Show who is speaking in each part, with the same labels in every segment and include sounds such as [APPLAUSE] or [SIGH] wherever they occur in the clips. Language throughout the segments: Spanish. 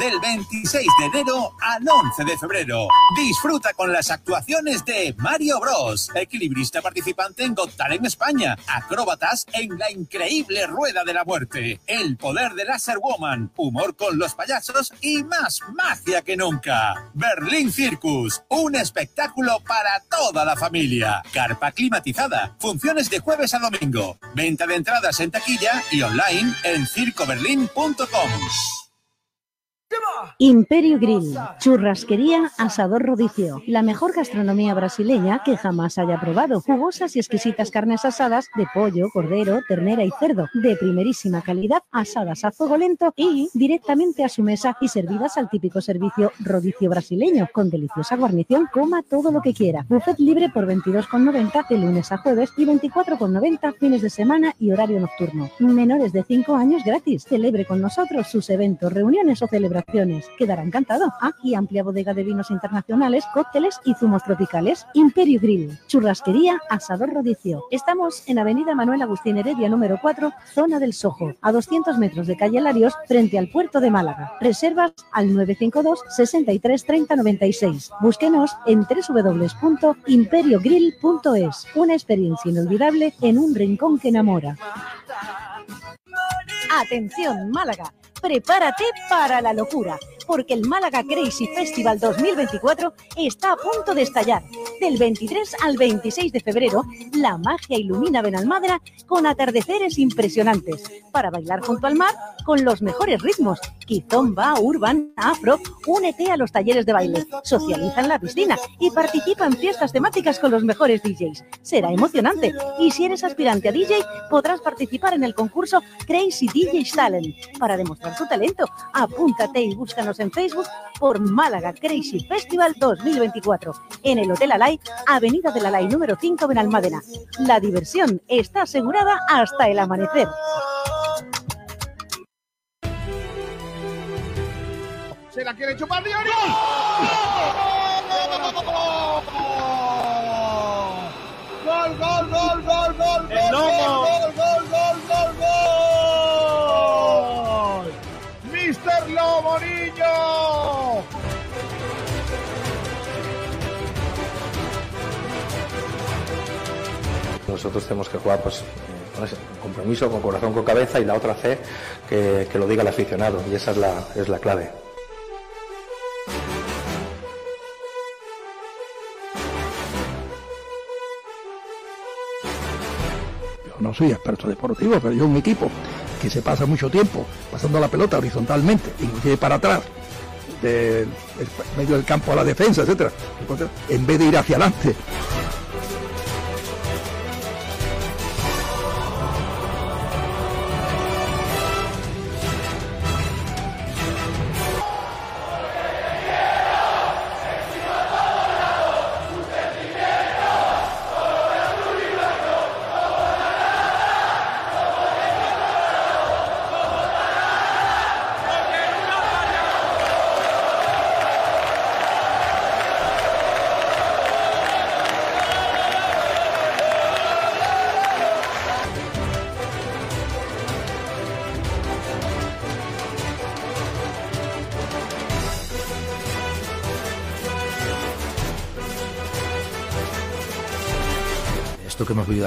Speaker 1: del 26 de enero al 11 de febrero. Disfruta con las actuaciones de Mario Bros, equilibrista participante en Got Talent España, acróbatas en la increíble Rueda de la Muerte, el poder de Laser Woman, humor con los payasos y más magia que nunca. Berlín Circus, un espectáculo para toda la familia. Carpa climatizada, funciones de jueves a domingo. Venta de entradas en taquilla y online en circoberlin.com.
Speaker 2: Imperio Grill, churrasquería, asador rodicio, la mejor gastronomía brasileña que jamás haya probado, jugosas y exquisitas carnes asadas de pollo, cordero, ternera y cerdo, de primerísima calidad, asadas a fuego lento y directamente a su mesa y servidas al típico servicio rodicio brasileño, con deliciosa guarnición, coma todo lo que quiera. Buffet libre por 22,90 de lunes a jueves y 24,90 fines de semana y horario nocturno. Menores de 5 años gratis, celebre con nosotros sus eventos, reuniones o celebraciones. Quedará encantado. Ah, y amplia bodega de vinos internacionales, cócteles y zumos tropicales. Imperio Grill, churrasquería, asador rodicio. Estamos en Avenida Manuel Agustín Heredia número 4, zona del Sojo, a 200 metros de calle Larios, frente al puerto de Málaga. Reservas al 952 63 30 96. Búsquenos en www.imperiogrill.es. Una experiencia inolvidable en un rincón que enamora. Atención, Málaga. Prepárate para la locura, porque el Málaga Crazy Festival 2024 está a punto de estallar. Del 23 al 26 de febrero, la magia ilumina Benalmádena con atardeceres impresionantes, para bailar junto al mar con los mejores ritmos. Kizomba, Urban, Afro, únete a los talleres de baile, socializa en la piscina y participa en fiestas temáticas con los mejores DJs. Será emocionante y si eres aspirante a DJ, podrás participar en el concurso Crazy DJ Talent para demostrar tu talento. Apúntate y búscanos en Facebook por Málaga Crazy Festival 2024 en el Hotel Alay, Avenida de la Alay número 5 Benalmádena. La diversión está asegurada hasta el amanecer.
Speaker 3: Se la quiere chupar Diori. Gol, gol, gol, gol, gol,
Speaker 4: El
Speaker 3: gol, gol,
Speaker 4: lomo.
Speaker 3: gol, gol, gol, gol, gol. Mister Lobo Niño.
Speaker 5: Nosotros tenemos que jugar pues eh, con ese compromiso, con corazón, con cabeza y la otra C que, que lo diga el aficionado y esa es la, es la clave.
Speaker 6: Yo no soy experto deportivo, pero yo un equipo que se pasa mucho tiempo pasando la pelota horizontalmente, inclusive para atrás, de, del medio del campo a la defensa, etcétera, en vez de ir hacia adelante.
Speaker 7: Esto que hemos vivido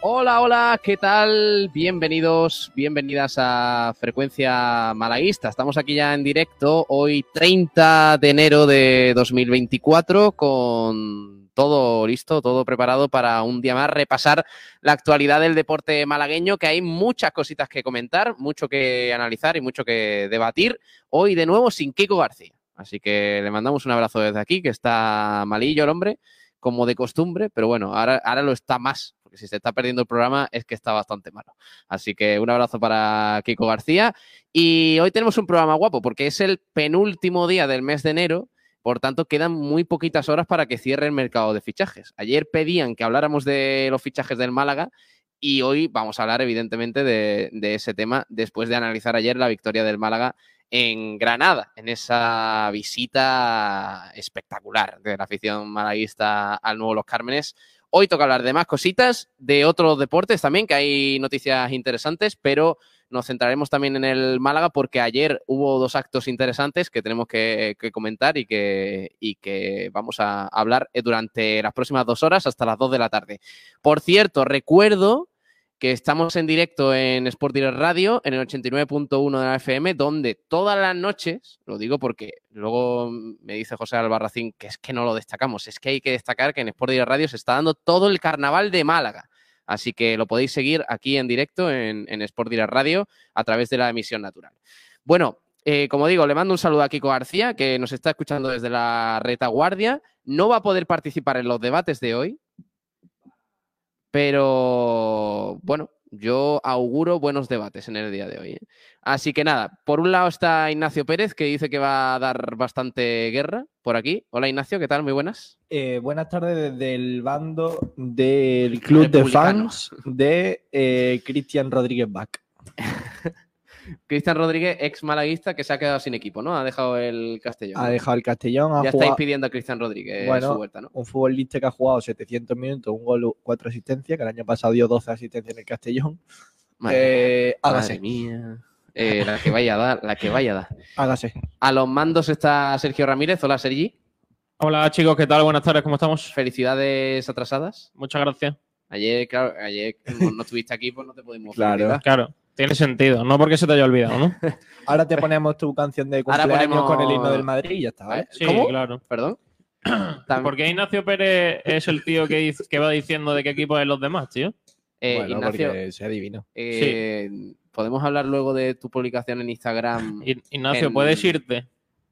Speaker 8: Hola, hola, ¿qué tal? Bienvenidos, bienvenidas a Frecuencia Malaguista. Estamos aquí ya en directo, hoy 30 de enero de 2024, con todo listo, todo preparado para un día más repasar la actualidad del deporte malagueño, que hay muchas cositas que comentar, mucho que analizar y mucho que debatir. Hoy de nuevo sin Kiko García. Así que le mandamos un abrazo desde aquí, que está malillo el hombre como de costumbre, pero bueno, ahora, ahora lo está más, porque porque si se está perdiendo el programa es que está bastante malo. Así que un abrazo para Kiko García. Y hoy tenemos un programa guapo, porque es el penúltimo día del mes de enero. Por tanto, quedan muy poquitas horas para que cierre el mercado de fichajes. Ayer pedían que habláramos de los fichajes del Málaga y hoy vamos a hablar, evidentemente, de, de ese tema después de analizar ayer la victoria del Málaga en Granada, en esa visita espectacular de la afición malaguista al nuevo Los Cármenes. Hoy toca hablar de más cositas, de otros deportes también, que hay noticias interesantes, pero nos centraremos también en el Málaga porque ayer hubo dos actos interesantes que tenemos que, que comentar y que, y que vamos a hablar eh, durante las próximas dos horas hasta las dos de la tarde. Por cierto, recuerdo que estamos en directo en Sport Direct Radio, en el 89.1 de la FM, donde todas las noches, lo digo porque luego me dice José Albarracín que es que no lo destacamos, es que hay que destacar que en Sport Direct Radio se está dando todo el carnaval de Málaga. Así que lo podéis seguir aquí en directo en, en Sport Direct Radio a través de la emisión natural. Bueno, eh, como digo, le mando un saludo a Kiko García, que nos está escuchando desde la retaguardia. No va a poder participar en los debates de hoy, pero bueno, yo auguro buenos debates en el día de hoy. ¿eh? Así que nada, por un lado está Ignacio Pérez, que dice que va a dar bastante guerra por aquí. Hola Ignacio, ¿qué tal? Muy buenas.
Speaker 4: Eh, buenas tardes desde el bando del club de fans de eh, Cristian Rodríguez Bach.
Speaker 8: Cristian Rodríguez, ex malaguista, que se ha quedado sin equipo, ¿no? Ha dejado el Castellón.
Speaker 4: Ha dejado el Castellón. Ha
Speaker 8: ya
Speaker 4: jugado...
Speaker 8: estáis pidiendo a Cristian Rodríguez
Speaker 4: Bueno,
Speaker 8: su vuelta, ¿no?
Speaker 4: Un futbolista que ha jugado 700 minutos, un gol, cuatro asistencias, que el año pasado dio 12 asistencias en el Castellón.
Speaker 8: Madre,
Speaker 4: Eh,
Speaker 8: madre
Speaker 4: hágase,
Speaker 8: mía. Eh, la que vaya a dar, la que vaya a dar.
Speaker 4: hágase.
Speaker 8: A los mandos está Sergio Ramírez. Hola, Sergi.
Speaker 9: Hola chicos, ¿qué tal? Buenas tardes, ¿cómo estamos?
Speaker 8: Felicidades atrasadas.
Speaker 9: Muchas gracias.
Speaker 8: Ayer, claro, ayer como no estuviste aquí, pues no te pudimos
Speaker 4: Claro.
Speaker 8: felicitar.
Speaker 9: Claro, tiene sentido, no porque se te haya olvidado,
Speaker 8: [LAUGHS]
Speaker 9: ¿no?
Speaker 4: Ahora te ponemos tu canción de
Speaker 8: Pues Ahora
Speaker 4: cumpleaños
Speaker 8: ponemos- Ah, eh,
Speaker 4: con el himno del Madrid y ya está, ¿vale?
Speaker 9: Sí,
Speaker 8: ¿Cómo?
Speaker 9: claro.
Speaker 8: Perdón. Tam-
Speaker 9: Porque Ignacio Pérez es el tío que, dice- que va diciendo de qué equipo es los demás, tío.
Speaker 8: eh,
Speaker 4: bueno,
Speaker 8: Ignacio,
Speaker 4: porque se adivino.
Speaker 8: eh, podemos hablar luego de tu publicación
Speaker 9: [LAUGHS]
Speaker 8: en Instagram,
Speaker 9: I- Ignacio,
Speaker 8: El-
Speaker 9: puedes irte.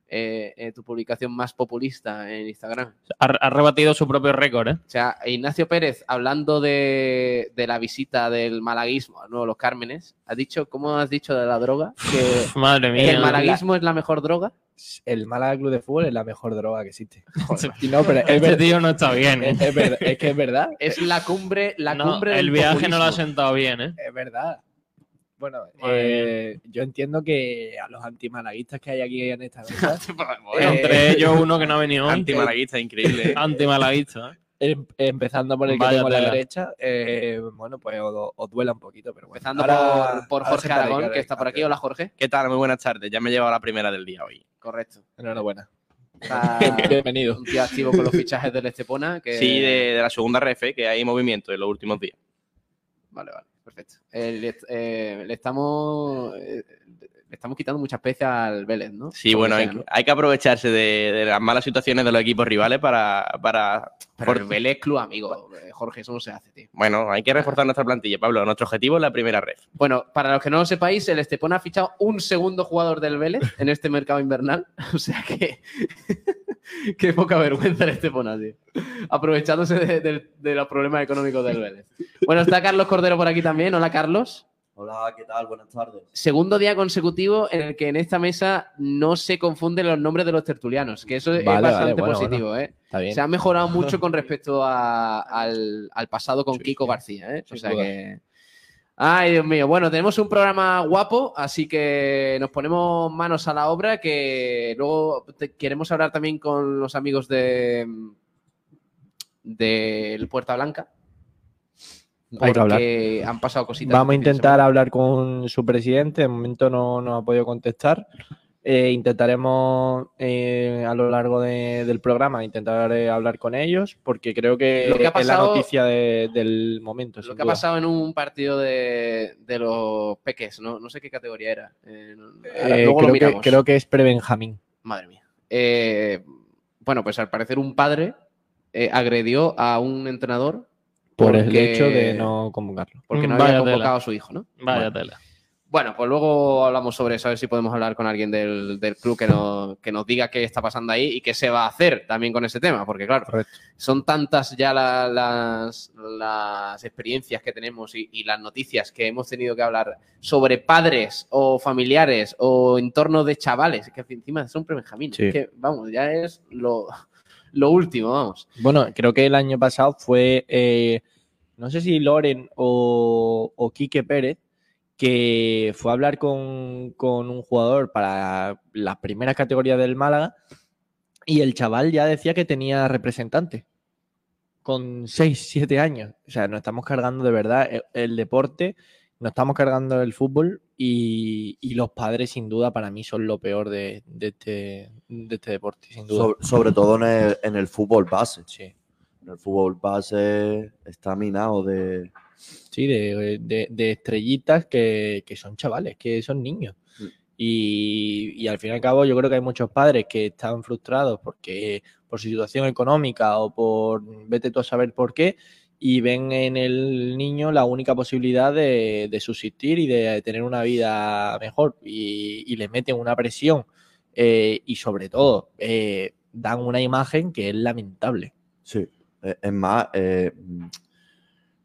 Speaker 8: eh, eh, tu publicación más populista en Instagram.
Speaker 9: Ha, ha rebatido su propio récord, ¿eh?
Speaker 8: O sea, Ignacio Pérez, hablando de, de la visita del malaguismo a Nuevo Los Cármenes, has dicho, ¿cómo has dicho de la droga? Que,
Speaker 9: Madre
Speaker 8: que el
Speaker 9: mía.
Speaker 8: malaguismo es la mejor droga.
Speaker 4: El Málaga Club de Fútbol es la mejor droga
Speaker 8: [LAUGHS]
Speaker 4: que existe. Y no, pero es,
Speaker 9: Este
Speaker 4: ver-
Speaker 9: tío no está bien, ¿eh?
Speaker 4: es- es ver- es que es verdad.
Speaker 8: Es la cumbre, la
Speaker 9: No,
Speaker 8: cumbre del
Speaker 9: el viaje no lo ha
Speaker 8: populismo.
Speaker 9: sentado bien, ¿eh?
Speaker 4: [LAUGHS] Es verdad. Bueno,
Speaker 9: Madre
Speaker 4: eh, yo entiendo que a los antimalaguistas que hay aquí
Speaker 9: [LAUGHS]
Speaker 4: en esta mesa, Eh,
Speaker 9: Bueno, entre
Speaker 4: [LAUGHS]
Speaker 9: ellos uno que no ha venido hoy.
Speaker 10: Antimalaguista, increíble. ¿eh?
Speaker 9: Antimalaguista. ¿eh?
Speaker 4: em- empezando por el que
Speaker 9: Vaya
Speaker 4: tengo a la
Speaker 9: tela.
Speaker 4: derecha, eh, bueno, pues os, os duela un poquito, pero bueno.
Speaker 8: Empezando
Speaker 4: Ahora-
Speaker 8: por, por
Speaker 4: ahora
Speaker 8: Jorge
Speaker 4: sentaré,
Speaker 8: Aragón,
Speaker 4: ahora-
Speaker 8: que está por aquí.
Speaker 4: ahora-
Speaker 8: Hola, Jorge.
Speaker 10: ¿Qué tal? Muy buenas tardes. Ya me he llevado la primera del día hoy.
Speaker 8: Correcto.
Speaker 4: Enhorabuena.
Speaker 8: Está
Speaker 4: Ah,
Speaker 10: [LAUGHS]
Speaker 4: Bienvenido.
Speaker 8: un tío activo con los fichajes del Estepona. Que...
Speaker 10: Sí, de, de la segunda ref, ¿eh? que hay movimiento en los últimos días.
Speaker 8: Vale, vale, perfecto. Eh, le, eh, le estamos eh, le estamos quitando muchas veces al Vélez, ¿no?
Speaker 10: Sí,
Speaker 8: Por
Speaker 10: bueno,
Speaker 8: lo que
Speaker 10: hay,
Speaker 8: sea, ¿no?
Speaker 10: hay que aprovecharse de, de las malas situaciones de los equipos rivales para, para...
Speaker 8: Pero
Speaker 10: por-
Speaker 8: el Vélez club amigo, eh, Jorge, eso no se hace, tío.
Speaker 10: Bueno, hay que reforzar nuestra plantilla, Pablo. Nuestro objetivo es la primera ref.
Speaker 8: Bueno, para los que no lo sepáis, el Estepona ha fichado un segundo jugador del Vélez en este mercado invernal. [LAUGHS] O sea que. Qué poca vergüenza el Estepona, tío. Aprovechándose de, de- de los problemas económicos del Vélez. Bueno, está Carlos Cordero por aquí también. Hola, Carlos.
Speaker 11: Hola, ¿qué tal? Buenas tardes.
Speaker 8: Segundo día consecutivo en el que en esta mesa no se confunden los nombres de los tertulianos, que eso es
Speaker 4: Vale, vale,
Speaker 8: bastante
Speaker 4: bueno,
Speaker 8: positivo, ¿eh?
Speaker 4: Está bien.
Speaker 8: Se ha mejorado
Speaker 4: [LAUGHS]
Speaker 8: mucho con respecto a- al, al pasado con Kiko García, ¿eh? O
Speaker 4: sin
Speaker 8: sea
Speaker 4: duda.
Speaker 8: que. Ay, Dios mío. Bueno, tenemos un programa guapo, así que nos ponemos manos a la obra, que luego te- queremos hablar también con los amigos de del Puerta Blanca.
Speaker 4: Hay que hablar.
Speaker 8: porque han pasado cositas.
Speaker 4: Vamos a
Speaker 8: este fin de
Speaker 4: intentar
Speaker 8: semana.
Speaker 4: hablar con su presidente. De momento no nos ha podido contestar. Eh, intentaremos eh, a lo largo de- del programa intentar eh, hablar con ellos porque creo que,
Speaker 8: Lo que ha
Speaker 4: es la
Speaker 8: pasado-
Speaker 4: noticia de- del momento.
Speaker 8: Lo
Speaker 4: sin
Speaker 8: que ha
Speaker 4: duda.
Speaker 8: pasado en un partido de, de los peques, ¿no? no sé qué categoría era. Eh, no-
Speaker 4: Eh,
Speaker 8: luego lo
Speaker 4: creo, que,
Speaker 8: miramos.
Speaker 4: creo que es pre-Benjamín.
Speaker 8: Madre mía. Eh, bueno, pues al parecer un padre eh, agredió a un entrenador
Speaker 4: Por el
Speaker 8: Porque-
Speaker 4: hecho de no convocarlo.
Speaker 8: porque no
Speaker 9: Mm, Vaya
Speaker 8: había
Speaker 9: tela.
Speaker 8: convocado a su hijo, ¿no?
Speaker 9: Vaya tela.
Speaker 8: Bueno, pues luego hablamos sobre eso, a ver si podemos hablar con alguien del, del club que nos, que nos diga qué está pasando ahí y qué se va a hacer también con ese tema, porque claro, son tantas ya la- las, las experiencias que tenemos y, y las noticias que hemos tenido que hablar sobre padres o familiares o entornos de chavales, que encima son prebenjamines,
Speaker 4: Sí.
Speaker 8: es que vamos, ya es lo, lo último, vamos.
Speaker 4: Bueno, creo que el año pasado fue, eh, no sé si Loren o, o Quique Pérez, que fue a hablar con, con un jugador para la primera categoría del Málaga y el chaval ya decía que tenía representante con 6, 7 años. O sea, nos estamos cargando de verdad el, el deporte, nos estamos cargando el fútbol y, y los padres sin duda para mí son lo peor de, de este, de este deporte, sin duda.
Speaker 11: Sobre, sobre todo en el, en el fútbol base.
Speaker 4: Sí.
Speaker 11: En el fútbol base está minado de.
Speaker 4: Sí, de, de- de estrellitas que, que son chavales, que son niños. Y, y al fin y al cabo yo creo que hay muchos padres que están frustrados porque por su situación económica o por vete tú a saber por qué y ven en el niño la única posibilidad de, de subsistir y de tener una vida mejor y, y les meten una presión eh, y sobre todo eh, dan una imagen que es lamentable.
Speaker 11: Sí. Eh, Es más, eh,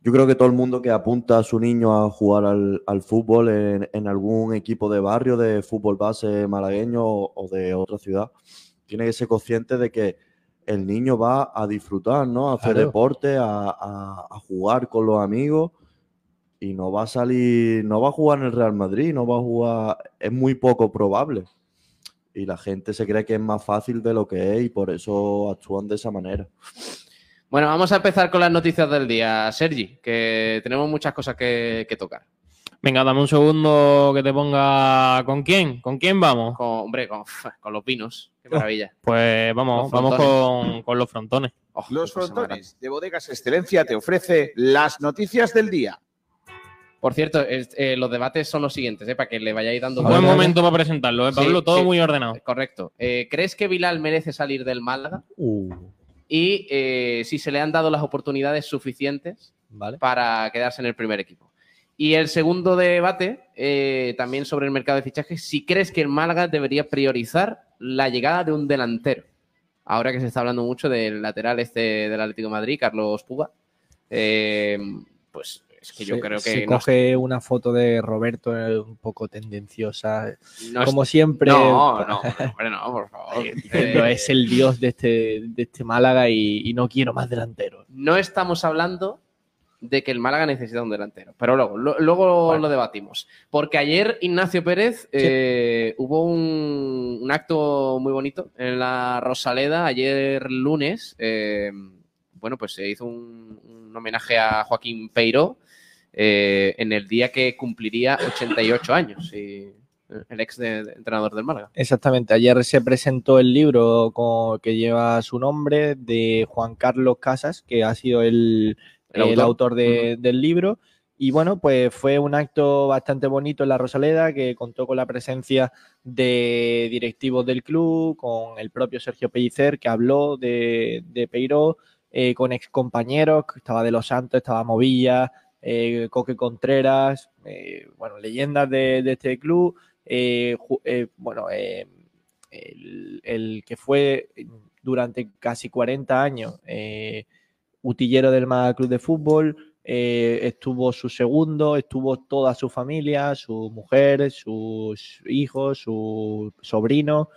Speaker 11: yo creo que todo el mundo que apunta a su niño a jugar al, al fútbol en, en algún equipo de barrio de fútbol base malagueño o, o de otra ciudad, tiene que ser consciente de que el niño va a disfrutar, ¿no? A hacer
Speaker 4: Claro.
Speaker 11: deporte, a, a- a jugar con los amigos y no va a salir, no va a jugar en el Real Madrid, no va a jugar, es muy poco probable. Y la gente se cree que es más fácil de lo que es y por eso actúan de esa manera.
Speaker 8: Bueno, vamos a empezar con las noticias del día, Sergi, que tenemos muchas cosas que, que tocar.
Speaker 9: Venga, dame un segundo que te ponga. ¿Con quién? ¿Con quién vamos?
Speaker 8: Con, hombre, con, [LAUGHS] con los vinos,
Speaker 12: Oh,
Speaker 8: qué maravilla. Oh,
Speaker 9: Pues vamos,
Speaker 8: Los
Speaker 9: vamos
Speaker 8: frontones.
Speaker 9: con, con los frontones.
Speaker 12: Los frontones de Bodegas Excelencia te ofrece las noticias del día.
Speaker 8: Por cierto, es- eh, los debates son los siguientes, eh, para que le vayáis dando
Speaker 9: Buen momento para presentarlo, ¿eh, Pablo? Todo muy ordenado.
Speaker 8: Correcto. Eh, ¿Crees que Vilal merece salir del Málaga? Y eh, si se le han dado las oportunidades suficientes para quedarse en el primer equipo. Y el segundo debate, eh, también sobre el mercado de fichajes, si crees que el Málaga debería priorizar la llegada de un delantero. Ahora que se está hablando mucho del lateral este del Atlético de Madrid, Carlos Puga. eh, pues es que yo
Speaker 4: se-
Speaker 8: creo que
Speaker 4: se
Speaker 8: no
Speaker 4: coge una foto de Roberto eh, un poco tendenciosa,
Speaker 8: No
Speaker 4: como
Speaker 8: es-
Speaker 4: siempre. [LAUGHS]
Speaker 8: No, no, hombre, no, por favor.
Speaker 4: Diciendo,
Speaker 8: Eh,
Speaker 4: es el dios de este, de este Málaga y, y no quiero más delantero.
Speaker 8: No estamos hablando de que el Málaga necesita un delantero, pero luego, lo- luego lo debatimos. Porque ayer Ignacio Pérez eh, hubo un, un acto muy bonito en la Rosaleda, ayer lunes, eh, bueno, pues se hizo un, un homenaje a Joaquín Peiro eh, en el día que cumpliría 88 años, y, eh, el ex de- de- entrenador del Málaga.
Speaker 4: Exactamente, ayer se presentó el libro con- que lleva su nombre de Juan Carlos Casas, que ha sido el,
Speaker 8: El
Speaker 4: el autor,
Speaker 8: autor.
Speaker 4: de- del libro. Y bueno, pues fue un acto bastante bonito en la Rosaleda, que contó con la presencia de directivos del club, con el propio Sergio Pellicer, que habló de, de Peiró, eh, con excompañeros, que estaba de Los Santos, estaba Movilla, eh, Coque Contreras, eh, bueno, leyendas de, de este club. eh, ju- eh, bueno, eh, el, el que fue durante casi 40 años eh, utillero del Málaga Club de Fútbol, eh, estuvo su segundo, estuvo toda su familia, su mujer, sus hijos, su sobrino.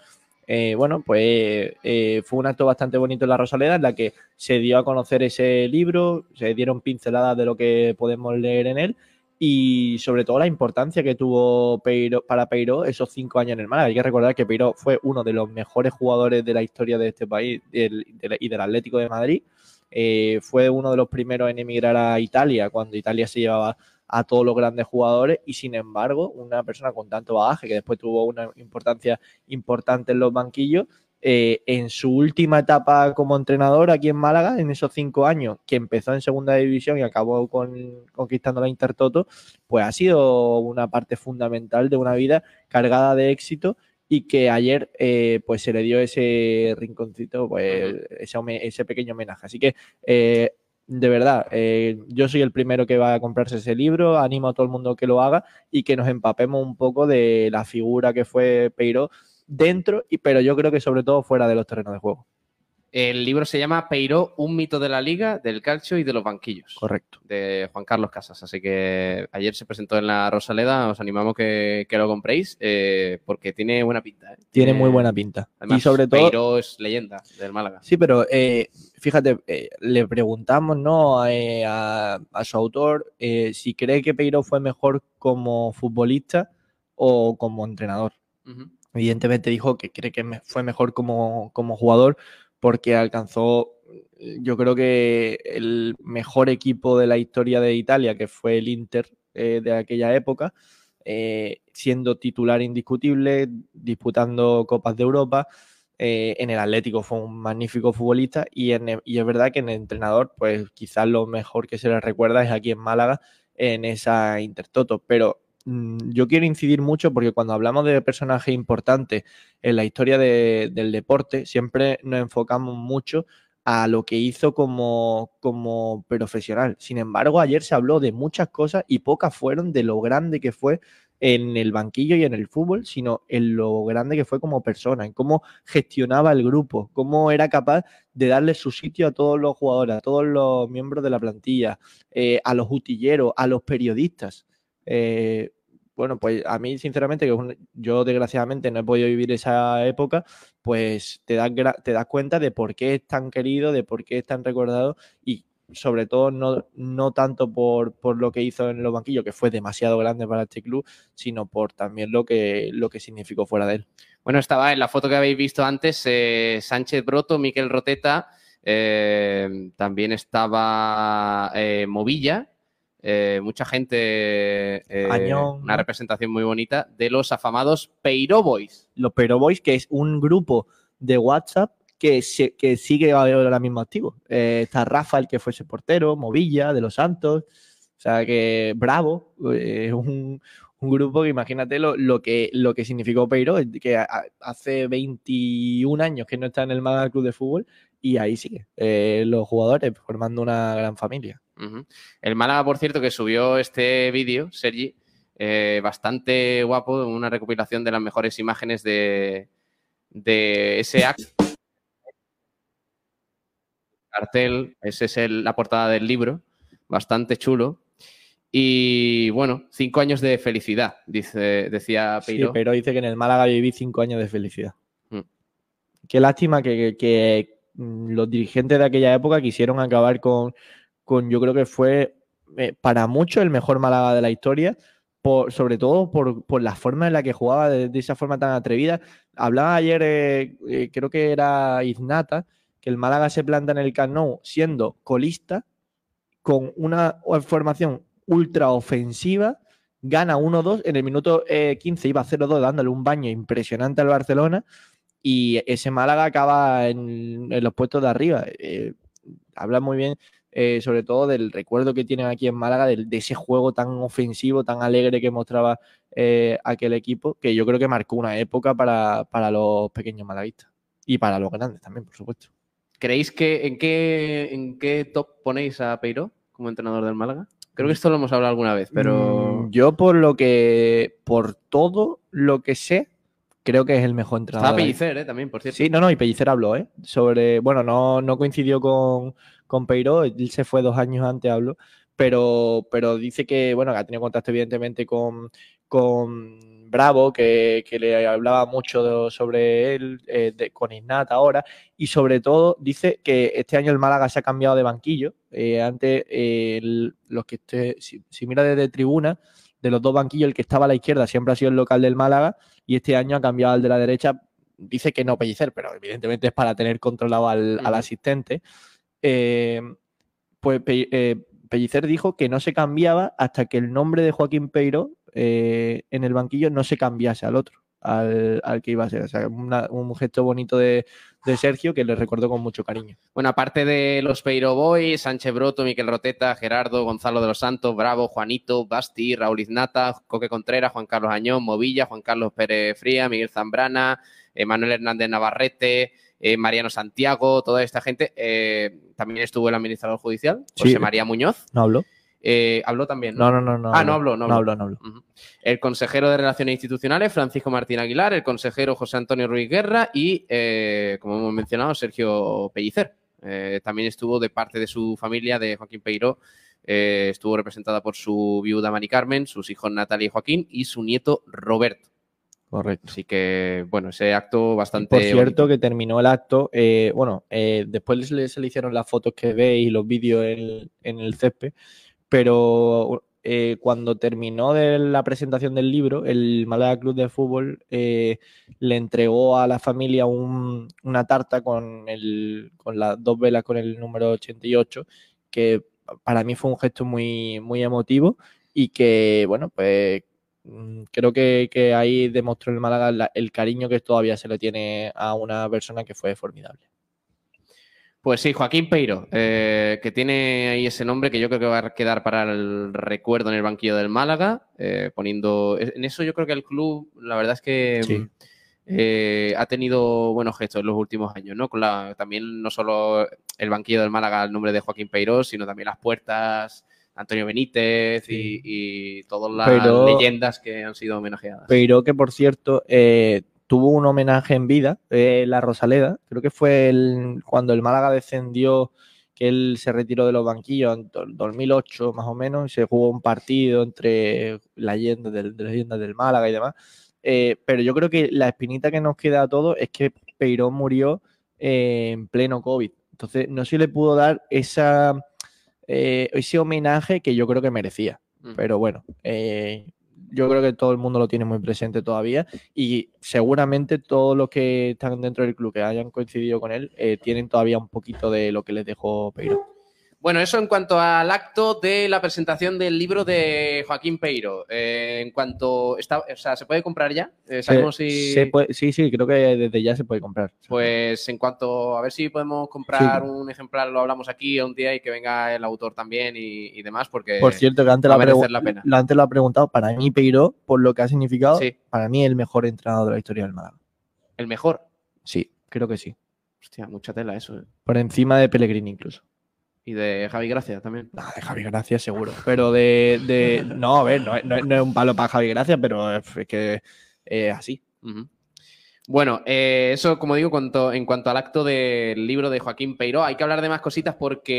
Speaker 4: Eh, bueno, pues eh, fue un acto bastante bonito en la Rosaleda en la que se dio a conocer ese libro, se dieron pinceladas de lo que podemos leer en él y sobre todo la importancia que tuvo Peiro, para Peiro esos cinco años en el Málaga. Hay que recordar que Peiro fue uno de los mejores jugadores de la historia de este país del- del- y del Atlético de Madrid. Eh, fue uno de los primeros en emigrar a Italia cuando Italia se llevaba a todos los grandes jugadores y sin embargo una persona con tanto bagaje que después tuvo una importancia importante en los banquillos eh, en su última etapa como entrenador aquí en Málaga, en esos cinco años, que empezó en segunda división y acabó con, conquistando la Intertoto, pues ha sido una parte fundamental de una vida cargada de éxito y que ayer eh, pues se le dio ese rinconcito, pues ese, home- ese pequeño homenaje. Así que eh, de verdad, eh, yo soy el primero que va a comprarse ese libro, animo a todo el mundo que lo haga y que nos empapemos un poco de la figura que fue Peiró dentro, y, pero yo creo que sobre todo fuera de los terrenos de juego.
Speaker 8: El libro se llama Peiró, un mito de la liga, del calcio y de los banquillos.
Speaker 4: Correcto.
Speaker 8: De Juan Carlos Casas. Así que ayer se presentó en la Rosaleda, os animamos que, que lo compréis eh, porque tiene buena pinta. ¿eh?
Speaker 4: Tiene muy buena pinta.
Speaker 8: Además,
Speaker 4: y sobre todo,
Speaker 8: Peiró es leyenda del Málaga.
Speaker 4: Sí, pero eh, fíjate, eh, le preguntamos ¿no? Eh, a, a su autor eh, si cree que Peiro fue mejor como futbolista o como entrenador.
Speaker 8: Ujú.
Speaker 4: Evidentemente dijo que cree que me- fue mejor como, como jugador porque alcanzó, eh, yo creo que el mejor equipo de la historia de Italia, que fue el Inter eh, de aquella época, eh, siendo titular indiscutible, disputando Copas de Europa. eh, en el Atlético fue un magnífico futbolista y, en el- y es verdad que en el entrenador, pues quizás lo mejor que se le recuerda es aquí en Málaga, en esa Intertoto. Pero mm, yo quiero incidir mucho porque cuando hablamos de personajes importantes en la historia de- del deporte, siempre nos enfocamos mucho a lo que hizo como, como profesional. Sin embargo, ayer se habló de muchas cosas y pocas fueron de lo grande que fue en el banquillo y en el fútbol, sino en lo grande que fue como persona, en cómo gestionaba el grupo, cómo era capaz de darle su sitio a todos los jugadores, a todos los miembros de la plantilla, eh, a los utilleros, a los periodistas. Eh, bueno, pues a mí, sinceramente, que es un- yo desgraciadamente no he podido vivir esa época, pues te das, gra- te das cuenta de por qué es tan querido, de por qué es tan recordado y sobre todo no, no tanto por, por lo que hizo en los banquillos, que fue demasiado grande para este club, sino por también lo que, lo que significó fuera de él.
Speaker 8: Bueno, estaba en la foto que habéis visto antes, eh, Sánchez Broto, Miquel Roteta, eh, también estaba eh, Movilla, eh, mucha gente, eh,
Speaker 4: Añón,
Speaker 8: una representación muy bonita de los afamados Peiro Boys.
Speaker 4: Los Pero Boys, que es un grupo de WhatsApp que, se- que sigue ahora mismo activo. Eh, está Rafa, el que fuese portero, Movilla, de los Santos, o sea que Bravo, eh, es un, un grupo que imagínate lo, lo que, lo que significó Peiro, que a- a- hace 21 años que no está en el Málaga Club de Fútbol y ahí sigue, eh, los jugadores formando una gran familia.
Speaker 8: Ujú. El Málaga, por cierto, que subió este vídeo, Sergi, eh, bastante guapo, una recopilación de las mejores imágenes de, de ese acto. Cartel, esa es el- la portada del libro, bastante chulo. Y bueno, cinco años de felicidad, dice, decía Peiro.
Speaker 4: Sí, pero dice que en el Málaga viví cinco años de felicidad.
Speaker 8: Mm.
Speaker 4: Qué lástima que, que- que, mm, los dirigentes de aquella época quisieron acabar con, con yo creo que fue eh, para muchos el mejor Málaga de la historia, por, sobre todo por, por la forma en la que jugaba, de, de esa forma tan atrevida. Hablaba ayer, eh, eh, creo que era Iznata, que el Málaga se planta en el Camp Nou siendo colista, con una formación ultra ofensiva, gana 1-2, en el minuto eh, 15 iba 0-2 dándole un baño impresionante al Barcelona y ese Málaga acaba en, en los puestos de arriba. Eh, habla muy bien eh, sobre todo del recuerdo que tienen aquí en Málaga, del- de, ese juego tan ofensivo, tan alegre que mostraba eh, aquel equipo, que yo creo que marcó una época para, para los pequeños malaguistas y para los grandes también, por supuesto.
Speaker 8: ¿Creéis que en qué, en qué top ponéis a Peiro como entrenador del Málaga? Creo que esto lo hemos hablado alguna vez, pero
Speaker 4: Mm, Yo por lo que, por todo lo que sé, creo que es el mejor entrenador.
Speaker 8: estaba
Speaker 4: de la
Speaker 8: Pellicer, ¿eh? también, por cierto.
Speaker 4: Sí, no, no, y Pellicer habló, ¿eh? Sobre, bueno, no, no coincidió con, con Peiró, él se fue dos años antes, habló, pero, pero dice que, bueno, que ha tenido contacto evidentemente con, con Bravo, que, que le hablaba mucho de- sobre él, eh, de- con Ignata ahora, y sobre todo dice que este año el Málaga se ha cambiado de banquillo, eh, antes eh, el- los que, esté- si, si mira desde tribuna, de los dos banquillos, el que estaba a la izquierda siempre ha sido el local del Málaga y este año ha cambiado al de la derecha. Dice que no Pellicer, pero evidentemente es para tener controlado al, al asistente. Eh, pues Pe- eh, Pellicer dijo que no se cambiaba hasta que el nombre de Joaquín Peiro eh, en el banquillo no se cambiase al otro, al, al que iba a ser. O sea, una- un gesto bonito de, de Sergio que le recordó con mucho cariño.
Speaker 8: Bueno, aparte de los Peiro Boys, Sánchez Broto, Miquel Roteta, Gerardo, Gonzalo de los Santos, Bravo, Juanito, Basti, Raúl Iznata, Coque Contreras, Juan Carlos Añón, Movilla, Juan Carlos Pérez Fría, Miguel Zambrana, eh, Manuel Hernández Navarrete, eh, Mariano Santiago, toda esta gente, eh, también estuvo el administrador judicial,
Speaker 4: Sí.
Speaker 8: José María Muñoz.
Speaker 4: No habló.
Speaker 8: Eh, habló también.
Speaker 4: No, no, no, no.
Speaker 8: Ah, no habló, no habló.
Speaker 4: no habló.
Speaker 8: El consejero de Relaciones Institucionales, Francisco Martín Aguilar, el consejero José Antonio Ruiz Guerra y, eh, como hemos mencionado, Sergio Pellicer. Eh, también estuvo de parte de su familia, de Joaquín Peiró, eh, estuvo representada por su viuda Mari Carmen, sus hijos Natalia y Joaquín y su nieto Roberto.
Speaker 4: Correcto.
Speaker 8: Así que, bueno, ese acto bastante...
Speaker 4: Por
Speaker 8: bonito.
Speaker 4: cierto, que terminó el acto. eh, bueno, eh, después le- se le hicieron las fotos que veis y los vídeos en, en el césped. Pero eh, cuando terminó de la presentación del libro, el Málaga Club de Fútbol eh, le entregó a la familia un- una tarta con, el, con las dos velas con el número 88, que para mí fue un gesto muy, muy emotivo y que, bueno, pues Mm, creo que, que ahí demostró el Málaga la- el cariño que todavía se le tiene a una persona que fue formidable.
Speaker 8: Pues sí, Joaquín Peiro, eh, que tiene ahí ese nombre que yo creo que va a quedar para el recuerdo en el banquillo del Málaga, eh, poniendo... En eso yo creo que el club, la verdad es que eh, ha tenido buenos gestos en los últimos años, ¿no? Con la, también no solo el banquillo del Málaga al nombre de Joaquín Peiro, sino también las puertas, Antonio Benítez y- y, todas las
Speaker 4: Peiró-
Speaker 8: leyendas que han sido homenajeadas.
Speaker 4: Pero que, por cierto, eh, tuvo un homenaje en vida, eh, la Rosaleda. Creo que fue el- cuando el Málaga descendió, que él se retiró de los banquillos en do- 2008 más o menos, y se jugó un partido entre leyendas del, de leyendas del Málaga y demás. Eh, pero yo creo que la espinita que nos queda a todos es que Peiró murió eh, en pleno COVID. Entonces, no se le pudo dar esa, eh, ese homenaje que yo creo que merecía.
Speaker 8: Mm.
Speaker 4: Pero bueno, eh, yo creo que todo el mundo lo tiene muy presente todavía y seguramente todos los que están dentro del club que hayan coincidido con él eh, tienen todavía un poquito de lo que les dejó Peiro.
Speaker 8: Bueno, eso en cuanto al acto de la presentación del libro de Joaquín Peiro. Eh, en cuanto está, o sea, se puede comprar ya. Eh, sabemos
Speaker 4: Se-
Speaker 8: si
Speaker 4: se puede- sí, sí, creo que desde ya se puede comprar.
Speaker 8: pues en cuanto a ver si podemos comprar
Speaker 4: Sí.
Speaker 8: un ejemplar, lo hablamos aquí un día y que venga el autor también y, y demás, porque
Speaker 4: Por cierto, que antes
Speaker 8: va
Speaker 4: lo,
Speaker 8: a
Speaker 4: ha
Speaker 8: merecer
Speaker 4: pregu-
Speaker 8: la pena.
Speaker 4: lo- antes lo ha preguntado, para mí Peiro, por lo que ha significado,
Speaker 8: Sí.
Speaker 4: para mí el mejor entrenador de la historia del Málaga.
Speaker 8: El mejor.
Speaker 4: Sí, creo que sí.
Speaker 8: Hostia, mucha tela eso. eh.
Speaker 4: Por encima de Pellegrini incluso.
Speaker 8: Y de Javi Gracia también.
Speaker 4: Ah, de Javi Gracia seguro. Pero de... de- no, a ver, no, es- no es- no es un palo para Javi Gracia, pero es que eh, es así.
Speaker 8: Ujú. Bueno, eh, eso como digo, cuanto- en cuanto al acto del libro de Joaquín Peiró, hay que hablar de más cositas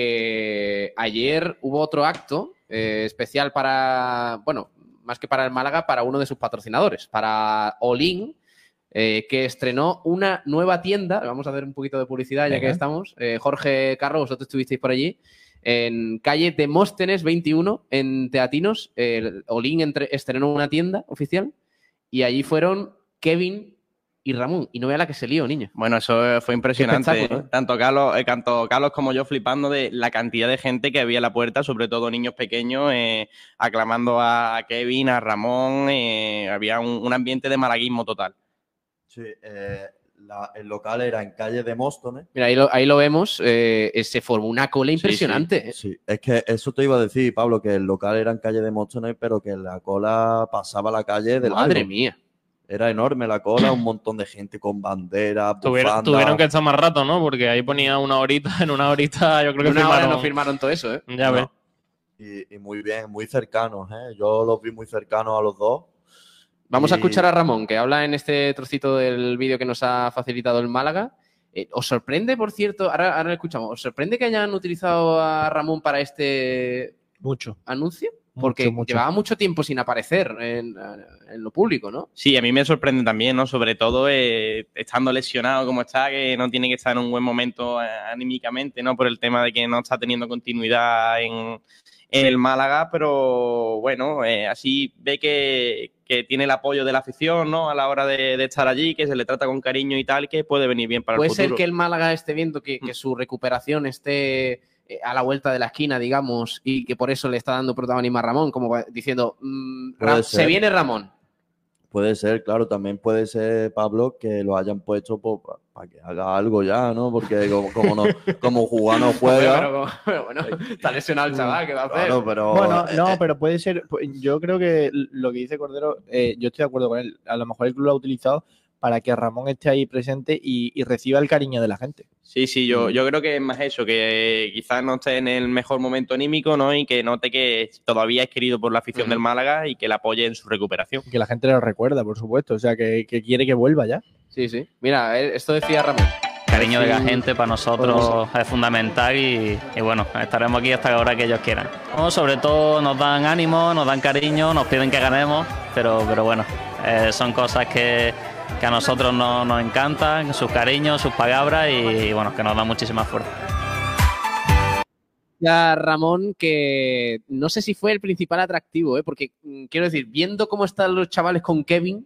Speaker 8: porque ayer hubo otro acto eh, especial para, bueno, más que para el Málaga, para uno de sus patrocinadores, para Olin, eh, que estrenó una nueva tienda. Vamos a hacer un poquito de publicidad ya que
Speaker 13: Venga.
Speaker 8: estamos. Eh, Jorge Carro, vosotros estuvisteis por allí. En calle Demóstenes 21, en Teatinos, el Olin entre- estrenó una tienda oficial y allí fueron Kevin y Ramón. Y no vea la que se lió, niño.
Speaker 10: Bueno, eso eh, fue impresionante.
Speaker 8: espectáculo, ¿eh?
Speaker 10: Tanto Carlos, eh, tanto Carlos como yo flipando de la cantidad de gente que había en la puerta, sobre todo niños pequeños, eh, aclamando a Kevin, a Ramón. eh, había un, un ambiente de malaguismo total.
Speaker 11: Sí, eh, la- el local era en calle de Móstones.
Speaker 8: Mira, ahí lo, ahí lo vemos. eh, eh, se formó una cola impresionante. ¿eh?
Speaker 11: Sí, es que eso te iba a decir, Pablo, que el local era en calle de Móstones, pero que la cola pasaba la calle de
Speaker 8: Madre
Speaker 11: largo.
Speaker 8: mía.
Speaker 11: Era enorme la cola, un montón de gente con banderas,
Speaker 9: Tuvieron,
Speaker 11: bufandas.
Speaker 9: tuvieron que estar más rato, ¿no? Porque ahí ponía una horita, [LAUGHS] en una horita yo creo que
Speaker 11: En una hora
Speaker 9: firmaron,
Speaker 11: no
Speaker 8: firmaron todo eso, ¿eh?
Speaker 9: Ya ves.
Speaker 11: Y, y muy bien, muy cercanos, ¿eh? Yo los vi muy cercanos a los dos.
Speaker 8: Vamos a
Speaker 11: Y-
Speaker 8: escuchar a Ramón, que habla en este trocito del vídeo que nos ha facilitado el Málaga. Eh, ¿Os sorprende, por cierto, ahora, ahora lo escuchamos, ¿os sorprende que hayan utilizado a Ramón para este
Speaker 4: Mucho.
Speaker 8: anuncio? Porque
Speaker 10: mucho.
Speaker 8: llevaba mucho tiempo sin aparecer en, en lo público, ¿no?
Speaker 10: Sí, a mí me sorprende también, ¿no? Sobre todo eh, estando lesionado como está, que no tiene que estar en un buen momento eh, anímicamente, ¿no? Por el tema de que no está teniendo continuidad en, en el Málaga, pero bueno, eh, así ve que, que tiene el apoyo de la afición, ¿no? A la hora de, de estar allí, que se le trata con cariño y tal, que puede venir bien para
Speaker 8: Puede
Speaker 10: el futuro. Mm.
Speaker 8: ser que el Málaga esté viendo que, que su recuperación esté eh, a la vuelta de la esquina, digamos, y que por eso le está dando protagonismo a Ramón, como va- diciendo, mm,
Speaker 11: Puede
Speaker 8: Ra-
Speaker 11: ser.
Speaker 8: se viene Ramón.
Speaker 11: Puede ser, claro, también puede ser, Pablo, que lo hayan puesto para que haga algo ya, ¿no? Porque como, como, no, como
Speaker 8: [LAUGHS]
Speaker 11: jugar no juega.
Speaker 8: Pero, pero bueno, [LAUGHS] está lesionado el chaval, ¿qué va a hacer?
Speaker 11: Claro, pero
Speaker 4: Bueno, no, pero puede ser. pu- Yo creo que l- lo que dice Cordero, eh, yo estoy de acuerdo con él. A lo mejor el club lo ha utilizado para que Ramón esté ahí presente y, y reciba el cariño de la gente.
Speaker 10: Sí, sí,
Speaker 8: Mm.
Speaker 10: yo, yo creo que es más eso, que quizás no esté en el mejor momento anímico, ¿no? Y que note que todavía es querido por la afición del Málaga y que la apoye en su recuperación.
Speaker 4: Que la gente lo recuerda, por supuesto, o sea, que, que quiere que vuelva ya.
Speaker 8: Sí, sí. Mira, eh, esto decía Ramón.
Speaker 13: cariño de la
Speaker 8: Sí.
Speaker 13: gente para nosotros es fundamental y, y bueno, estaremos aquí hasta la hora que ellos quieran. No, sobre todo nos dan ánimo, nos dan cariño, nos piden que ganemos, pero, pero bueno, eh, son cosas que, que a nosotros no- nos encantan, sus cariños, sus palabras y, y bueno, que nos dan muchísima fuerza.
Speaker 8: Ya Ramón, que no sé si fue el principal atractivo, ¿eh? porque mm, quiero decir, viendo cómo están los chavales con Kevin,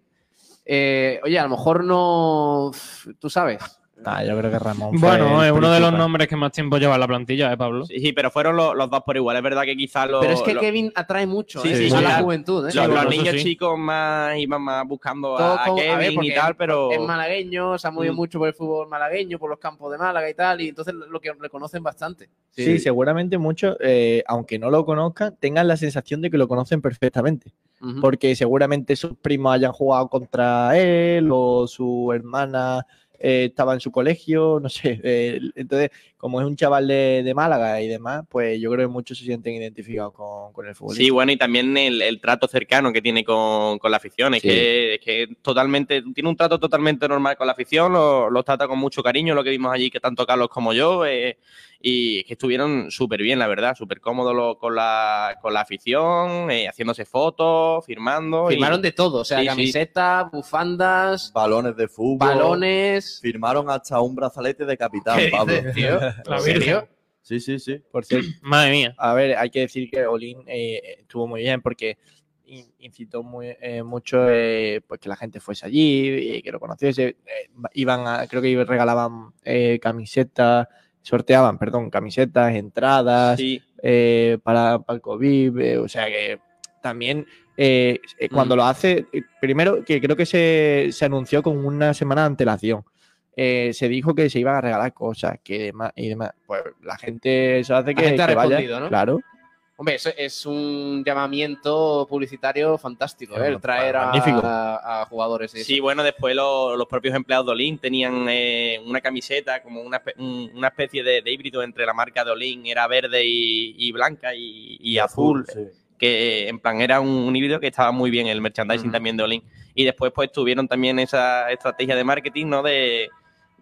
Speaker 8: eh, oye, a lo mejor no. Tú sabes.
Speaker 4: Ah, yo creo que Ramón.
Speaker 10: fue
Speaker 9: Bueno,
Speaker 10: el
Speaker 9: es uno de los
Speaker 10: principal.
Speaker 9: nombres que más tiempo lleva en la plantilla, ¿eh, Pablo?
Speaker 10: Sí, sí, pero fueron lo- los dos por igual. Es verdad que quizás los.
Speaker 8: Pero es que
Speaker 10: los-
Speaker 8: Kevin atrae mucho
Speaker 10: Sí,
Speaker 8: ¿eh?
Speaker 10: sí,
Speaker 8: a
Speaker 10: sí,
Speaker 8: la
Speaker 10: claro.
Speaker 8: juventud. ¿eh?
Speaker 10: Los, los niños chicos más iban más buscando
Speaker 8: Todo
Speaker 10: a, a
Speaker 8: con- a
Speaker 10: Kevin
Speaker 8: ver, porque
Speaker 10: y tal, pero.
Speaker 8: Es malagueño, se ha movido
Speaker 10: Mm.
Speaker 8: mucho por el fútbol malagueño, por los campos de Málaga y tal, y entonces lo que reconocen bastante.
Speaker 4: Sí, seguramente muchos, eh, aunque no lo conozcan, tengan la sensación de que lo conocen perfectamente.
Speaker 8: Ujú.
Speaker 4: Porque seguramente sus primos hayan jugado contra él o su hermana eh, estaba en su colegio, no sé. [LAUGHS] eh, entonces, como es un chaval de, de Málaga y demás, pues yo creo que muchos se sienten identificados con, con el
Speaker 8: Pues
Speaker 4: fútbol.
Speaker 10: Sí, bueno, y también el, el trato cercano que tiene con, con la afición. Es,
Speaker 4: Sí.
Speaker 10: que, es que totalmente, tiene un trato totalmente normal con la afición, lo- los trata con mucho cariño, lo que vimos allí, que tanto Carlos como yo, eh, y es que estuvieron súper bien, la verdad, súper cómodos lo- con, la, con la afición, eh, haciéndose fotos, firmando. y-
Speaker 8: Firmaron de todo, o sea,
Speaker 10: Sí, sí.
Speaker 8: camisetas, bufandas,
Speaker 11: Balones de fútbol.
Speaker 8: Balones.
Speaker 11: Firmaron hasta un brazalete de capitán,
Speaker 4: ¿Qué
Speaker 11: Pablo.
Speaker 4: dices,
Speaker 11: [LAUGHS]
Speaker 4: tío? La
Speaker 11: ¿En
Speaker 4: Virgen.
Speaker 11: serio? Sí, sí, sí.
Speaker 4: Por cierto,
Speaker 9: Madre mía.
Speaker 4: A ver, hay que decir que Olin eh, estuvo muy bien porque in- incitó muy, eh, mucho eh, pues que la gente fuese allí, eh, que lo conociese. eh, iban a- creo que regalaban eh, camisetas, sorteaban, perdón, camisetas, entradas
Speaker 10: Sí.
Speaker 4: eh, para, para el COVID. eh, o sea que también eh, eh, cuando
Speaker 8: Mm.
Speaker 4: lo hace, eh, primero que creo que se, se anunció con una semana de antelación. Eh, se dijo que se iban a regalar cosas que demás, y demás. Pues la gente eso hace
Speaker 8: La
Speaker 4: que,
Speaker 8: gente ha
Speaker 4: que vaya.
Speaker 8: respondido, ¿no?
Speaker 4: Claro.
Speaker 8: Hombre, eso es un llamamiento publicitario fantástico, ¿eh? El traer a,
Speaker 10: Magnífico.
Speaker 8: a- a jugadores. y eso.
Speaker 10: Sí, bueno, después lo- los propios empleados de Olin tenían eh, una camiseta, como una, espe- un- una especie de, de híbrido entre la marca de Olin, era verde y, y blanca y, y azul. Que eh, en plan era un, un híbrido que estaba muy bien el merchandising también de Olin. Y después, pues tuvieron también esa estrategia de marketing, ¿no? De,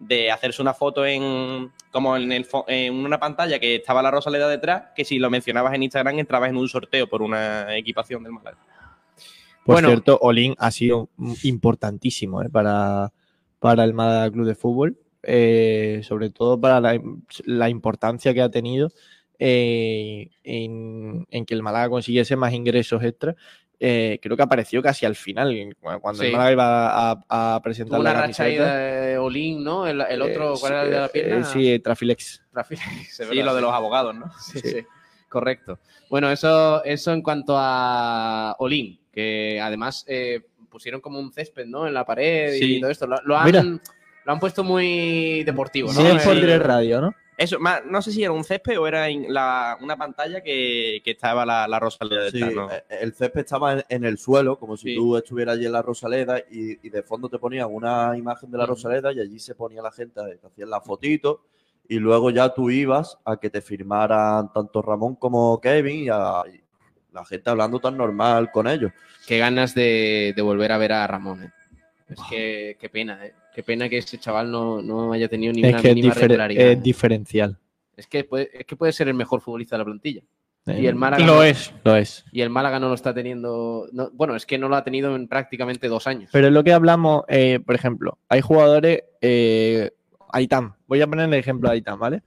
Speaker 10: de hacerse una foto en como en, el fo- en una pantalla que estaba la Rosaleda detrás, que si lo mencionabas en Instagram entrabas en un sorteo por una equipación del Málaga.
Speaker 4: Por
Speaker 10: Bueno.
Speaker 4: cierto, Olin ha sido mm, importantísimo ¿eh? para, para el Málaga Club de Fútbol, eh, sobre todo para la, im- la importancia que ha tenido eh, en, en que el Málaga consiguiese más ingresos extra. Eh, creo que apareció casi al final, cu- cuando el
Speaker 8: Sí.
Speaker 4: Málaga iba a, a presentar
Speaker 8: Tuvo una
Speaker 4: la
Speaker 8: racha ahí
Speaker 4: camiseta.
Speaker 8: de Olin, ¿no? El, el otro,
Speaker 4: Eh,
Speaker 8: ¿cuál era el de la
Speaker 4: sí, eh,
Speaker 8: pierna?
Speaker 4: sí, eh, Trafilex.
Speaker 8: Trafilex, es
Speaker 10: Sí,
Speaker 8: verdad,
Speaker 10: lo de los abogados, ¿no?
Speaker 8: [LAUGHS] Sí, sí. Correcto. Bueno, eso, eso en cuanto a Olin, que además eh, pusieron como un césped, ¿no? En la pared y
Speaker 10: Sí.
Speaker 8: todo esto. Lo, lo han,
Speaker 4: Mira.
Speaker 8: lo han puesto muy deportivo, ¿no?
Speaker 4: Sí,
Speaker 8: Eh,
Speaker 4: por Direct Radio, ¿no?
Speaker 10: Eso, más, no sé si era un césped o era en la- una pantalla que, que estaba la, la Rosaleda
Speaker 11: Sí,
Speaker 10: detrás, ¿no?
Speaker 11: eh, el césped estaba en, en el suelo, como si tú estuvieras allí en la Rosaleda y, y de fondo te ponían una imagen de la Rosaleda y allí se ponía la gente, eh, te hacían la fotito y luego ya tú ibas a que te firmaran tanto Ramón como Kevin y, a- y la gente hablando tan normal con ellos.
Speaker 8: Qué ganas de, de volver a ver a Ramón, ¿eh? Es que qué pena, ¿eh? Qué pena que ese chaval no, no haya tenido ni una
Speaker 4: Es que es,
Speaker 8: mínima
Speaker 4: difer-
Speaker 8: regularidad.
Speaker 4: es diferencial.
Speaker 8: Es que, puede, es que puede ser el mejor futbolista de la plantilla.
Speaker 4: Eh,
Speaker 8: Y el Málaga
Speaker 4: lo
Speaker 8: no-
Speaker 4: es. Lo es.
Speaker 8: Y el Málaga no lo está teniendo. no- bueno, es que no lo ha tenido en prácticamente dos años.
Speaker 4: Pero es lo que hablamos, eh, por ejemplo, hay jugadores, eh, Aitam, voy a poner el ejemplo de Aitam, ¿vale?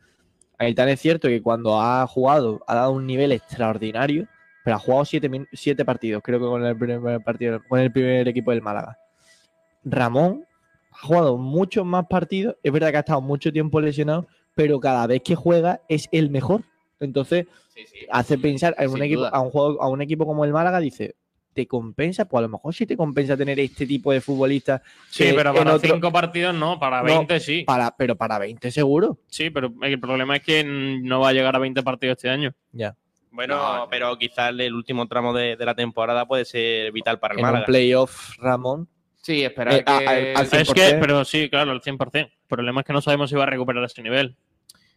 Speaker 4: Aitam es cierto que cuando ha jugado ha dado un nivel extraordinario, pero ha jugado siete, min- siete partidos, creo que con el primer partido, con el primer equipo del Málaga. Ramón ha jugado muchos más partidos, es verdad que ha estado mucho tiempo lesionado, pero cada vez que juega es el mejor. Entonces, hace pensar a un,
Speaker 8: sin
Speaker 4: equipo,
Speaker 8: duda.
Speaker 4: a, un juego, a un equipo como el Málaga, dice, ¿te compensa? Pues a lo mejor sí te compensa tener este tipo de futbolistas.
Speaker 9: Sí,
Speaker 4: que
Speaker 9: pero
Speaker 4: en
Speaker 9: para
Speaker 4: otro-
Speaker 9: cinco partidos no, para
Speaker 4: No,
Speaker 9: 20 sí.
Speaker 4: Para, pero para 20 seguro.
Speaker 9: Sí, pero el problema es que no va a llegar a 20 partidos este año.
Speaker 4: Ya.
Speaker 10: Bueno, pero quizás el último tramo de, de la temporada puede ser vital para el
Speaker 4: En un
Speaker 10: Málaga.
Speaker 4: playoff, Ramón.
Speaker 8: Sí, esperar
Speaker 9: Eh,
Speaker 8: que...
Speaker 9: a- al- al Es que, pero sí, claro, al 100%. El problema es que no sabemos si va a recuperar ese nivel.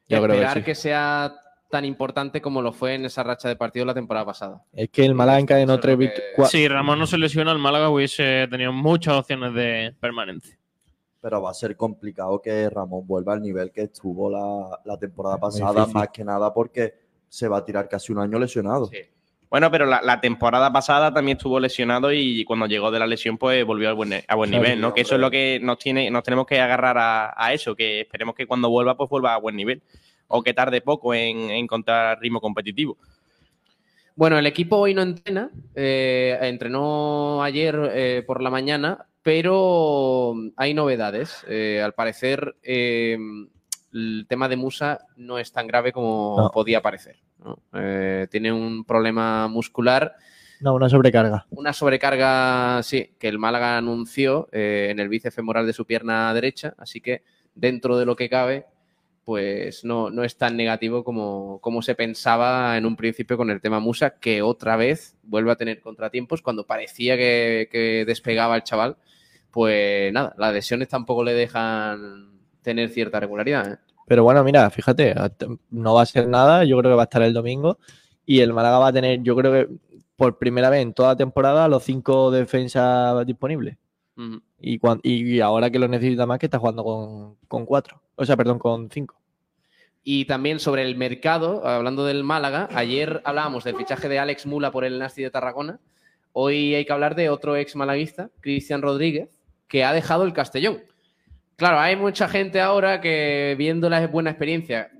Speaker 8: y esperar que, sea tan importante como lo fue en esa racha de partidos la temporada pasada.
Speaker 4: Es que el Málaga encadenó tres victorias.
Speaker 9: Si Ramón no se lesiona, el Málaga hubiese tenido muchas opciones de permanente.
Speaker 11: Pero va a ser complicado que Ramón vuelva al nivel que estuvo la, la temporada pasada,
Speaker 10: difícil.
Speaker 11: más que nada porque se va a tirar casi un año lesionado.
Speaker 10: Bueno, pero la, la temporada pasada también estuvo lesionado y cuando llegó de la lesión, pues volvió a buen, a buen
Speaker 11: Claro,
Speaker 10: nivel, ¿no? Que eso es lo que nos tiene, nos tenemos que agarrar a, a eso, que esperemos que cuando vuelva, pues vuelva a buen nivel. O que tarde poco en en encontrar ritmo competitivo.
Speaker 8: Bueno, el equipo hoy no entrena, eh, entrenó ayer eh, por la mañana, pero hay novedades. Eh, al parecer, eh, el tema de Musa no es tan grave como
Speaker 4: No.
Speaker 8: podía parecer. ¿no? Eh, tiene un problema muscular,
Speaker 4: No, una sobrecarga.
Speaker 8: una sobrecarga, sí, que el Málaga anunció eh, en el bíceps femoral de su pierna derecha, así que dentro de lo que cabe, pues no, no es tan negativo como, como se pensaba en un principio con el tema Musa, que otra vez vuelve a tener contratiempos cuando parecía que, que despegaba el chaval. Pues nada, las lesiones tampoco le dejan tener cierta regularidad. ¿eh?
Speaker 4: Pero bueno, mira, fíjate, at- no va a ser nada, yo creo que va a estar el domingo y el Málaga va a tener, yo creo que por primera vez en toda la temporada, los cinco defensas disponibles.
Speaker 8: Ujú.
Speaker 4: Y, cuan- y ahora que lo necesita más, que está jugando con, con cuatro. O sea, perdón, con cinco.
Speaker 8: Y también sobre el mercado, hablando del Málaga, ayer hablábamos del fichaje de Alex Mula por el Nasti de Tarragona. Hoy hay que hablar de otro ex malaguista, Cristian Rodríguez, que ha dejado el Castellón. Claro, hay mucha gente ahora que viendo la buena experiencia,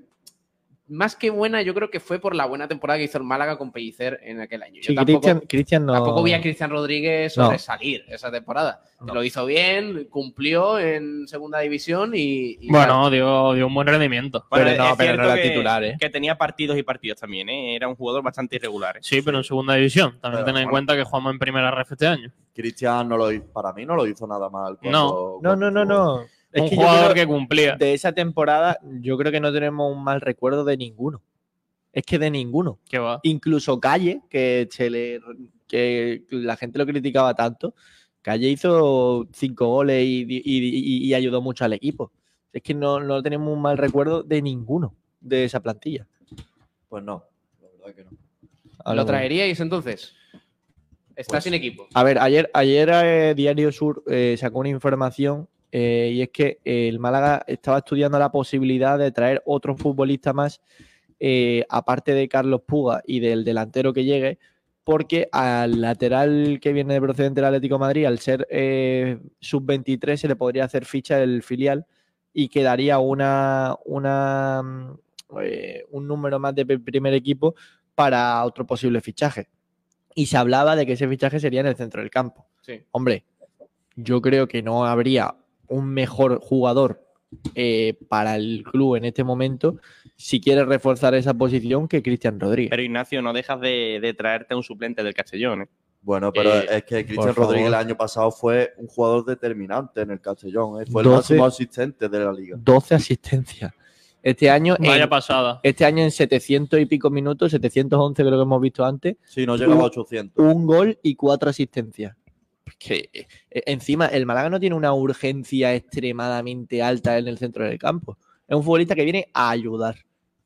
Speaker 8: más que buena, yo creo que fue por la buena temporada que hizo el Málaga con Pellicer en aquel año. Yo
Speaker 4: Sí,
Speaker 8: tampoco-
Speaker 4: Cristian, Cristian no.
Speaker 8: Tampoco vi a Cristian Rodríguez
Speaker 4: No.
Speaker 8: sobresalir esa temporada. Lo hizo bien, cumplió en segunda división y. y
Speaker 9: Bueno, dio, dio un buen rendimiento.
Speaker 10: Bueno, es cierto que-
Speaker 11: ¿eh?
Speaker 10: Que tenía partidos y partidos también, ¿eh? Era un jugador bastante irregular. ¿eh?
Speaker 9: Sí, pero en segunda división. También ten en cuenta que jugamos en primera ref este año.
Speaker 11: Cristian no lo hi- para mí no lo hizo nada mal.
Speaker 9: No.
Speaker 11: cuando-
Speaker 4: No, no, no, no.
Speaker 9: Un
Speaker 4: yo
Speaker 9: jugador que
Speaker 4: creo-
Speaker 9: cumplía.
Speaker 4: De esa temporada, yo creo que no tenemos un mal recuerdo de ninguno. Es que de ninguno.
Speaker 9: Que va.
Speaker 4: Incluso Calle, que, se le- que la gente lo criticaba tanto. Calle hizo cinco goles y, y- y- y ayudó mucho al equipo. Es que no, no tenemos un mal recuerdo de ninguno de esa plantilla.
Speaker 11: Pues no.
Speaker 4: Ahora
Speaker 8: ¿Lo
Speaker 4: bueno.
Speaker 8: traeríais entonces? Está
Speaker 4: Pues
Speaker 8: sin equipo.
Speaker 4: A ver, ayer, ayer eh, Diario Sur eh, sacó una información eh, y es que eh, el Málaga estaba estudiando la posibilidad de traer otro futbolista más, eh, aparte de Carlos Puga y del delantero que llegue, porque al lateral que viene de procedente del Atlético de Madrid, al ser eh, sub-23, se le podría hacer ficha el filial y quedaría una, una, mm, eh, un número más de pe- primer equipo para otro posible fichaje. Y se hablaba de que ese fichaje sería en el centro del campo.
Speaker 8: Sí.
Speaker 4: Hombre, yo creo que no habría un mejor jugador eh, para el club en este momento si quiere reforzar esa posición que Cristian Rodríguez.
Speaker 10: Pero Ignacio, no dejas de, de traerte a un suplente del Castellón, ¿eh?
Speaker 11: Bueno, pero
Speaker 10: Eh,
Speaker 11: es que Cristian
Speaker 10: por
Speaker 11: Rodríguez el
Speaker 10: favor.
Speaker 11: año pasado fue un jugador determinante en el Castellón. ¿eh? Fue el
Speaker 4: 12.
Speaker 11: máximo asistente de la liga.
Speaker 4: 12 asistencias. Este año, en-
Speaker 9: Vaya pasada.
Speaker 4: este año en 700 y pico minutos, 711 creo que hemos visto antes.
Speaker 11: Sí, no
Speaker 10: Uh.
Speaker 11: llegaba a
Speaker 4: un-
Speaker 11: 800.
Speaker 4: Un gol y cuatro asistencias. Es Que, eh, encima, el Málaga no tiene una urgencia extremadamente alta en el centro del campo. Es un futbolista que viene a ayudar.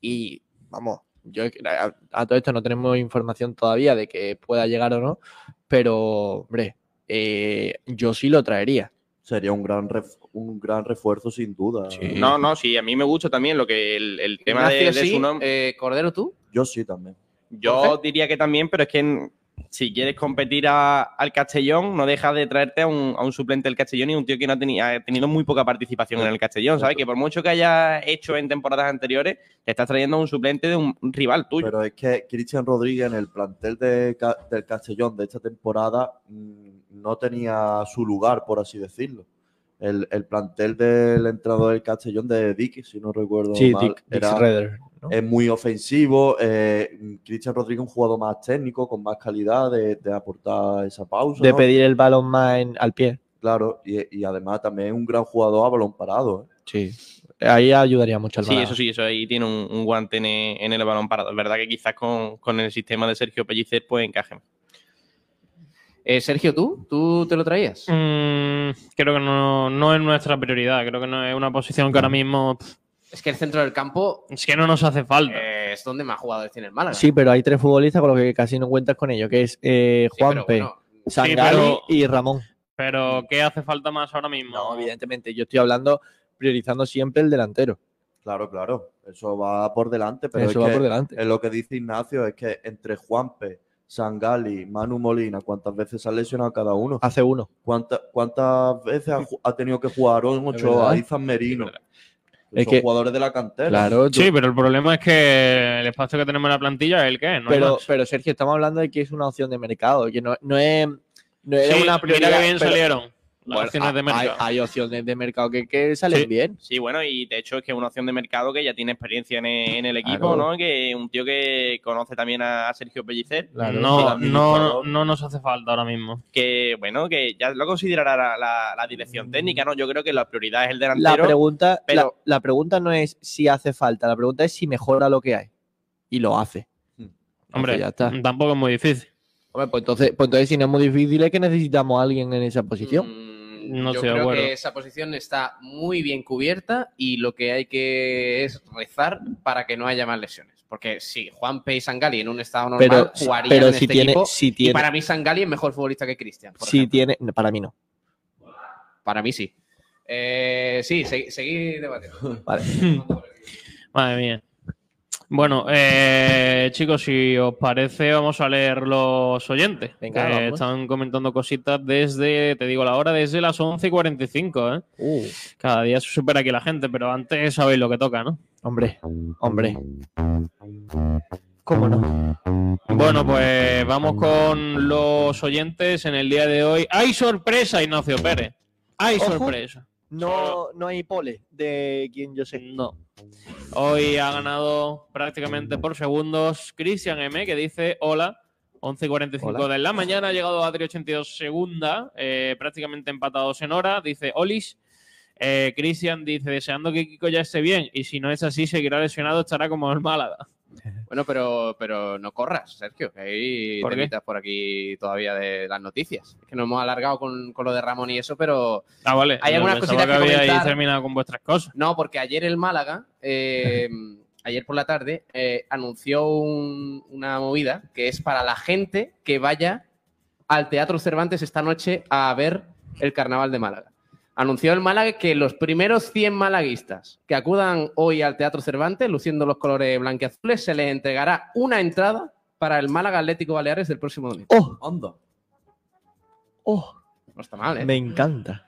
Speaker 4: Y vamos, yo es que a, a todo esto no tenemos información todavía de que pueda llegar o no, pero hombre, eh, yo sí lo traería.
Speaker 11: Sería un gran, ref- un gran refuerzo, sin duda.
Speaker 10: No, no, sí, a mí me gusta también lo que el, el tema de,
Speaker 8: Ignacio,
Speaker 10: de
Speaker 8: sí,
Speaker 10: su nombre.
Speaker 8: eh, Cordero, ¿tú?
Speaker 11: Yo sí también.
Speaker 10: Yo diría que también, pero es que en- si quieres competir a- al Castellón, no dejas de traerte a un, a un suplente del Castellón y un tío que no ha, teni- ha tenido muy poca participación en el Castellón, ¿sabes? Que por mucho que haya hecho en temporadas anteriores, te estás trayendo a un suplente de un un rival tuyo.
Speaker 11: Pero es que Cristian Rodríguez en el plantel de Ca- del Castellón de esta temporada mm, no tenía su lugar, por así decirlo. El, el plantel del entrenador del Castellón de Dick, si no recuerdo
Speaker 4: Sí,
Speaker 11: mal,
Speaker 4: Dick- Dick Schroeder,
Speaker 11: es muy ofensivo. eh, Cristian Rodríguez es un jugador más técnico, con más calidad de, de aportar esa pausa.
Speaker 4: De
Speaker 11: ¿no?
Speaker 4: pedir el balón más en- al pie.
Speaker 11: Claro, y, y además también es un gran jugador a balón parado. ¿eh?
Speaker 4: Sí. Ahí ayudaría mucho al
Speaker 10: Sí,
Speaker 4: Málaga.
Speaker 10: eso sí, eso ahí tiene un, un guante en el, en el balón parado. Es verdad que quizás con, con el sistema de Sergio Pellicer pues encaje. más.
Speaker 8: Eh, Sergio, ¿tú? ¿Tú te lo traías?
Speaker 9: Mm, creo que no, no es nuestra prioridad. Creo que no es una posición que ahora mismo.
Speaker 8: Es que el centro del campo.
Speaker 9: Es que no nos hace falta.
Speaker 8: Eh, es donde más jugadores tiene el Málaga.
Speaker 4: Sí, pero hay tres futbolistas con los que casi no cuentas con ellos, que es eh, Juanpe, Sangali
Speaker 9: pero-
Speaker 4: y Ramón.
Speaker 9: Pero, ¿qué hace falta más ahora mismo?
Speaker 4: Mm. No, evidentemente. Yo estoy hablando priorizando siempre el delantero.
Speaker 11: Claro, claro. Eso va por delante, pero
Speaker 4: Eso
Speaker 11: es
Speaker 4: va
Speaker 11: que
Speaker 4: por delante.
Speaker 11: es lo que dice Ignacio es que entre Juanpe, Sangali, Manu Molina, ¿cuántas veces se han lesionado cada uno?
Speaker 4: Hace uno.
Speaker 11: ¿Cuánta- ¿Cuántas veces ha, ju- ha tenido que jugar Aaron
Speaker 4: Es
Speaker 11: Ochoa,
Speaker 4: verdad.
Speaker 11: Izan Merino?
Speaker 4: Es
Speaker 11: Son
Speaker 4: que-
Speaker 11: jugadores de la cantera.
Speaker 9: Sí, pero el problema es que el espacio que tenemos en la plantilla es el que es. No hay
Speaker 4: pero,
Speaker 9: más.
Speaker 4: pero Sergio, estamos hablando de que es una opción de mercado, que no, no es, no era
Speaker 9: Sí,
Speaker 4: una
Speaker 9: mira
Speaker 4: prioridad.
Speaker 9: que bien
Speaker 4: pero-
Speaker 9: salieron las
Speaker 4: Bueno,
Speaker 9: opciones de
Speaker 4: hay-
Speaker 9: mercado.
Speaker 4: Hay, opciones de mercado que, que salen bien.
Speaker 10: Sí, bueno, y de hecho es que es una opción de mercado que ya tiene experiencia en el, en el equipo,
Speaker 4: Claro.
Speaker 10: ¿no? Que un tío que conoce también a Sergio Pellicer.
Speaker 9: No,
Speaker 10: Que-
Speaker 9: no, no nos hace falta ahora mismo.
Speaker 10: Que, bueno, que ya lo considerará la, la- la dirección técnica, ¿no? Yo creo que la prioridad es el delantero.
Speaker 4: Mm. La pregunta, la-
Speaker 10: pero-
Speaker 4: la, pregunta no es si hace falta, la pregunta es si mejora lo que hay. Y lo hace.
Speaker 8: Hmm.
Speaker 9: Hombre,
Speaker 4: ya está.
Speaker 9: tampoco es muy difícil.
Speaker 4: Hombre, pues entonces, pues entonces si no es muy difícil es que necesitamos a alguien en esa posición.
Speaker 8: Mm,
Speaker 9: No
Speaker 8: Yo
Speaker 9: estoy de
Speaker 8: creo
Speaker 9: acuerdo.
Speaker 8: que esa posición está muy bien cubierta y lo que hay que es rezar para que no haya más lesiones. Porque si Juan P. y Sangali en un estado normal
Speaker 4: Pero-
Speaker 8: jugarían
Speaker 4: pero
Speaker 8: en
Speaker 4: si
Speaker 8: este
Speaker 4: tiene-
Speaker 8: equipo,
Speaker 4: si tiene-
Speaker 8: y para mí Sangali es mejor futbolista que Cristian. por
Speaker 4: Si tiene, no, para mí no.
Speaker 8: Para mí sí. Eh, sí, seguí, seguí
Speaker 4: [LAUGHS]
Speaker 8: debatiendo.
Speaker 4: Vale.
Speaker 9: [LAUGHS] Madre mía. Bueno, eh, chicos, si os parece, vamos a leer los oyentes.
Speaker 4: Venga,
Speaker 9: que
Speaker 4: vamos.
Speaker 9: están comentando cositas desde, te digo la hora, desde las 11.45. ¿eh?
Speaker 4: Uh.
Speaker 9: Cada día se supera aquí la gente, pero antes sabéis lo que toca, ¿no?
Speaker 4: Hombre, hombre. ¿Cómo no?
Speaker 9: Bueno, pues vamos con los oyentes en el día de hoy. ¡Hay sorpresa, Ignacio Pérez! ¡Hay
Speaker 4: Ojo.
Speaker 9: sorpresa!
Speaker 4: No, no hay pole de quien yo sé.
Speaker 9: No. Hoy ha ganado prácticamente por segundos Cristian M, que dice hola. 11.45
Speaker 4: Hola.
Speaker 9: de la mañana, ha llegado Adri82 segunda, eh, prácticamente empatados en hora, dice Olis. Eh, Cristian dice, deseando que Kiko ya esté bien, y si no es así, seguirá lesionado, estará como el Málaga.
Speaker 8: Bueno, pero, pero no corras, Sergio, que hay
Speaker 9: ¿Por qué?
Speaker 8: temitas por aquí todavía de las noticias. Es que nos hemos alargado con, con lo de Ramón y eso, pero
Speaker 9: Ah, vale.
Speaker 8: hay algunas
Speaker 9: Pensaba
Speaker 8: cositas que,
Speaker 9: habíais
Speaker 8: comentar. [LAUGHS]
Speaker 9: terminado con vuestras cosas.
Speaker 8: No, porque ayer el Málaga,
Speaker 9: [LAUGHS]
Speaker 8: eh, ayer por la tarde, eh, anunció un- una movida que es para la gente que vaya al Teatro Cervantes esta noche a ver el Carnaval de Málaga. Anunció el Málaga que los primeros 100 malaguistas que acudan hoy al Teatro Cervantes, luciendo los colores blanqueazules, se les entregará una entrada para el Málaga Atlético Baleares del próximo domingo.
Speaker 4: ¡Oh!
Speaker 8: ¡Oh! No está mal, ¿eh?
Speaker 4: Me encanta.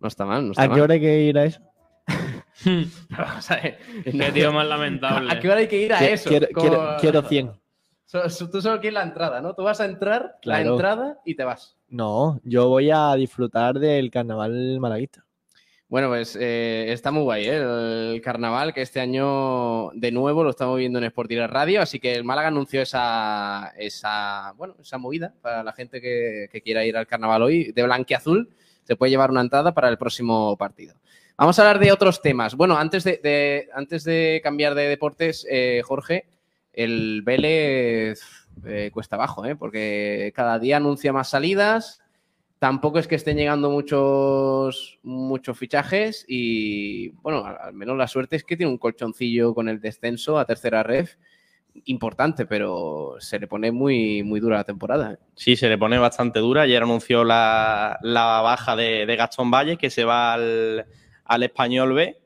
Speaker 8: No está mal, no está
Speaker 4: ¿A
Speaker 8: mal.
Speaker 4: qué hora hay que ir a eso?
Speaker 8: Vamos a ver.
Speaker 9: Qué tío más lamentable.
Speaker 8: [LAUGHS] ¿A qué hora hay que ir a
Speaker 4: Quie-
Speaker 8: eso?
Speaker 4: Quiero,
Speaker 8: Como-
Speaker 4: quiero, quiero 100.
Speaker 8: So- so- tú solo quieres la entrada, ¿no? Tú vas a entrar, la
Speaker 4: Claro.
Speaker 8: entrada y te vas.
Speaker 4: No, yo voy a disfrutar del carnaval malaguista.
Speaker 8: Bueno, pues eh, está muy guay, ¿eh? El carnaval que este año de nuevo lo estamos viendo en Sportiva Radio, así que el Málaga anunció esa, esa, bueno, esa movida para la gente que, que quiera ir al carnaval hoy de blanquiazul. Se puede llevar una entrada para el próximo partido. Vamos a hablar de otros temas. Bueno, antes de, de- antes de cambiar de deportes, eh, Jorge, el Vélez eh, cuesta abajo, ¿eh? porque cada día anuncia más salidas. Tampoco es que estén llegando muchos, muchos fichajes y, bueno, al, al menos la suerte es que tiene un colchoncillo con el descenso a tercera red importante, pero se le pone muy, muy dura la temporada. ¿eh?
Speaker 10: Sí, se le pone bastante dura. Ayer anunció la, la baja de, de Gastón Valles, que se va al, al Español B.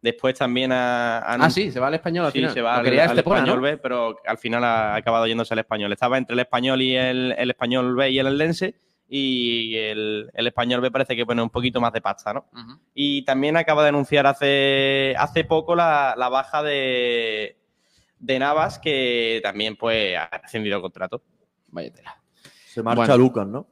Speaker 10: Después también a... a-
Speaker 8: Ah, sí, se va al español al
Speaker 10: Sí,
Speaker 8: final.
Speaker 10: se va
Speaker 8: Lo
Speaker 10: al,
Speaker 8: quería
Speaker 10: al
Speaker 8: este Pona, ¿no?
Speaker 10: Español B, pero al final ha acabado yéndose al Español. Estaba entre el Español y el, el Español B y el Eldense. Y el, el Español B parece que pone un poquito más de pasta, ¿no? Y también acaba de anunciar hace, hace poco la, la baja de, de Navas, que también pues ha rescindido el contrato.
Speaker 8: Vaya
Speaker 11: Se marcha
Speaker 10: Bueno.
Speaker 11: Lucas, ¿no?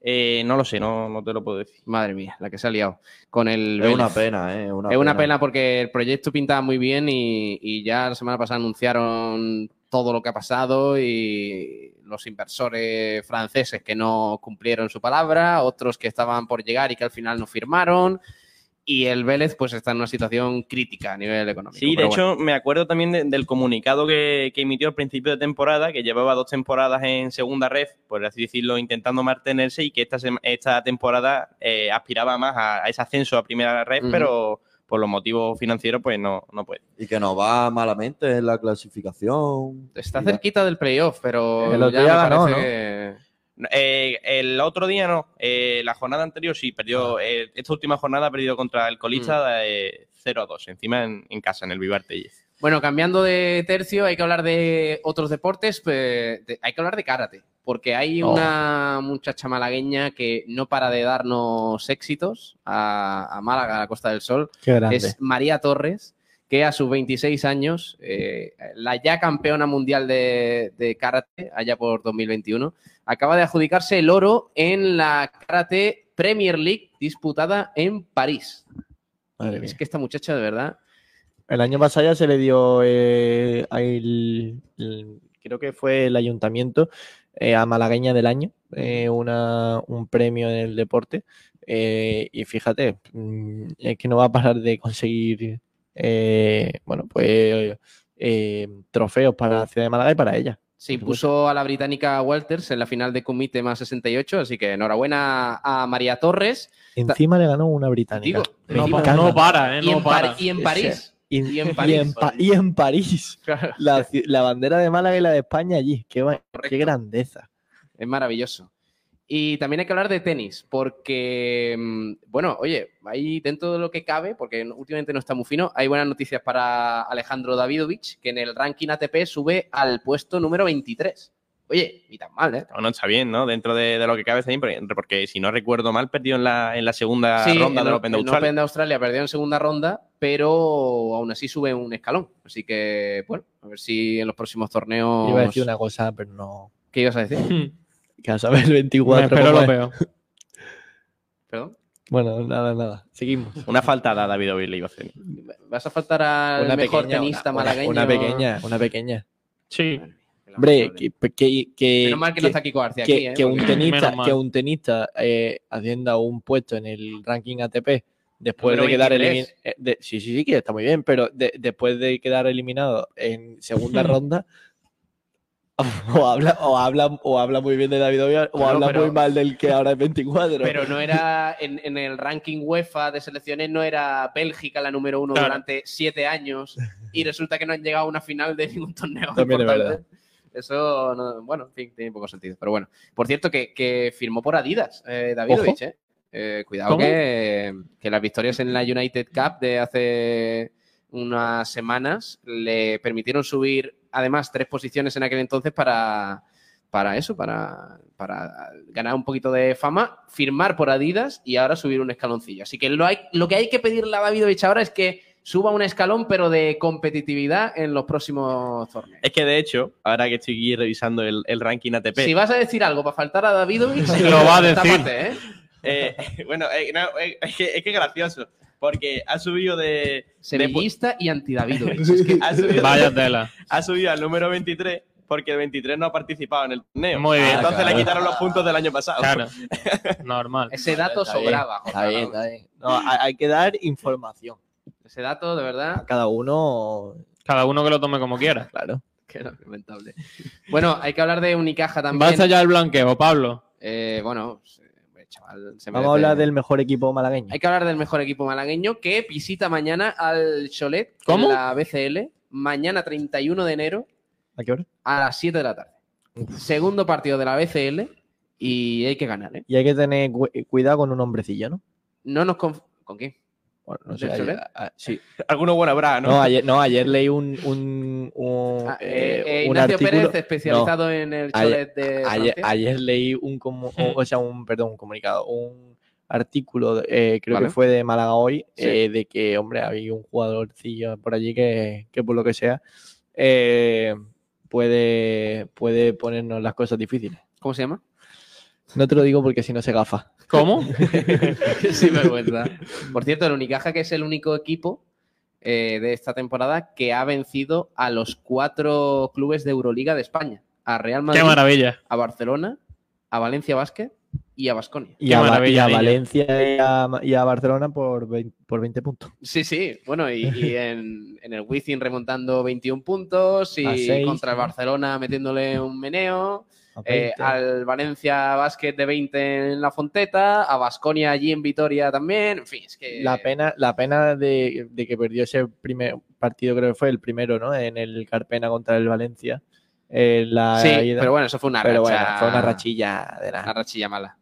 Speaker 10: Eh, no lo sé, no, no te lo puedo decir.
Speaker 8: Madre mía, la que se ha liado con el.
Speaker 11: Es una
Speaker 8: Vélez.
Speaker 11: pena, ¿eh? Es una
Speaker 8: es una
Speaker 11: pena.
Speaker 8: pena porque el proyecto pintaba muy bien y, y ya la semana pasada anunciaron todo lo que ha pasado y los inversores franceses que no cumplieron su palabra, otros que estaban por llegar y que al final no firmaron. y el Vélez pues está en una situación crítica a nivel económico.
Speaker 10: Sí, de
Speaker 8: Pero
Speaker 10: hecho, me acuerdo también de- del comunicado que, que emitió al principio de temporada, que llevaba dos temporadas en segunda red, por así decirlo, intentando mantenerse y que esta, sema- esta temporada eh, aspiraba más a, a ese ascenso a primera red,
Speaker 11: Ujú.
Speaker 10: pero por los motivos financieros, pues no, no puede.
Speaker 11: Y que nos va malamente en la clasificación.
Speaker 10: Está
Speaker 8: cerquita del playoff, pero
Speaker 11: El otro
Speaker 8: Pues me
Speaker 11: día ganó,
Speaker 8: parece
Speaker 11: ¿no?
Speaker 8: que-
Speaker 10: Eh, el otro día no, eh, la jornada anterior sí, perdió,
Speaker 8: Ah.
Speaker 10: eh, esta última jornada ha perdido contra el colista eh, 0 a 2, encima en, en casa, en el Vivar Tellez.
Speaker 8: Bueno, cambiando de tercio, hay que hablar de otros deportes, pe- de- hay que hablar de karate, porque hay
Speaker 10: Oh.
Speaker 8: una muchacha malagueña que no para de darnos éxitos a, a Málaga, a la Costa del Sol.
Speaker 4: Qué grande.
Speaker 8: Es María Torres, que a sus 26 años, eh, la ya campeona mundial de, de karate, allá por 2021, acaba de adjudicarse el oro en la karate Premier League disputada en París.
Speaker 4: Madre
Speaker 8: Es que esta muchacha, de verdad,
Speaker 4: El año pasado ya se le dio eh, a el- el- creo que fue el ayuntamiento eh, a Malagueña del año, eh, una- un premio en el deporte. eh, y fíjate, mm, es que no va a parar de conseguir eh, bueno, pues eh, trofeos para la ciudad de Málaga y para ella.
Speaker 8: Sí, puso a la británica Walters en la final de Kumite más 68, así que enhorabuena a María Torres.
Speaker 4: Encima le ganó una británica.
Speaker 8: Digo,
Speaker 4: Me
Speaker 8: no pa-
Speaker 4: encanta.
Speaker 9: no para, ¿eh?
Speaker 8: Y
Speaker 9: No
Speaker 8: en Par-
Speaker 9: para.
Speaker 8: y en París.
Speaker 4: Y,
Speaker 8: Y en
Speaker 4: [LAUGHS] y
Speaker 8: París.
Speaker 4: en Pa- y en París. La, ci- la bandera de Málaga y la de España allí. Qué, va- qué grandeza.
Speaker 8: Es maravilloso. Y también hay que hablar de tenis, porque, mm, bueno, oye, ahí dentro de lo que cabe, porque no- últimamente no está muy fino, hay buenas noticias para Alejandro Davidovich, que en el ranking ATP sube al puesto número 23. Oye, ni tan mal, ¿eh?
Speaker 10: No, no, está bien, ¿no? Dentro de, de lo que cabe está bien, porque, porque si no recuerdo mal, perdió en la, en la segunda
Speaker 8: Sí,
Speaker 10: ronda
Speaker 8: en
Speaker 10: del
Speaker 8: o-
Speaker 10: Open de
Speaker 8: en
Speaker 10: Australia.
Speaker 8: Open de Australia perdió en segunda ronda, pero aún así sube un escalón. Así que, bueno, a ver si en los próximos torneos.
Speaker 4: Iba a decir una cosa, pero no.
Speaker 8: ¿Qué ibas a decir?
Speaker 4: [LAUGHS] Que a saber el 24.
Speaker 8: Me espero
Speaker 4: cómo
Speaker 8: lo
Speaker 4: es. [LAUGHS]
Speaker 8: peor. ¿Perdón?
Speaker 4: Bueno, nada, nada. Seguimos.
Speaker 10: Una faltada a David Oviedo le iba a hacer.
Speaker 8: ¿Vas a faltar al
Speaker 4: Una
Speaker 8: mejor
Speaker 4: pequeña,
Speaker 8: tenista
Speaker 4: una- una-
Speaker 8: malagueño?
Speaker 4: una pequeña, una pequeña.
Speaker 9: Sí.
Speaker 4: Hombre, que, que, que-
Speaker 8: Menos mal que no está Kiko García
Speaker 4: que-
Speaker 8: aquí, ¿eh?
Speaker 4: que un
Speaker 8: Porque-
Speaker 4: tenista,
Speaker 8: Menos mal.
Speaker 4: que un tenista eh, hacienda un puesto en el ranking ATP después
Speaker 8: Número
Speaker 4: de quedar
Speaker 8: 23.
Speaker 4: eliminado. sí, sí, sí, que está muy bien, pero de- después de quedar eliminado
Speaker 8: [LAUGHS]
Speaker 4: en segunda ronda. O habla, o, habla, o habla muy bien de David Oviedo o
Speaker 8: No,
Speaker 4: habla
Speaker 8: pero-
Speaker 4: muy mal del que ahora es 24.
Speaker 8: Pero no era en, en el ranking UEFA de selecciones, no era Bélgica la número uno
Speaker 4: Claro.
Speaker 8: durante siete años y resulta que no han llegado a una final de ningún torneo.
Speaker 4: También es
Speaker 8: importante.
Speaker 4: verdad.
Speaker 8: Eso, no- bueno, en fin, tiene poco sentido. Pero bueno, por cierto, que, que firmó por Adidas, eh, Davidovich, ¿eh? Eh, cuidado
Speaker 4: ¿Cómo?
Speaker 8: que, que las victorias en la United Cup de hace unas semanas le permitieron subir además tres posiciones en aquel entonces para, para eso, para, para ganar un poquito de fama, firmar por Adidas y ahora subir un escaloncillo. Así que lo, hay- lo que hay que pedirle a Davidovich ahora es que suba un escalón, pero de competitividad en los próximos torneos.
Speaker 10: Es que de hecho, ahora que estoy aquí revisando el, el ranking ATP.
Speaker 8: Si vas a decir algo para faltar a Davidovich,
Speaker 10: [LAUGHS] Lo va a decir.
Speaker 8: tápate, ¿eh?
Speaker 10: Eh, [LAUGHS] bueno, eh, no, eh, es, que, es que es gracioso, porque ha subido de.
Speaker 8: Sevillista y anti-Davidovich.
Speaker 10: Es que ha subido-
Speaker 9: Vaya tela.
Speaker 10: Ha subido al número 23 porque el 23 no ha participado en el torneo.
Speaker 9: Muy bien.
Speaker 10: Entonces
Speaker 9: Ah, claro.
Speaker 10: le quitaron los puntos del año pasado. [LAUGHS]
Speaker 9: Claro. Normal.
Speaker 8: Ese dato
Speaker 4: [LAUGHS] Está bien,
Speaker 8: sobraba.
Speaker 4: Está bien, está bien. No, hay, hay que dar información.
Speaker 8: Ese dato, de verdad,
Speaker 4: Cada uno.
Speaker 9: Cada uno que lo tome como quiera.
Speaker 4: Claro.
Speaker 8: que era lamentable. Bueno, hay que hablar de Unicaja también.
Speaker 9: Basta ya el blanqueo, Pablo.
Speaker 8: Eh, bueno, eh, chaval, se merece-
Speaker 4: Vamos
Speaker 8: ¿eh?
Speaker 4: a hablar del mejor equipo malagueño.
Speaker 8: Hay que hablar del mejor equipo malagueño que visita mañana al Cholet
Speaker 4: ¿Cómo?
Speaker 8: en la BCL. Mañana 31 de enero
Speaker 4: ¿A qué hora?
Speaker 8: a las 7 de la tarde. Segundo partido de la BCL y hay que ganar, ¿eh?
Speaker 4: Y hay que tener cu- cuidado con un hombrecillo, ¿no?
Speaker 8: No nos conf- ¿Con quién?
Speaker 4: Bueno, no sé,
Speaker 8: ¿Del
Speaker 4: ayer-
Speaker 8: Cholet?
Speaker 4: a- sí.
Speaker 10: Alguno bueno
Speaker 8: Ah,
Speaker 10: habrá, ¿no?
Speaker 4: No, ayer, no, ayer leí un, un, un,
Speaker 8: eh,
Speaker 4: eh,
Speaker 8: eh,
Speaker 4: un
Speaker 8: Ignacio
Speaker 4: artículo-
Speaker 8: Pérez, especializado en el Cholet de
Speaker 4: ayer,
Speaker 8: Francia.
Speaker 4: ayer leí un, comu-
Speaker 8: [LAUGHS]
Speaker 4: o- o sea, un, perdón, un comunicado, un artículo, eh, creo
Speaker 8: Vale.
Speaker 4: que fue de Málaga hoy,
Speaker 8: Sí.
Speaker 4: eh, de que, hombre, había un jugadorcillo por allí que, que por lo que sea, eh, puede, puede ponernos las cosas difíciles.
Speaker 8: ¿Cómo se llama?
Speaker 4: No te lo digo porque si no se gafa.
Speaker 9: ¿Cómo?
Speaker 8: [LAUGHS] Qué sinvergüenza. Por cierto, el Unicaja, que es el único equipo eh, de esta temporada que ha vencido a los cuatro clubes de Euroliga de España. A Real Madrid,
Speaker 9: Qué maravilla.
Speaker 8: a Barcelona, a Valencia Basket y a Basconia.
Speaker 4: Y a, Va- y a Valencia y a, y a Barcelona por 20, por 20 puntos.
Speaker 8: Sí, sí, bueno, y, y en, en el Wizzing remontando 21 puntos
Speaker 4: A
Speaker 8: y
Speaker 4: seis,
Speaker 8: contra el
Speaker 4: ¿no?
Speaker 8: Barcelona metiéndole un meneo. eh,
Speaker 4: 20.
Speaker 8: al Valencia Basket de 20 en la Fonteta, a Basconia allí en Vitoria también. En fin, es que
Speaker 4: La pena, la pena de, de que perdió ese primer partido, creo que fue el primero, ¿no? En el Carpena contra el Valencia. Eh, la
Speaker 8: Sí,
Speaker 4: ida-
Speaker 8: pero bueno, eso fue una
Speaker 4: pero
Speaker 8: racha.
Speaker 4: bueno, fue una rachilla de la.
Speaker 8: Una rachilla mala.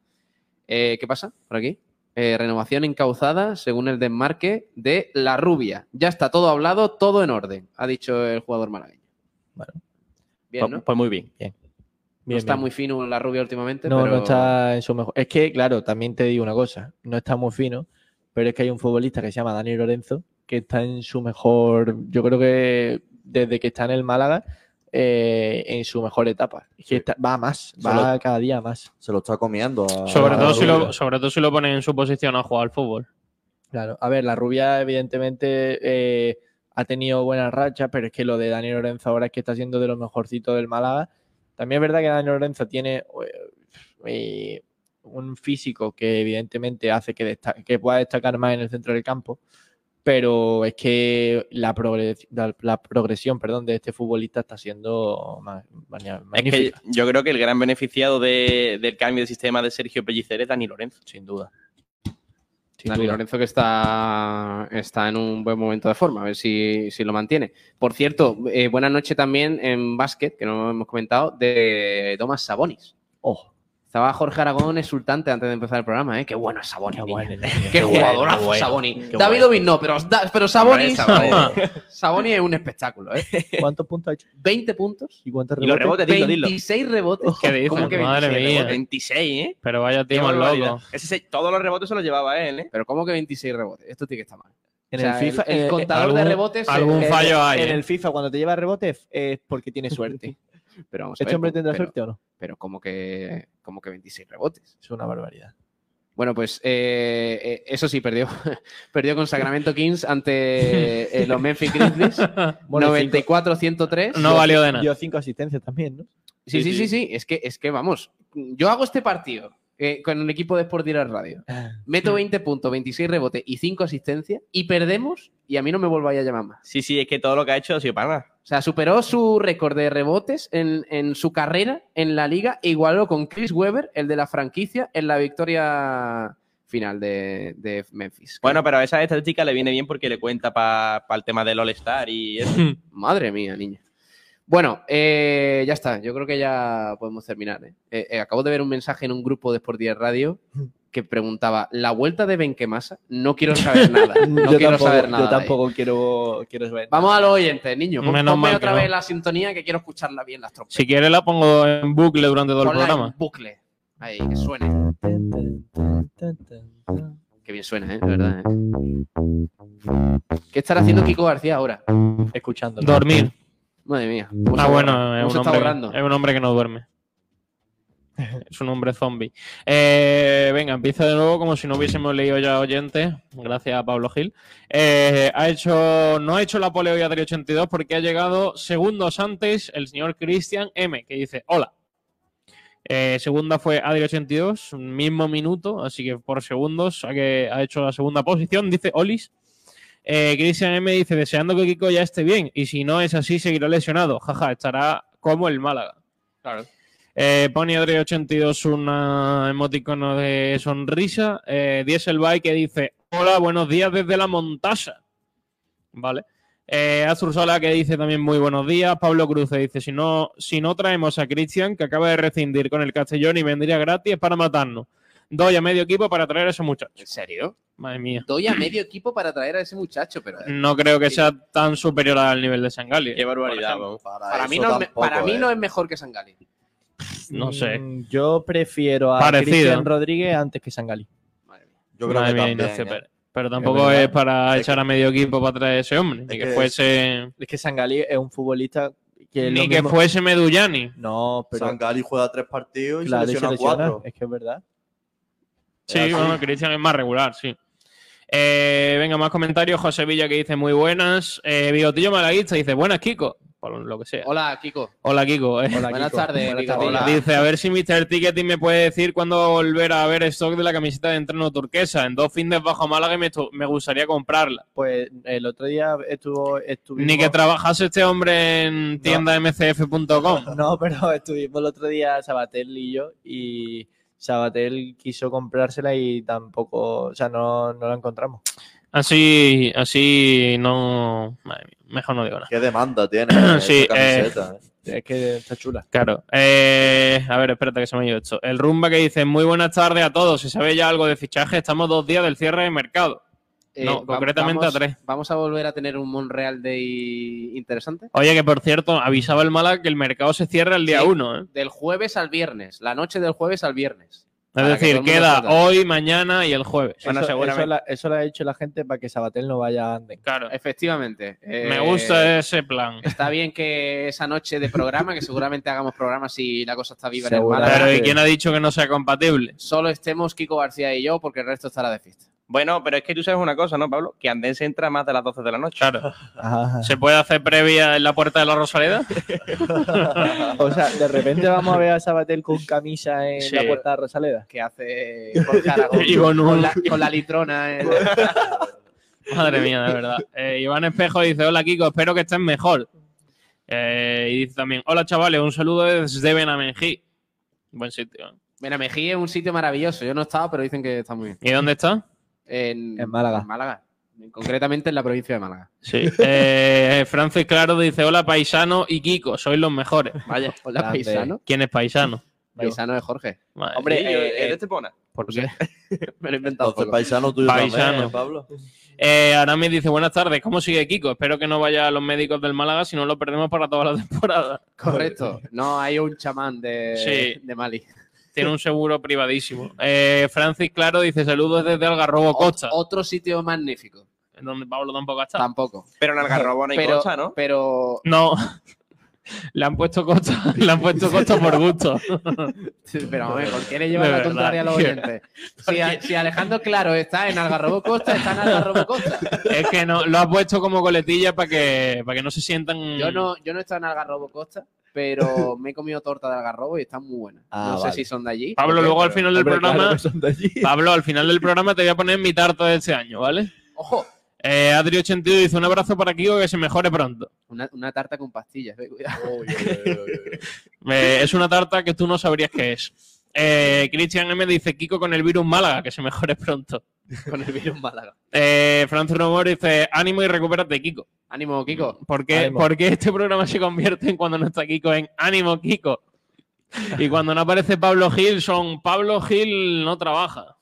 Speaker 8: Eh, ¿Qué pasa por aquí? Eh, renovación encauzada según el desmarque de la rubia. Ya está todo hablado, todo en orden, ha dicho el jugador malagueño. Bien,
Speaker 4: Pues-
Speaker 8: ¿no?
Speaker 4: pues muy bien. Bien.
Speaker 8: no
Speaker 4: Bien,
Speaker 8: está
Speaker 4: bien.
Speaker 8: muy fino la rubia últimamente.
Speaker 4: No,
Speaker 8: pero...
Speaker 4: no está en su mejor. Es que, claro, también te digo una cosa, no está muy fino, pero es que hay un futbolista que se llama Dani Lorenzo, que está en su mejor, yo creo que desde que está en el Málaga, eh, en su mejor etapa. Es que está- va a más,
Speaker 11: Se
Speaker 4: va
Speaker 11: lo-
Speaker 4: cada día a más.
Speaker 11: Se lo está comiendo. a-
Speaker 4: Ah,
Speaker 9: Sobre,
Speaker 11: a
Speaker 9: todo si lo,
Speaker 11: Rubio.
Speaker 9: sobre todo si lo ponen en su posición a jugar al fútbol.
Speaker 4: Claro, a ver, la rubia evidentemente eh, ha tenido buenas rachas, pero es que lo de Dani Lorenzo ahora es que está siendo de lo mejorcito del Málaga. También es verdad que Dani Lorenzo tiene eh, eh, un físico que evidentemente hace que, desta- que pueda destacar más en el centro del campo, pero es que la, progres- la- la progresión perdón, de este futbolista está siendo ma- mania-
Speaker 10: Es que
Speaker 4: magnífica.
Speaker 10: yo creo que el gran beneficiado de- del cambio de sistema de Sergio Pellicer es Dani Lorenzo.
Speaker 4: Sin duda.
Speaker 8: Dani Lorenzo que está, está en un buen momento de forma, a ver si, si lo mantiene. Por cierto, eh, buena noche también en básquet, que no hemos comentado, de Tomás Sabonis.
Speaker 4: Oh.
Speaker 8: Estaba Jorge Aragón exultante antes de empezar el programa, ¿eh? Qué bueno es Sabonis. niño. Qué, [LAUGHS]
Speaker 4: Qué bueno,
Speaker 8: jugadorazo
Speaker 4: qué bueno,
Speaker 8: Sabonis.
Speaker 4: qué bueno.
Speaker 8: David Ovis no, pero, da- pero
Speaker 4: Hombre,
Speaker 8: Sabonis.
Speaker 4: Sabonis.
Speaker 8: Sabonis es [LAUGHS] un espectáculo, ¿eh?
Speaker 4: ¿Cuántos puntos ha hecho?
Speaker 8: 20 puntos.
Speaker 4: ¿Y cuántos
Speaker 10: Y los
Speaker 4: rebotes?
Speaker 10: rebotes, dilo, dilo.
Speaker 8: 26 rebotes.
Speaker 9: [LAUGHS] ¿Qué dices?
Speaker 10: ¿Cómo que
Speaker 9: Madre
Speaker 10: 26
Speaker 9: mía.
Speaker 10: rebotes? 26, ¿eh?
Speaker 9: Pero vaya
Speaker 10: Qué
Speaker 9: tío más
Speaker 10: barbaridad.
Speaker 9: loco.
Speaker 10: Ese se- todos los rebotes se los llevaba él, ¿eh?
Speaker 8: Pero ¿cómo que 26 rebotes? Esto tiene que estar mal.
Speaker 4: En
Speaker 8: O sea,
Speaker 4: el FIFA,
Speaker 8: el, el
Speaker 4: eh,
Speaker 8: contador de
Speaker 4: algún-
Speaker 8: rebotes. eh,
Speaker 4: algún
Speaker 8: eh,
Speaker 4: fallo
Speaker 8: hay,
Speaker 4: En
Speaker 8: ¿eh?
Speaker 4: el FIFA, cuando te lleva rebotes, es
Speaker 9: [LAUGHS]
Speaker 4: porque tiene suerte.
Speaker 8: Pero vamos a
Speaker 4: ¿Este
Speaker 8: ver,
Speaker 4: hombre tendrá
Speaker 8: pero-
Speaker 4: suerte o no?
Speaker 8: Pero como que, como que 26 rebotes.
Speaker 4: Es una barbaridad.
Speaker 8: Bueno, pues eh, eh, eso sí, perdió. [LAUGHS] perdió con Sacramento Kings ante eh, los Memphis Grizzlies.
Speaker 4: [LAUGHS] Bueno,
Speaker 8: 94-103.
Speaker 4: Dio- Dio cinco asistencias también, ¿no?
Speaker 8: Sí, sí, sí, sí, Es que, es que vamos. Yo hago este partido eh, con el equipo de Sportira Radio.
Speaker 4: Ah.
Speaker 8: Meto 20 puntos, 26 rebotes y 5 asistencias y perdemos y a mí no me volváis a llamar más.
Speaker 10: Sí, sí, es que todo lo que ha hecho ha sido para nada.
Speaker 8: O sea, superó su récord de rebotes en, en su carrera en la liga e igualó con Chris Webber, el de la franquicia, en la victoria final de, de Memphis.
Speaker 10: Bueno, pero a esa estadística le viene bien porque le cuenta para el tema del All-Star
Speaker 9: [LAUGHS]
Speaker 10: y eso.
Speaker 8: Madre mía, niña. Bueno, eh, ya está. Yo creo que ya podemos terminar. ¿eh? Eh, eh, acabo de ver un mensaje en un grupo de Sport 10 Radio que preguntaba, ¿la vuelta de Benquemasa? No quiero
Speaker 4: [LAUGHS]
Speaker 8: saber nada. No
Speaker 4: yo
Speaker 8: quiero
Speaker 4: tampoco,
Speaker 8: saber nada.
Speaker 4: Yo
Speaker 8: de él.
Speaker 4: tampoco quiero, quiero saber.
Speaker 8: Vamos a los oyentes, niño. Pon-
Speaker 9: Menos
Speaker 8: Ponme
Speaker 9: mal que
Speaker 8: otra
Speaker 9: no.
Speaker 8: vez la sintonía que quiero escucharla bien, las trompetas.
Speaker 9: Si quieres la pongo en bucle durante todo el
Speaker 8: Ponla en
Speaker 9: programa.
Speaker 8: bucle. Ahí, que suene. Qué bien suena, ¿eh? De verdad, ¿eh? ¿Qué estará
Speaker 3: Mm.
Speaker 8: haciendo Kiko García ahora?
Speaker 4: Escuchando.
Speaker 9: Dormir.
Speaker 8: Madre mía.
Speaker 9: Ah, bueno,
Speaker 8: ¿Cómo
Speaker 9: es
Speaker 8: se
Speaker 9: un,
Speaker 8: está
Speaker 9: hombre,
Speaker 8: borrando?
Speaker 9: que- es un hombre que no duerme. [LAUGHS] Es un hombre zombie. Eh, venga, empieza de nuevo como si no hubiésemos leído ya oyentes. Gracias a Pablo Gil. Eh, ha hecho, no ha hecho la poleo ya del 82 porque ha llegado segundos antes el señor Cristian M, que dice: Hola. Eh, segunda fue Adri 82, mismo minuto, así que por segundos ha, que, ha hecho la segunda posición, dice Olis. Eh, Cristian M dice, deseando que Kiko ya esté bien, y si no es así, seguirá lesionado. Jaja, estará como el Málaga.
Speaker 8: Claro.
Speaker 9: Eh, pone Adri 82 una ah, emoticono de sonrisa. Eh, Dieselbike que dice, hola, buenos días desde la montasa. Vale. Eh, Azur Sola que dice también muy buenos días. Pablo Cruz que dice: si no, si no traemos a Cristian, que acaba de rescindir con el Castellón y vendría gratis para matarnos. Doy a medio equipo para traer a ese muchacho.
Speaker 8: ¿En serio?
Speaker 9: Madre mía.
Speaker 8: Doy a medio equipo para traer a ese muchacho, pero... eh,
Speaker 9: No creo que sea tan superior al nivel de Sangali.
Speaker 10: Qué barbaridad,
Speaker 8: Para, mí, no, es me- para mí no es mejor que Sangali.
Speaker 9: No sé.
Speaker 4: Mm, Yo prefiero a
Speaker 9: Parecido.
Speaker 4: Cristian Rodríguez antes que Sangali.
Speaker 11: Yo creo
Speaker 9: Madre
Speaker 11: que
Speaker 9: mía,
Speaker 11: también,
Speaker 9: Ignacio
Speaker 11: ¿eh?
Speaker 9: Pérez. Pero tampoco
Speaker 4: verdad.
Speaker 9: es para echar a medio equipo para traer a ese hombre. Ni que,
Speaker 4: que-
Speaker 9: fuese.
Speaker 4: Es que Sangali es un futbolista que es lo
Speaker 9: Ni que
Speaker 4: mismo-
Speaker 9: fuese Medullani.
Speaker 4: No, pero
Speaker 11: Sangali juega tres partidos y
Speaker 4: Claro, y
Speaker 11: se
Speaker 4: se
Speaker 11: lesiona
Speaker 4: lesiona.
Speaker 11: cuatro.
Speaker 4: Es que es verdad.
Speaker 9: Sí,
Speaker 11: así.
Speaker 9: bueno, Cristian es más regular, sí. Eh, venga, más comentarios. José Villa que dice muy buenas. Eh, Bigotillo Malaguista dice buenas, Kiko. por lo que sea.
Speaker 8: Hola, Kiko.
Speaker 9: Hola, Kiko.
Speaker 8: Buenas tardes,
Speaker 9: Buenas
Speaker 8: Kiko.
Speaker 9: tardes. Dice, a ver si Mr. Ticketing me puede decir cuándo volver a ver stock de la camiseta de entreno turquesa. En dos fines bajo Málaga y me, estu- me gustaría comprarla.
Speaker 4: Pues el otro día estuvo, estuvimos...
Speaker 9: Ni que trabajase este hombre en tiendamcf.com.
Speaker 4: No, [LAUGHS] pero estuvimos el otro día Sabatel y yo y Sabatel quiso comprársela y tampoco, o sea, no, no la encontramos.
Speaker 9: Así, así no. madre mía, mejor no digo nada.
Speaker 11: ¿Qué demanda
Speaker 4: [CLEARS THROAT]
Speaker 11: tiene
Speaker 9: sí,
Speaker 11: esa camiseta,
Speaker 4: eh,
Speaker 11: eh.
Speaker 4: Es que está chula.
Speaker 9: Claro. Eh, a ver, espérate que se me ha ido esto. El Rumba que dice: Muy buenas tardes a todos. Si sabe ya algo de fichaje, estamos dos días del cierre de mercado.
Speaker 8: Eh,
Speaker 9: no,
Speaker 8: va-
Speaker 9: concretamente
Speaker 8: vamos-
Speaker 9: a tres.
Speaker 8: Vamos a volver a tener un Monreal Day interesante.
Speaker 9: Oye, que por cierto, avisaba el Málaga que el mercado se cierra el día
Speaker 8: Sí,
Speaker 9: uno. ¿eh?
Speaker 8: Del jueves al viernes, la noche del jueves al viernes.
Speaker 9: Es
Speaker 8: Para que todo
Speaker 9: decir,
Speaker 8: el mundo
Speaker 9: queda
Speaker 8: sepa.
Speaker 9: hoy, mañana y el jueves.
Speaker 4: eso, Eso, la- eso lo ha hecho la gente para que Sabatel no vaya a Anden.
Speaker 9: Claro.
Speaker 8: Efectivamente.
Speaker 9: Me
Speaker 8: Eh,
Speaker 9: gusta ese plan.
Speaker 8: Está bien que esa noche de programa, que seguramente hagamos programa si la cosa está viva en el Málaga,
Speaker 9: Pero ¿y quién ha dicho que no sea compatible?
Speaker 8: solo estemos Kiko García y yo, porque el resto estará de fiesta.
Speaker 10: Bueno, pero es que tú sabes una cosa, ¿no, Pablo? Que Andén se entra más de las 12 de la noche.
Speaker 9: Claro. ¿Se puede hacer previa en la puerta de la Rosaleda?
Speaker 4: O sea, de repente vamos a ver a Sabatel con camisa en
Speaker 9: Sí.
Speaker 4: la puerta de Rosaleda.
Speaker 8: Que
Speaker 4: [LAUGHS]
Speaker 8: hace Jorge Aragón
Speaker 9: Y con un-
Speaker 8: la, con la litrona. en-
Speaker 9: Madre mía, de
Speaker 8: [LAUGHS]
Speaker 9: verdad. Eh, Iván Espejo dice: Hola Kiko, espero que estés mejor. Eh, y dice también: Hola chavales, un saludo desde Benamenjí. Buen sitio. ¿eh?
Speaker 8: Benamejí es un sitio maravilloso. Yo no he estado, pero dicen que está muy bien.
Speaker 9: ¿Y dónde está?
Speaker 8: En,
Speaker 9: En Málaga.
Speaker 8: en Málaga. Concretamente en la provincia de Málaga.
Speaker 9: Sí. Eh, Francis Claro dice: Hola paisano y Kiko, sois los mejores.
Speaker 8: Vaya. Hola, Grande. paisano.
Speaker 9: ¿Quién es paisano?
Speaker 8: Paisano de Jorge.
Speaker 9: Madre
Speaker 8: Hombre,
Speaker 9: mía.
Speaker 8: eh, eh,
Speaker 9: ¿Por qué?
Speaker 8: [LAUGHS] Me lo he inventado.
Speaker 11: Entonces,
Speaker 8: todo.
Speaker 11: paisano tuyo
Speaker 9: Paisano.
Speaker 11: también, Pablo.
Speaker 9: Eh, Aramis dice, buenas tardes, ¿cómo sigue Kiko? Espero que no vaya a los médicos del Málaga, si no lo perdemos para toda la [LAUGHS] temporada.
Speaker 8: Correcto. No, hay un chamán de,
Speaker 9: Sí.
Speaker 8: de Mali.
Speaker 9: Tiene un seguro privadísimo. Eh, Francis Claro dice, saludos desde [LAUGHS] Algarrobo Costa.
Speaker 8: Otro sitio magnífico.
Speaker 9: En donde Pablo tampoco ha estado.
Speaker 8: Tampoco.
Speaker 10: Pero en Algarrobo no hay
Speaker 8: Pero-
Speaker 10: costa, ¿no?
Speaker 8: Pero
Speaker 9: No. [LAUGHS] Le han puesto costa, [LAUGHS] le han puesto costa por gusto.
Speaker 8: [LAUGHS] Sí, pero a ver, ¿por qué le llevan
Speaker 9: De
Speaker 8: la
Speaker 9: verdad,
Speaker 8: contraria a los
Speaker 9: tío.
Speaker 8: oyentes? Si, a- si Alejandro Claro está en Algarrobo Costa, está en Algarrobo Costa.
Speaker 9: Es que no, lo ha puesto como coletilla para que, para que no se sientan.
Speaker 8: Yo no, yo no he estado en Algarrobo Costa, pero me he comido torta de Algarrobo y están muy buenas.
Speaker 9: Ah,
Speaker 8: no
Speaker 9: vale.
Speaker 8: sé si son de allí.
Speaker 9: Pablo,
Speaker 8: Porque-
Speaker 9: luego al final del
Speaker 8: Hombre, claro
Speaker 9: programa.
Speaker 8: que son
Speaker 9: [LAUGHS]
Speaker 8: [LAUGHS]
Speaker 9: Pablo, al final del programa te voy a poner mi tarta de este año, ¿vale?
Speaker 8: Ojo.
Speaker 9: Eh, Adri82 dice: Un abrazo para Kiko que se mejore pronto.
Speaker 8: Una, una tarta con pastillas, eh, cuidado.
Speaker 9: Eh, es una tarta que tú no sabrías qué es. Eh, Cristian M dice Kiko con el virus Málaga, que se mejore pronto.
Speaker 8: [LAUGHS] con el virus Málaga.
Speaker 9: Eh, Francis Romero dice ánimo y recupérate, Kiko. Mm,
Speaker 8: Ánimo, Kiko.
Speaker 9: ¿Por qué,
Speaker 8: Ánimo.
Speaker 9: por qué este programa se convierte en cuando no está Kiko en ánimo, Kiko? Y cuando no aparece Pablo Gil, son Pablo Gil no trabaja.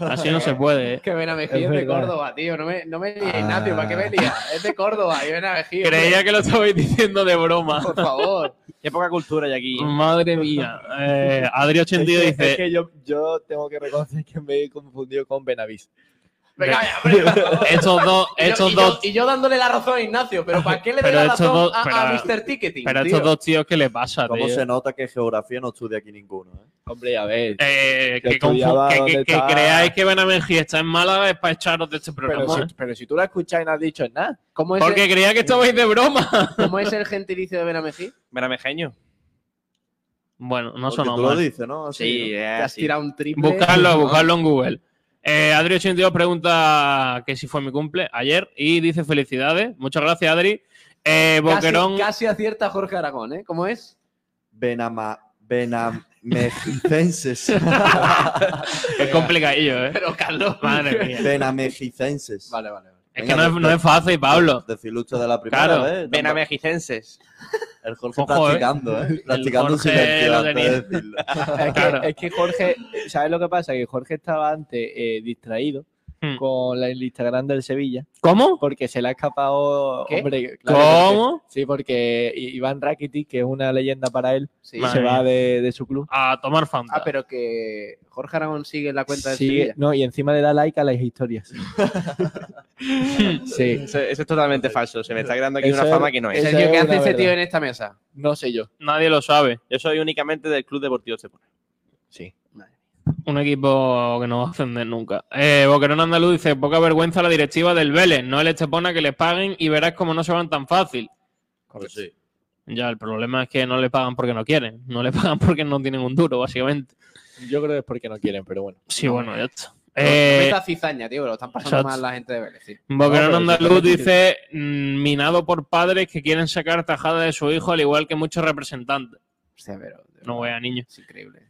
Speaker 9: Así no se
Speaker 8: [LAUGHS]
Speaker 9: puede. ¿eh?
Speaker 8: Que Benamejí
Speaker 9: Es
Speaker 8: es de
Speaker 9: verdad. Ah.
Speaker 8: Córdoba, tío. No me, no me líes, Ignacio, ¿para qué me lías? Es de Córdoba y Benamejí. hombre.
Speaker 9: Creía que lo estabais diciendo de broma.
Speaker 8: Por favor.
Speaker 10: Qué poca cultura hay aquí.
Speaker 9: [LAUGHS] Madre mía. Eh, Adri82
Speaker 4: Es que-
Speaker 9: dice.
Speaker 4: Es que yo, yo tengo que reconocer que me he confundido con Benavis.
Speaker 8: Venga, ya,
Speaker 9: Estos dos,
Speaker 8: Y yo-
Speaker 9: estos
Speaker 8: y yo,
Speaker 9: dos
Speaker 8: y yo dándole la razón a Ignacio, pero ¿para qué le doy
Speaker 9: Pero
Speaker 8: la
Speaker 9: estos
Speaker 8: razón
Speaker 9: dos-
Speaker 8: a, a
Speaker 9: pero-
Speaker 8: Mr. Ticketing?
Speaker 9: Pero a
Speaker 8: tío?
Speaker 9: estos dos tíos, ¿qué le pasa,
Speaker 11: ¿Cómo
Speaker 9: tío?
Speaker 11: se nota que geografía no estudia aquí ninguno? eh?
Speaker 4: Hombre, a ver.
Speaker 9: Eh,
Speaker 11: Yo
Speaker 9: que, confu-
Speaker 11: estudiaba
Speaker 9: que-
Speaker 11: dónde
Speaker 9: que- que
Speaker 11: está.
Speaker 9: creáis que Benamenjí está en Málaga es para echaros de este programa.
Speaker 4: Pero si, pero si tú lo has escuchado y no has dicho nada.
Speaker 8: ¿Cómo es
Speaker 9: Porque
Speaker 8: el-
Speaker 9: creía que estabais de broma.
Speaker 8: ¿Cómo es el gentilicio de Benamejí?
Speaker 10: Benamejeño.
Speaker 9: Bueno, no
Speaker 10: Porque
Speaker 9: sonó
Speaker 10: tú lo
Speaker 9: mal.
Speaker 10: dices, ¿no? Así, Sí, ¿no? es
Speaker 8: Te has
Speaker 10: así.
Speaker 8: tirado un triple.
Speaker 9: Buscarlo, buscarlo en Google. Eh, Adri82 pregunta que si fue mi cumple ayer y dice felicidades. Muchas gracias, Adri. Eh,
Speaker 8: Casi-
Speaker 9: Boquerón,
Speaker 8: Casi, acierta Jorge Aragón, ¿eh? ¿Cómo es?
Speaker 11: Benama,
Speaker 9: [LAUGHS]
Speaker 11: benamejicenses.
Speaker 9: es complicadillo, ¿eh?
Speaker 8: Pero Carlos.
Speaker 9: Madre mía.
Speaker 11: Benamejicenses.
Speaker 8: Vale, vale.
Speaker 9: Es que no es- no
Speaker 11: pues,
Speaker 9: es fácil, Pablo.
Speaker 11: Decirlo usted de la primera
Speaker 9: Claro.
Speaker 11: vez.
Speaker 10: Benamejicenses.
Speaker 11: pues, ¿eh? El Jorge
Speaker 9: Ojo, eh.
Speaker 11: practicando, ¿eh?
Speaker 9: El
Speaker 11: Practicando
Speaker 9: Jorge
Speaker 11: silencio
Speaker 9: lo
Speaker 11: antes de
Speaker 9: tenía.
Speaker 11: decirlo.
Speaker 4: [LAUGHS] Es que, es que Jorge, ¿sabes lo que pasa? Que Jorge estaba antes eh, distraído con la- el Instagram del Sevilla.
Speaker 9: Hmm. ¿Cómo?
Speaker 4: Porque se le ha escapado.
Speaker 9: ¿Qué?
Speaker 4: Hombre,
Speaker 9: ¿Cómo?
Speaker 4: porque- sí, porque I- Iván Rakitic, que es una leyenda para él,
Speaker 8: Sí.
Speaker 4: se
Speaker 8: Madre
Speaker 4: va
Speaker 8: mía.
Speaker 4: de, de su club.
Speaker 9: A tomar Fanta.
Speaker 8: Ah, pero que Jorge Aragón sigue en la cuenta de
Speaker 4: Sigue-
Speaker 8: Sevilla.
Speaker 4: no, y encima le da like a las historias.
Speaker 9: [LAUGHS]
Speaker 4: sí.
Speaker 10: Eso, eso es totalmente falso. Se me está creando aquí
Speaker 4: Eso
Speaker 10: una
Speaker 4: es-
Speaker 10: fama que no es.
Speaker 4: eso
Speaker 8: Sergio, ¿qué
Speaker 4: es
Speaker 8: hace
Speaker 4: una
Speaker 8: este
Speaker 4: verdad.
Speaker 8: tío en esta mesa?
Speaker 4: No sé yo.
Speaker 9: nadie lo sabe. Pues
Speaker 10: Yo soy únicamente del Club Deportivo Estepona.
Speaker 4: Sí.
Speaker 9: Un equipo que no va a ascender nunca. Eh, Boquerón Andaluz dice: poca vergüenza la directiva del Vélez, no el Estepona que les paguen y verás cómo no se van tan fácil.
Speaker 11: Sí.
Speaker 9: Ya, el problema es que no le pagan porque no quieren, no le [LAUGHS] pagan porque no tienen un duro, básicamente.
Speaker 4: Yo creo que es porque no quieren, pero bueno.
Speaker 9: Sí, bueno, ya está.
Speaker 8: No, no
Speaker 9: Eh,
Speaker 8: metas cizaña, tío, lo están pasando
Speaker 9: exacto.
Speaker 8: mal la gente de Vélez. sí.
Speaker 9: Boquerón Andaluz dice, mm, minado por padres que quieren sacar tajada de su hijo, al igual que muchos representantes. no voy a niño.
Speaker 8: Es increíble.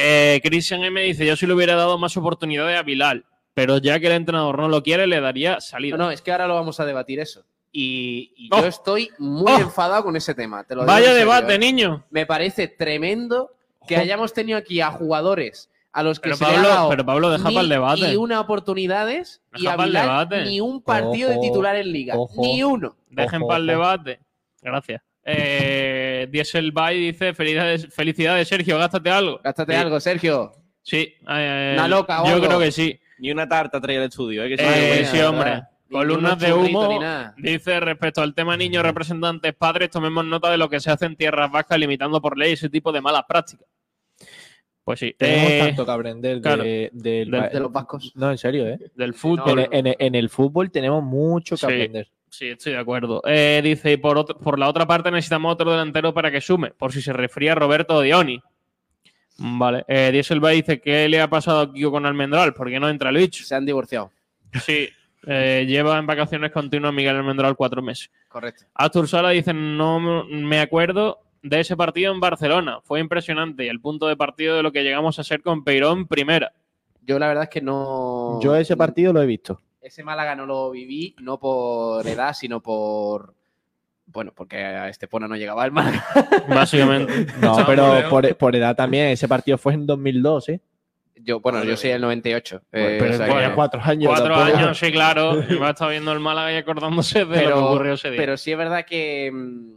Speaker 9: Eh, Christian M dice, yo si le hubiera dado más oportunidades a Bilal, pero ya que el entrenador no lo quiere, le daría salida. Oh.
Speaker 8: No, es que ahora lo vamos a debatir eso. Y, y yo estoy muy enfadado con ese tema. te lo digo
Speaker 9: Vaya
Speaker 8: en serio,
Speaker 9: debate,
Speaker 8: ¿eh?
Speaker 9: niño.
Speaker 8: Me parece tremendo que
Speaker 9: Ojo.
Speaker 8: hayamos tenido aquí a jugadores a los que
Speaker 9: Pero
Speaker 8: se le
Speaker 9: Pablo-
Speaker 8: ha dado
Speaker 9: pero Pablo, deja
Speaker 8: mil
Speaker 9: pa'l debate.
Speaker 8: y una oportunidades y
Speaker 9: Deja
Speaker 8: a
Speaker 9: pa'l
Speaker 8: Bilal
Speaker 9: debate.
Speaker 8: ni un partido de
Speaker 9: Ojo,
Speaker 8: titular en liga,
Speaker 9: ojo.
Speaker 8: ni uno.
Speaker 9: Dejen para el debate. Gracias. Eh, Diesel Bay dice, felicidades, felicidades, Sergio, gástate algo.
Speaker 8: Gástate algo, Sergio.
Speaker 9: Sí. eh,
Speaker 10: Una loca o
Speaker 9: Yo
Speaker 10: algo.
Speaker 9: creo que sí.
Speaker 10: Y una tarta trae el estudio, ¿eh? Que
Speaker 9: Eh,
Speaker 10: sí,
Speaker 9: sí, hombre. Columnas de humo.
Speaker 10: Ni nada.
Speaker 9: Dice respecto al tema niños representantes padres, tomemos nota de lo que se hace en tierras vascas limitando por ley ese tipo de malas prácticas. Pues sí.
Speaker 4: Tenemos
Speaker 9: eh,
Speaker 4: tanto que aprender de,
Speaker 9: claro.
Speaker 4: del-
Speaker 9: Del- de los
Speaker 8: vascos.
Speaker 4: No, en serio, ¿eh?
Speaker 9: Del fútbol.
Speaker 4: En, en- en el fútbol tenemos mucho que
Speaker 9: Sí.
Speaker 4: aprender.
Speaker 9: Sí, estoy de acuerdo. Eh, dice, y por, otro- por la otra parte necesitamos otro delantero para que sume, por si se refría Roberto o Dioni. Mm, Vale. Eh, Diesel Bay dice, ¿qué le ha pasado a Kiko con Almendral? ¿Por qué no entra el bicho?
Speaker 8: Se han divorciado.
Speaker 9: Sí. Eh, lleva en vacaciones continuas Miguel Almendral cuatro meses.
Speaker 8: Correcto.
Speaker 9: Astur Sala dice, no me- me acuerdo de ese partido en Barcelona. Fue impresionante y el punto de partido de lo que llegamos a ser con Peirón primera.
Speaker 8: Yo la verdad es que no...
Speaker 4: Yo ese partido lo he visto.
Speaker 8: ese Málaga no lo viví, no por edad, sino por. Bueno, porque a Estepona no llegaba al Málaga.
Speaker 9: Básicamente.
Speaker 4: [LAUGHS] No, pero por, por edad también. Ese partido fue en 2002, ¿eh?
Speaker 8: Yo, bueno, yo soy el 98. eh,
Speaker 4: pero
Speaker 8: o sea
Speaker 4: tenía
Speaker 8: que-
Speaker 4: cuatro años.
Speaker 9: Cuatro
Speaker 4: tampoco.
Speaker 9: años, sí,
Speaker 8: [LAUGHS]
Speaker 4: [LAUGHS]
Speaker 9: claro. Va a estar viendo el Málaga y acordándose de lo que ocurrió ese día.
Speaker 8: pero sí es verdad que, mm,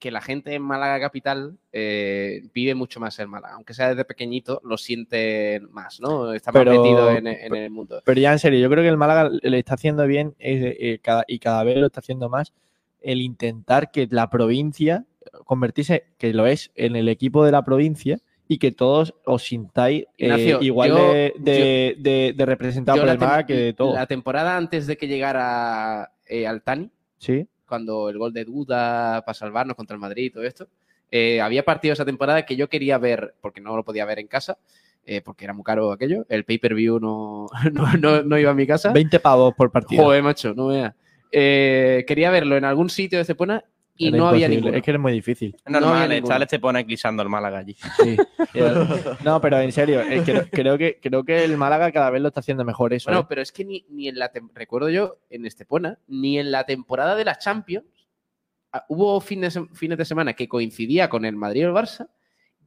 Speaker 8: que la gente en Málaga Capital eh, vive mucho más el Málaga. Aunque sea desde pequeñito, lo sienten más, ¿no? Está más
Speaker 4: Pero-
Speaker 8: metido en, en el mundo.
Speaker 4: Pero ya en serio, yo creo que el Málaga le está haciendo bien eh, eh, cada- y cada vez lo está haciendo más el intentar que la provincia convertirse, que lo es, en el equipo de la provincia y que todos os sintáis eh,
Speaker 8: Ignacio,
Speaker 4: igual
Speaker 8: yo-
Speaker 4: de, de, de- de representados
Speaker 8: Yo
Speaker 4: por
Speaker 8: la
Speaker 4: el Málaga
Speaker 8: tem-
Speaker 4: que de todo.
Speaker 8: La temporada antes de que llegara eh, Altani,
Speaker 4: Sí.
Speaker 8: cuando el gol de Duda para salvarnos contra el Madrid y todo esto, eh, había partidos esa temporada que yo quería ver, porque no lo podía ver en casa, eh, porque era muy caro aquello, el pay-per-view no, [LAUGHS] no, [LAUGHS] no- no iba a mi casa.
Speaker 4: 20 pavos por partido.
Speaker 8: Joder, macho, no veas. Eh, quería verlo en algún sitio de Cepona y
Speaker 4: Era
Speaker 8: no había
Speaker 4: imposible.
Speaker 8: ninguno.
Speaker 4: Es que era muy difícil.
Speaker 10: Es normal, eh,
Speaker 4: No,
Speaker 10: el Chales te pone eclipsando el Málaga allí. [LAUGHS]
Speaker 4: [LAUGHS] No, pero en serio, eh,
Speaker 8: [LAUGHS]
Speaker 4: creo, creo que, creo que el Málaga cada vez lo está haciendo mejor eso.
Speaker 8: Bueno,
Speaker 4: ¿eh?
Speaker 8: pero es que ni, ni en la tem- recuerdo yo en Estepona, ni en la temporada de la Champions ah, hubo fines, fines de semana que coincidía con el Madrid o el Barça.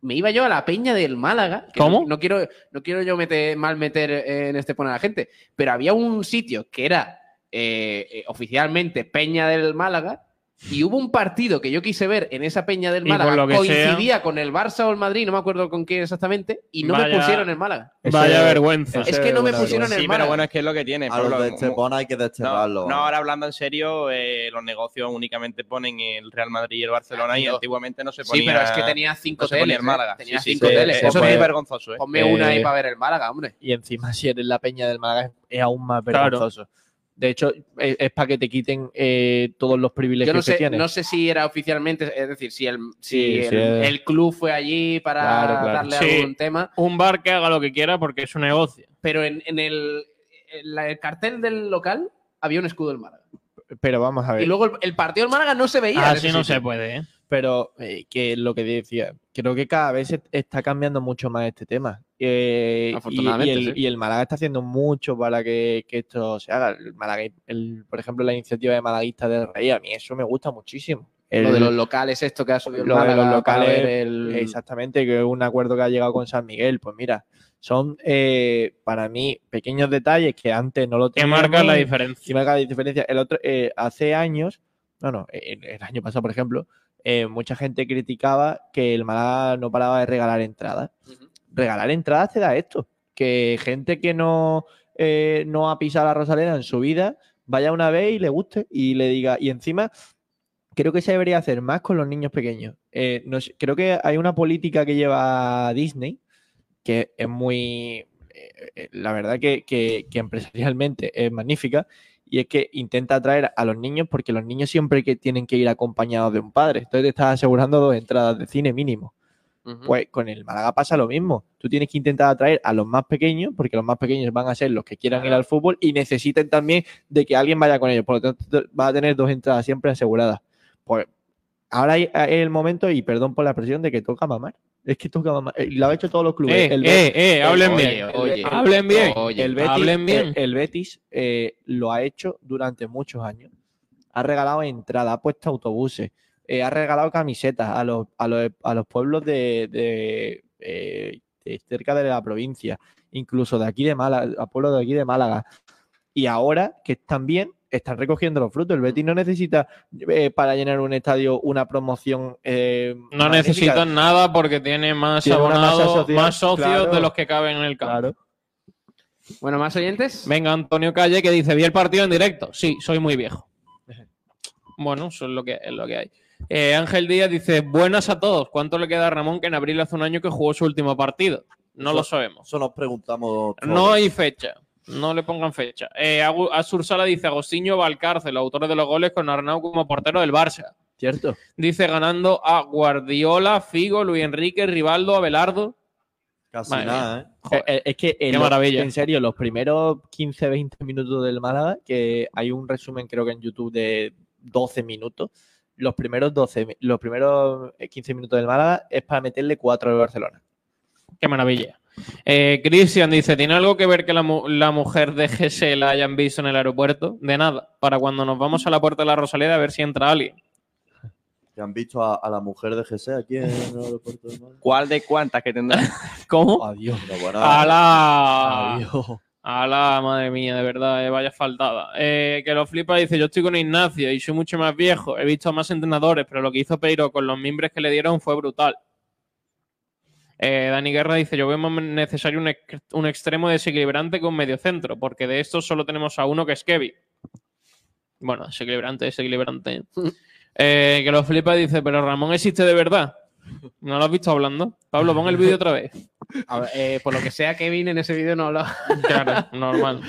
Speaker 8: Me iba yo a la peña del Málaga. que
Speaker 9: ¿Cómo?
Speaker 8: No, no quiero, no quiero yo meter, mal meter eh, en Estepona a la gente, pero había un sitio que era eh, eh, oficialmente peña del Málaga. Y hubo un partido que yo quise ver en esa peña del
Speaker 9: Y por
Speaker 8: Málaga,
Speaker 9: lo que
Speaker 8: coincidía
Speaker 9: sea-
Speaker 8: con el Barça o el Madrid, no me acuerdo con qué exactamente, y no me
Speaker 9: Vaya-
Speaker 8: pusieron el Málaga.
Speaker 9: Vaya vergüenza.
Speaker 8: Es que no me pusieron el
Speaker 10: Sí,
Speaker 8: Málaga.
Speaker 10: pero bueno, es que es lo que tiene.
Speaker 11: A los
Speaker 10: Pablo.
Speaker 11: de Estepona hay que desterrarlo.
Speaker 10: No, ahora hablando en serio, eh, los negocios únicamente ponen el Real Madrid y el Barcelona y
Speaker 8: Claro.
Speaker 10: antiguamente no se
Speaker 8: Sí,
Speaker 10: ponía.
Speaker 8: pero es que tenía cinco
Speaker 10: no se ponía
Speaker 8: teles,
Speaker 10: el
Speaker 8: ¿eh?
Speaker 10: Málaga.
Speaker 8: Tenía
Speaker 10: Sí, sí,
Speaker 8: cinco
Speaker 10: sí.
Speaker 8: teles.
Speaker 10: Eso
Speaker 8: Pues,
Speaker 10: es vergonzoso, ¿eh?
Speaker 8: Ponme una ahí
Speaker 4: Eh,
Speaker 8: para ver el Málaga, hombre.
Speaker 4: y encima si eres la peña del Málaga es aún más
Speaker 8: Claro.
Speaker 4: vergonzoso. De hecho, es, para que te quiten eh, todos los
Speaker 8: Yo
Speaker 4: privilegios
Speaker 8: no
Speaker 4: que
Speaker 8: sé,
Speaker 4: tienes.
Speaker 8: no sé si era oficialmente, es decir, si el, si
Speaker 4: Sí,
Speaker 8: el,
Speaker 4: sí, eh.
Speaker 8: el club fue allí para
Speaker 9: Claro, claro.
Speaker 8: darle
Speaker 9: Sí.
Speaker 8: algún tema,
Speaker 9: Un bar que haga lo que quiera porque es su negocio.
Speaker 8: pero en, en el, en la- el cartel del local había un escudo del Málaga.
Speaker 4: Pero vamos a ver.
Speaker 8: Y luego el, el partido del Málaga Ah, no se veía.
Speaker 9: Ah,
Speaker 8: en
Speaker 4: Así
Speaker 8: ese sitio.
Speaker 9: puede, ¿eh?
Speaker 4: Pero eh, que lo que decía, creo que cada vez est- está cambiando mucho más este tema. Eh, y- y,
Speaker 8: Afortunadamente,
Speaker 4: el,
Speaker 8: sí.
Speaker 4: y el Málaga está haciendo mucho para que, que esto se haga. El Málaga, el- por ejemplo, la iniciativa de Malaguista del Rey, a mí eso me gusta muchísimo. El-
Speaker 8: Lo de los locales, esto que ha subido el
Speaker 4: lo de
Speaker 8: Málaga
Speaker 4: los
Speaker 8: para
Speaker 4: locales,
Speaker 8: ver el-
Speaker 4: exactamente, que es un acuerdo que ha llegado con San Miguel, pues mira, son eh, para mí pequeños detalles que antes no lo
Speaker 9: Que
Speaker 4: teníamos
Speaker 9: marcan la
Speaker 4: y-
Speaker 9: diferencia.
Speaker 4: y marca la diferencia. El otro, eh, hace años, no, no, eh, el, el año pasado, por ejemplo, eh, mucha gente criticaba que el Málaga no paraba de regalar entradas. Regalar entradas te da esto, que gente que no, eh, no ha pisado la Rosaleda en su vida vaya una vez y le guste y le diga, y encima creo que se debería hacer más con los niños pequeños. Eh, no sé, creo que hay una política que lleva Disney que es muy, eh, eh, la verdad que, que- que empresarialmente es magnífica y es que intenta atraer a los niños porque los niños siempre que tienen que ir acompañados de un padre. Entonces te estás asegurando dos entradas de cine mínimo.
Speaker 3: Mm.
Speaker 4: Pues con el Málaga pasa lo mismo. Tú tienes que intentar atraer a los más pequeños, porque los más pequeños van a ser los que quieran ir al fútbol y necesiten también de que alguien vaya con ellos. Por lo tanto, vas a tener dos entradas siempre aseguradas. Pues ahora es el momento, y perdón por la presión, de que toca mamar. Es que toca mamar. Eh, Lo ha hecho todos los clubes.
Speaker 9: Eh,
Speaker 4: El
Speaker 9: eh,
Speaker 4: Bet-
Speaker 9: eh,
Speaker 4: el-
Speaker 9: hablen
Speaker 4: oye,
Speaker 9: bien.
Speaker 4: el-
Speaker 9: Oye,
Speaker 4: el-
Speaker 9: hablen bien.
Speaker 4: Oye, el Betis,
Speaker 9: hablen bien.
Speaker 4: el- el Betis, eh, lo ha hecho durante muchos años. Ha regalado entrada, ha puesto autobuses, eh, ha regalado camisetas a los, a los, a los pueblos de, de, eh, de cerca de la provincia, incluso de aquí de Málaga, a pueblos de aquí de Málaga y ahora que están bien, están recogiendo los frutos. El Betis no necesita eh, para llenar un estadio una promoción. eh,
Speaker 9: No
Speaker 4: magnífica.
Speaker 9: necesitan nada porque tiene más
Speaker 4: Tiene una masa
Speaker 9: abonados,
Speaker 4: social,
Speaker 9: más socios
Speaker 4: claro.
Speaker 9: de los que caben en el campo.
Speaker 8: Bueno, ¿más oyentes?
Speaker 9: pues. Venga, Antonio Calle que dice, vi el partido en directo. Sí, soy muy viejo. Bueno, eso es lo que, es lo que hay. Eh, Ángel Díaz dice, buenas a todos. ¿Cuánto le queda a Ramón que en abril hace un año que jugó su último partido? No
Speaker 11: Eso-
Speaker 9: lo sabemos.
Speaker 11: Eso nos preguntamos. todos.
Speaker 9: No hay fecha. No le pongan fecha. Eh, Agu- Azur Sala dice, Agostinho Valcárcel, autor de los goles con Arnau como portero del Barça.
Speaker 4: Cierto.
Speaker 9: Dice, ganando a Guardiola, Figo, Luis Enrique, Rivaldo, Abelardo.
Speaker 11: Casi
Speaker 9: Madre
Speaker 11: nada,
Speaker 9: mía.
Speaker 11: ¿eh?
Speaker 9: Joder.
Speaker 4: Eh, Es que en,
Speaker 9: Qué
Speaker 4: los-
Speaker 9: maravilla.
Speaker 4: en serio, los primeros 15, 20 minutos del Málaga, que hay un resumen creo que en YouTube de 12 minutos, los primeros 12, mi- los primeros eh, 15 minutos del Málaga es para meterle 4 al Barcelona.
Speaker 9: Qué maravilla. Eh, Cristian dice, ¿tiene algo que ver que la, mu- la mujer de GC la hayan visto en el aeropuerto? De nada, para cuando nos vamos a la puerta de la Rosaleda a ver si entra alguien.
Speaker 11: Que han visto a, a la mujer de GC aquí en el aeropuerto de Málaga.
Speaker 10: ¿Cuál de cuántas que tendrá?
Speaker 9: ¿Cómo?
Speaker 11: Adiós. [LAUGHS] Pero bueno,
Speaker 9: Ah, ¡Hala!
Speaker 11: Adiós.
Speaker 9: ¡Hala, madre mía, de verdad, eh, vaya faltada! Eh, que lo flipa dice, yo estoy con Ignacio y soy mucho más viejo, he visto más entrenadores, pero lo que hizo Peiro con los mimbres que le dieron fue brutal. Eh, Dani Guerra dice, yo veo más necesario un, ex- un extremo desequilibrante con medio centro, porque de estos solo tenemos a uno que es Kevin. Bueno, desequilibrante, desequilibrante. Eh, que lo flipa dice, pero Ramón existe de verdad. ¿No lo has visto hablando? Pablo, pon el vídeo otra vez.
Speaker 8: eh, por lo que sea, Kevin en ese vídeo no hablaba.
Speaker 9: Claro, normal.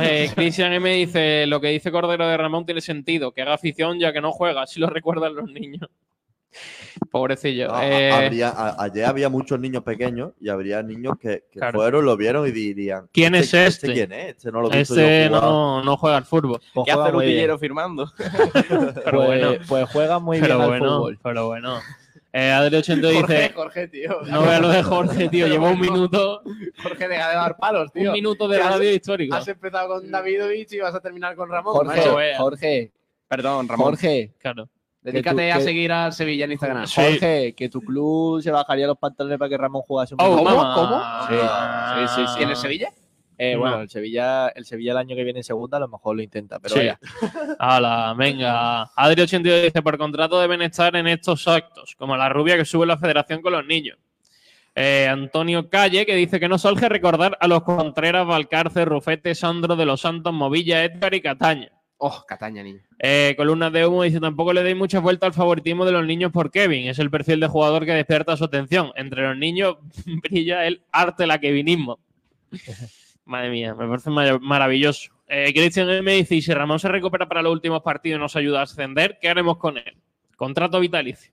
Speaker 9: Eh, Cristian M dice: Lo que dice Cordero de Ramón tiene sentido, que haga afición ya que no juega, si lo recuerdan los niños. Pobrecillo.
Speaker 11: A- a-
Speaker 9: Eh,
Speaker 11: habría- a- ayer había muchos niños pequeños y habría niños que, que
Speaker 9: Claro.
Speaker 11: fueron, lo vieron y dirían:
Speaker 9: ¿Quién es este?
Speaker 11: ¿Quién es? Este no lo he visto
Speaker 9: Este
Speaker 11: yo jugar".
Speaker 9: no, no juega al fútbol.
Speaker 8: Pues
Speaker 10: ¿Qué hace el utillero firmando?
Speaker 9: Pero bueno,
Speaker 4: Pues juega muy
Speaker 9: pero
Speaker 4: bien al
Speaker 9: bueno,
Speaker 4: fútbol.
Speaker 9: pero bueno. Eh, Adri 80 dice:
Speaker 8: [LAUGHS] Jorge, tío.
Speaker 9: No veo lo de Jorge, tío, llevo un minuto.
Speaker 8: Jorge, deja de dar palos, tío.
Speaker 9: Un minuto de
Speaker 8: Que has-
Speaker 9: radio histórico.
Speaker 8: Has empezado con Davidovich y vas a terminar con Ramón.
Speaker 9: Jorge,
Speaker 8: Oh, macho.
Speaker 4: Jorge,
Speaker 10: Perdón, Ramón.
Speaker 4: Jorge,
Speaker 9: Claro.
Speaker 8: Dedícate
Speaker 4: que tú-
Speaker 8: a
Speaker 4: que-
Speaker 8: seguir al Sevilla en Instagram.
Speaker 4: Jorge, que tu club se bajaría los pantalones para que Ramón jugase un
Speaker 8: Oh,
Speaker 4: partido.
Speaker 8: ¿Cómo? ¿Cómo?
Speaker 4: Sí, sí, sí, sí.
Speaker 8: ¿Y en el Sevilla?
Speaker 4: Eh,
Speaker 9: No.
Speaker 4: Bueno, el Sevilla, el Sevilla el año que viene en segunda a lo mejor lo intenta, pero
Speaker 9: Sí.
Speaker 4: vaya.
Speaker 9: Hala, venga. Adri 82 dice, por contrato deben estar en estos actos, como la rubia que sube la federación con los niños. Eh, Antonio Calle, que dice que no solge recordar a los Contreras, Valcarce, Rufete, Sandro de los Santos, Movilla, Edgar y Cataña.
Speaker 8: Oh, Cataña, niño.
Speaker 9: Eh, Columna de humo dice, tampoco le deis muchas vueltas al favoritismo de los niños por Kevin. Es el perfil de jugador que despierta su atención. Entre los niños [LAUGHS] brilla el arte la kevinismo. Madre mía, me parece ma- maravilloso. Eh, Christian M dice, y si Ramón se recupera para los últimos partidos y nos ayuda a ascender, ¿qué haremos con él? Contrato vitalicio.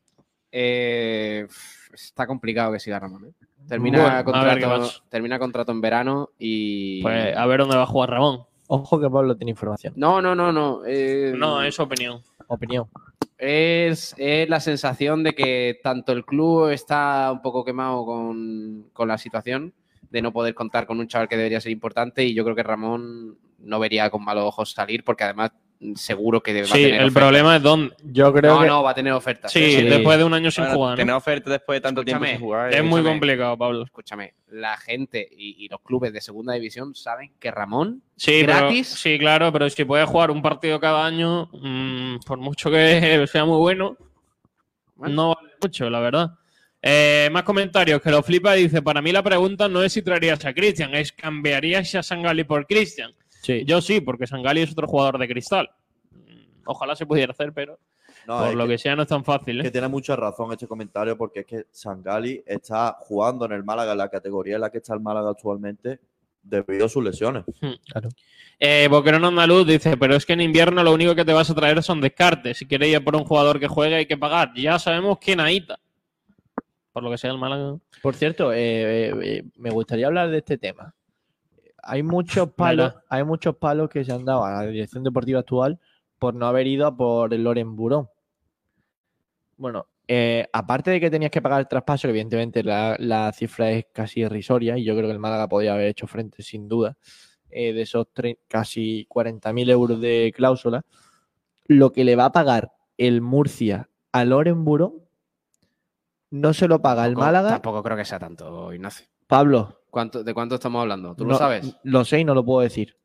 Speaker 8: Eh, está complicado que siga Ramón. ¿eh? Termina,
Speaker 9: Bueno, a ver qué
Speaker 8: contrato,
Speaker 9: pasa.
Speaker 8: termina contrato en verano y.
Speaker 9: Pues a ver dónde va a jugar Ramón.
Speaker 4: Ojo que Pablo tiene información.
Speaker 8: No, no, no, no. eh,
Speaker 9: No, es su opinión.
Speaker 4: Opinión.
Speaker 8: es, es la sensación de que tanto el club está un poco quemado con, con la situación de no poder contar con un chaval que debería ser importante y yo creo que Ramón no vería con malos ojos salir porque además mm, seguro que va a
Speaker 9: sí,
Speaker 8: tener
Speaker 9: el
Speaker 8: oferta.
Speaker 9: problema es dónde.
Speaker 4: Yo
Speaker 8: No, no, va a tener ofertas.
Speaker 9: Sí, después de un año sin jugar, ¿no?
Speaker 10: Tener oferta después de tanto tiempo
Speaker 8: Escúchame,
Speaker 10: sin jugar.
Speaker 9: es muy
Speaker 8: escúchame.
Speaker 9: complicado, Pablo.
Speaker 8: Escúchame, la gente y, y los clubes de segunda división saben que Ramón
Speaker 9: Sí, pero-
Speaker 8: gratis
Speaker 9: sí, claro, pero si puedes jugar un partido cada año, mm, por mucho que [LAUGHS] sea muy bueno, no vale mucho, la verdad. Eh, más comentarios, que lo flipa dice, para mí la pregunta no es si traerías a Cristian, es cambiarías a Sangali por Cristian. Yo sí, porque Sangali es otro jugador de cristal. Mm, Ojalá se pudiera hacer, pero
Speaker 11: No,
Speaker 9: por
Speaker 11: es
Speaker 9: lo que, sea no es tan fácil. ¿eh?
Speaker 11: Que tiene mucha razón este comentario porque es que Sangali está jugando en el Málaga, en la categoría en la que está el Málaga actualmente, debido a sus lesiones.
Speaker 9: Claro. Eh, Boquerón Andaluz dice, pero es que en invierno lo único que te vas a traer son descartes. Si queréis ir por un jugador que juegue hay que pagar. Ya sabemos quién ahita. Por lo que sea el Málaga.
Speaker 4: Por cierto, eh, eh, eh, me gustaría hablar de este tema. Hay muchos palos, hay muchos palos que se han dado a la dirección deportiva actual por no haber ido a por el Loren Burón. Bueno, eh, aparte de que tenías que pagar el traspaso, que evidentemente la, la cifra es casi irrisoria, y yo creo que el Málaga podía haber hecho frente sin duda, eh, de esos tre- casi 40.000 euros de cláusula, lo que le va a pagar el Murcia a Loren Burón no se lo paga el
Speaker 8: Tampoco-
Speaker 4: Málaga.
Speaker 8: Tampoco creo que sea tanto, Ignacio.
Speaker 4: Pablo,
Speaker 8: ¿Cuánto, ¿De cuánto estamos hablando? ¿Tú lo
Speaker 4: no-
Speaker 8: sabes?
Speaker 4: Lo sé y no lo puedo decir.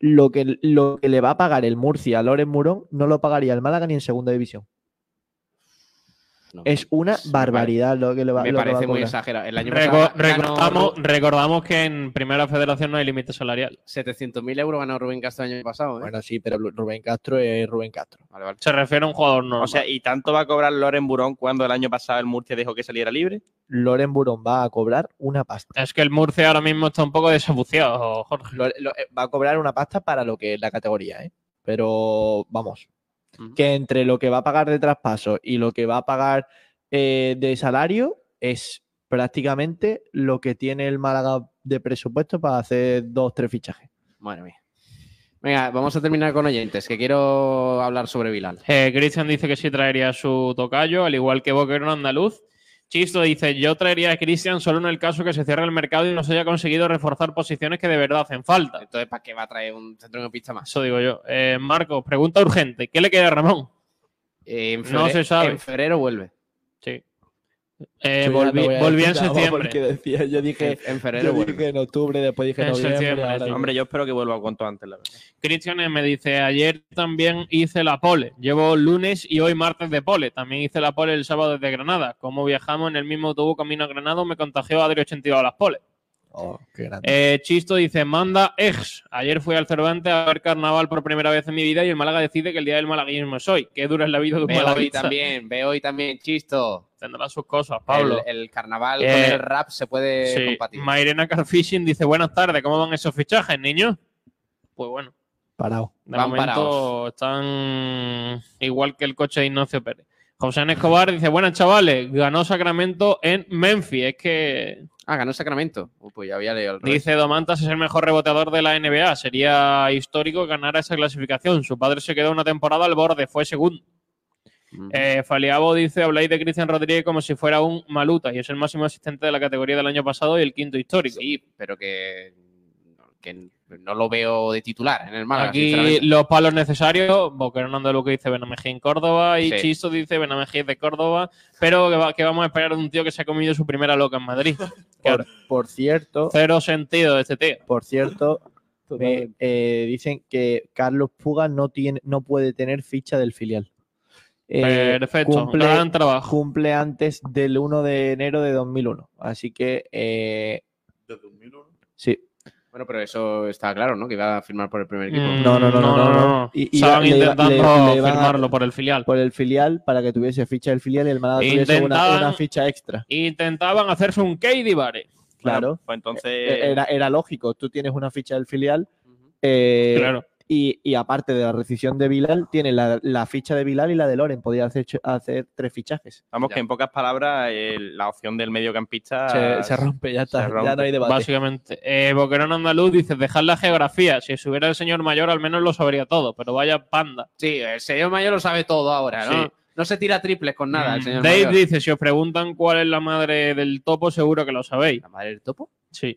Speaker 4: Lo que, lo que le va a pagar el Murcia a Loren Burón no lo pagaría el Málaga ni en segunda división. es una barbaridad lo que le va,
Speaker 8: me
Speaker 4: lo que va a
Speaker 8: parece muy
Speaker 4: cobrar.
Speaker 8: exagerado. El año
Speaker 9: Reco-
Speaker 8: pasado
Speaker 9: recordamos, recordamos que en Primera Federación no hay límite salarial.
Speaker 8: 700.000 euros ganó Rubén Castro el año pasado.
Speaker 4: Bueno, sí, pero Rubén Castro es Rubén Castro.
Speaker 9: [LAUGHS] Se refiere a un jugador normal.
Speaker 10: O sea, ¿y tanto va a cobrar Loren Burón cuando el año pasado el Murcia dejó que saliera libre?
Speaker 4: Loren Burón va a cobrar una pasta.
Speaker 9: Es que el Murcia ahora mismo está un poco desabuciado, Jorge.
Speaker 4: Lo- lo- eh, va a cobrar una pasta para lo que es la categoría, ¿eh? Pero vamos, que entre lo que va a pagar de traspaso y lo que va a pagar eh, de salario es prácticamente lo que tiene el Málaga de presupuesto para hacer dos, tres fichajes.
Speaker 8: Madre mía. Venga, vamos a terminar con oyentes, que quiero hablar sobre Vilal.
Speaker 9: Eh, Cristian dice que sí traería su tocayo, al igual que Boquerón Andaluz. Chisto dice, yo traería a Cristian solo en el caso que se cierre el mercado y no se haya conseguido reforzar posiciones que de verdad hacen falta.
Speaker 8: Entonces, ¿para qué va a traer un centrocampista más?
Speaker 9: Eso digo yo. Eh, Marcos, pregunta urgente. ¿Qué le queda a Ramón?
Speaker 8: Eh, en
Speaker 9: No
Speaker 8: febre-
Speaker 9: se sabe.
Speaker 8: En febrero vuelve.
Speaker 9: Sí. Eh, volví, volví en septiembre.
Speaker 4: yo dije,
Speaker 8: en
Speaker 9: febrero
Speaker 4: yo dije en octubre, después dije
Speaker 9: En
Speaker 4: noviembre.
Speaker 9: septiembre,
Speaker 4: ahora
Speaker 9: sí.
Speaker 4: digo-
Speaker 10: Hombre, yo espero que vuelva cuanto antes, la verdad.
Speaker 9: Cristian me dice, ayer también hice la pole. Llevo lunes y hoy martes de pole. También hice la pole el sábado desde Granada. Como viajamos en el mismo autobús camino a Granada, me contagió Adri 82 a las poles.
Speaker 4: Oh, qué grande.
Speaker 9: Eh, Chisto dice, manda ex. Ayer fui al Cervantes a ver carnaval por primera vez en mi vida y el Málaga decide que el día del malaguismo es hoy. Qué dura es la vida de un
Speaker 8: Ve hoy
Speaker 9: malaguista.
Speaker 8: también, ve hoy también, chisto.
Speaker 9: Pues Tendrá sus cosas, Pablo.
Speaker 8: El, el carnaval
Speaker 9: Eh,
Speaker 8: con el rap se puede
Speaker 9: Sí.
Speaker 8: eh, compartir.
Speaker 9: Mairena Carfishing dice, buenas tardes, ¿cómo van esos fichajes, niños? Pues bueno,
Speaker 4: Parado.
Speaker 9: de
Speaker 8: Van
Speaker 9: momento
Speaker 8: parados.
Speaker 9: están igual que el coche de Ignacio Pérez. José N. Escobar dice, buenas chavales, ganó Sacramento en Memphis. Es que
Speaker 8: Ah, ganó Sacramento. Uy, pues ya había leído el revés.
Speaker 9: Dice Domantas es el mejor reboteador de la NBA. Sería histórico que ganara esa clasificación. Su padre se quedó una temporada al borde, fue segundo.
Speaker 8: Mm.
Speaker 9: Eh, Faliabo dice, habláis de Cristian Rodríguez como si fuera un maluta y es el máximo asistente de la categoría del año pasado y el quinto histórico.
Speaker 8: Sí, pero que, que no lo veo de titular en el Málaga,
Speaker 9: Aquí
Speaker 8: sinceramente.
Speaker 9: los palos necesarios, Boquerón Andaluz que dice Benamejí en Córdoba y
Speaker 8: Sí.
Speaker 9: Chisto dice Benamejí es de Córdoba, pero que, va- que vamos a esperar de un tío que se ha comido su primera loca en Madrid.
Speaker 4: Por, por cierto,
Speaker 9: Cero sentido de este tío.
Speaker 4: por cierto, me, eh, dicen que Carlos Puga no, tiene, no puede tener ficha del filial. Eh,
Speaker 9: Perfecto, gran trabajo.
Speaker 4: Cumple antes del 1 de enero de 2001. Así que. Eh,
Speaker 11: ¿De 2001?
Speaker 4: Sí.
Speaker 8: Bueno, pero eso está claro, ¿no? Que iba a firmar por el primer equipo.
Speaker 4: No, no, no, no. Mm, no, no. Y- y
Speaker 9: Estaban
Speaker 4: le iba- le-
Speaker 9: intentando
Speaker 4: le iban a-
Speaker 9: firmarlo por el filial.
Speaker 4: Por el filial, para que tuviese ficha del filial y el Málaga tuviese una,
Speaker 9: Intentaban-
Speaker 4: una ficha extra.
Speaker 9: Intentaban hacerse un Katie Bare.
Speaker 4: Claro.
Speaker 10: Pues entonces.
Speaker 4: Eh, Era, era lógico, tú tienes una ficha del filial. eh, Y, y aparte de la rescisión de Vilal, tiene la, la ficha de Vilal y la de Loren. Podía hacer, ch- hacer tres fichajes.
Speaker 10: Vamos, que en pocas palabras, eh, la opción del mediocampista.
Speaker 4: Se- se rompe, ya está,
Speaker 10: se
Speaker 4: ya no hay debate.
Speaker 9: Básicamente. Eh, Boquerón Andaluz dice, dejar la geografía. Si estuviera el señor mayor, al menos lo sabría todo, pero vaya panda.
Speaker 8: Sí, el señor mayor lo sabe todo ahora, ¿no?
Speaker 9: Sí.
Speaker 8: No se tira triples con nada,
Speaker 4: Mm,
Speaker 8: el señor
Speaker 9: Dave
Speaker 8: mayor.
Speaker 9: dice, si os preguntan cuál es la madre del topo, seguro que lo sabéis. ¿La
Speaker 8: madre del topo?
Speaker 9: Sí.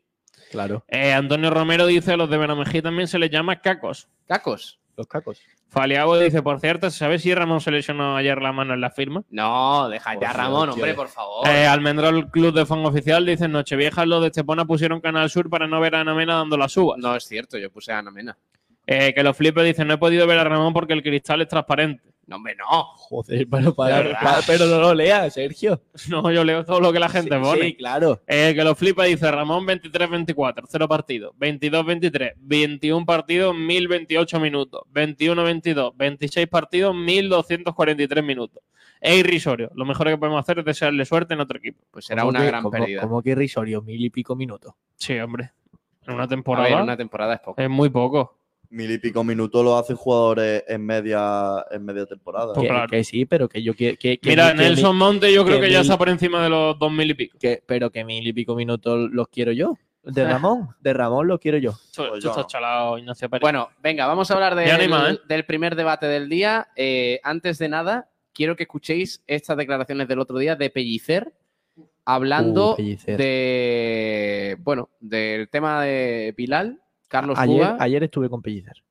Speaker 4: Claro.
Speaker 9: Eh, Antonio Romero dice, a los de Benamejí también se les llama cacos.
Speaker 8: ¿Cacos?
Speaker 4: Los cacos.
Speaker 9: Faliago dice, por cierto, ¿se sabe si Ramón se lesionó ayer la mano en la firma?
Speaker 8: No, deja ya, Ramón, hombre, por favor.
Speaker 9: Eh, Almendral Club de Fan Oficial dice, Nochevieja los de Estepona pusieron Canal Sur para no ver a Ana Mena dando la suba.
Speaker 8: No es cierto, yo puse a Ana Mena.
Speaker 9: Eh, que los flipes dicen, no he podido ver a Ramón porque el cristal es transparente.
Speaker 8: No, hombre, no.
Speaker 4: Joder, pero, para-
Speaker 9: La verdad.
Speaker 4: pa- pero no lo lea, Sergio.
Speaker 9: [LAUGHS] No, yo leo todo lo que la gente
Speaker 4: Sí,
Speaker 9: pone.
Speaker 4: sí, claro.
Speaker 9: Eh, que los flipa dice Ramón 23-24, 0 partidos. 22-23, 21 partidos, 1028 minutos. 21-22, 26 partidos, 1243 minutos. Es irrisorio. Lo mejor que podemos hacer es desearle suerte en otro equipo.
Speaker 8: Pues
Speaker 4: Como que- como- Como que irrisorio, mil y pico minutos.
Speaker 9: Sí, hombre. En una temporada.
Speaker 8: A ver, en una temporada es poco.
Speaker 9: Es muy poco.
Speaker 11: Mil y pico minutos lo hacen jugadores en media, en media temporada.
Speaker 9: Pues
Speaker 4: Que, que sí, pero que yo quiero. Que, que-
Speaker 9: Mira,
Speaker 4: que
Speaker 9: Nelson
Speaker 4: mi-
Speaker 9: Monte yo creo que, ya
Speaker 4: mil-
Speaker 9: está por encima de los dos mil y pico.
Speaker 4: que- pero que mil y pico minutos los quiero yo.
Speaker 9: [LAUGHS]
Speaker 4: De Ramón, de Ramón los quiero yo.
Speaker 9: Tú-
Speaker 11: Pues
Speaker 9: tú estás chalado, Ignacio Pérez.
Speaker 8: Bueno, venga, vamos a hablar
Speaker 9: Ya no hay
Speaker 8: del,
Speaker 9: más, ¿eh?
Speaker 8: del primer debate del día. Eh, antes de nada, quiero que escuchéis estas declaraciones del otro día de Pellicer hablando
Speaker 4: Uh, Pellicer.
Speaker 8: de bueno del tema de Bilal, Carlos
Speaker 4: Ayer,
Speaker 8: Cuba,
Speaker 4: ayer estuve con Pellicer.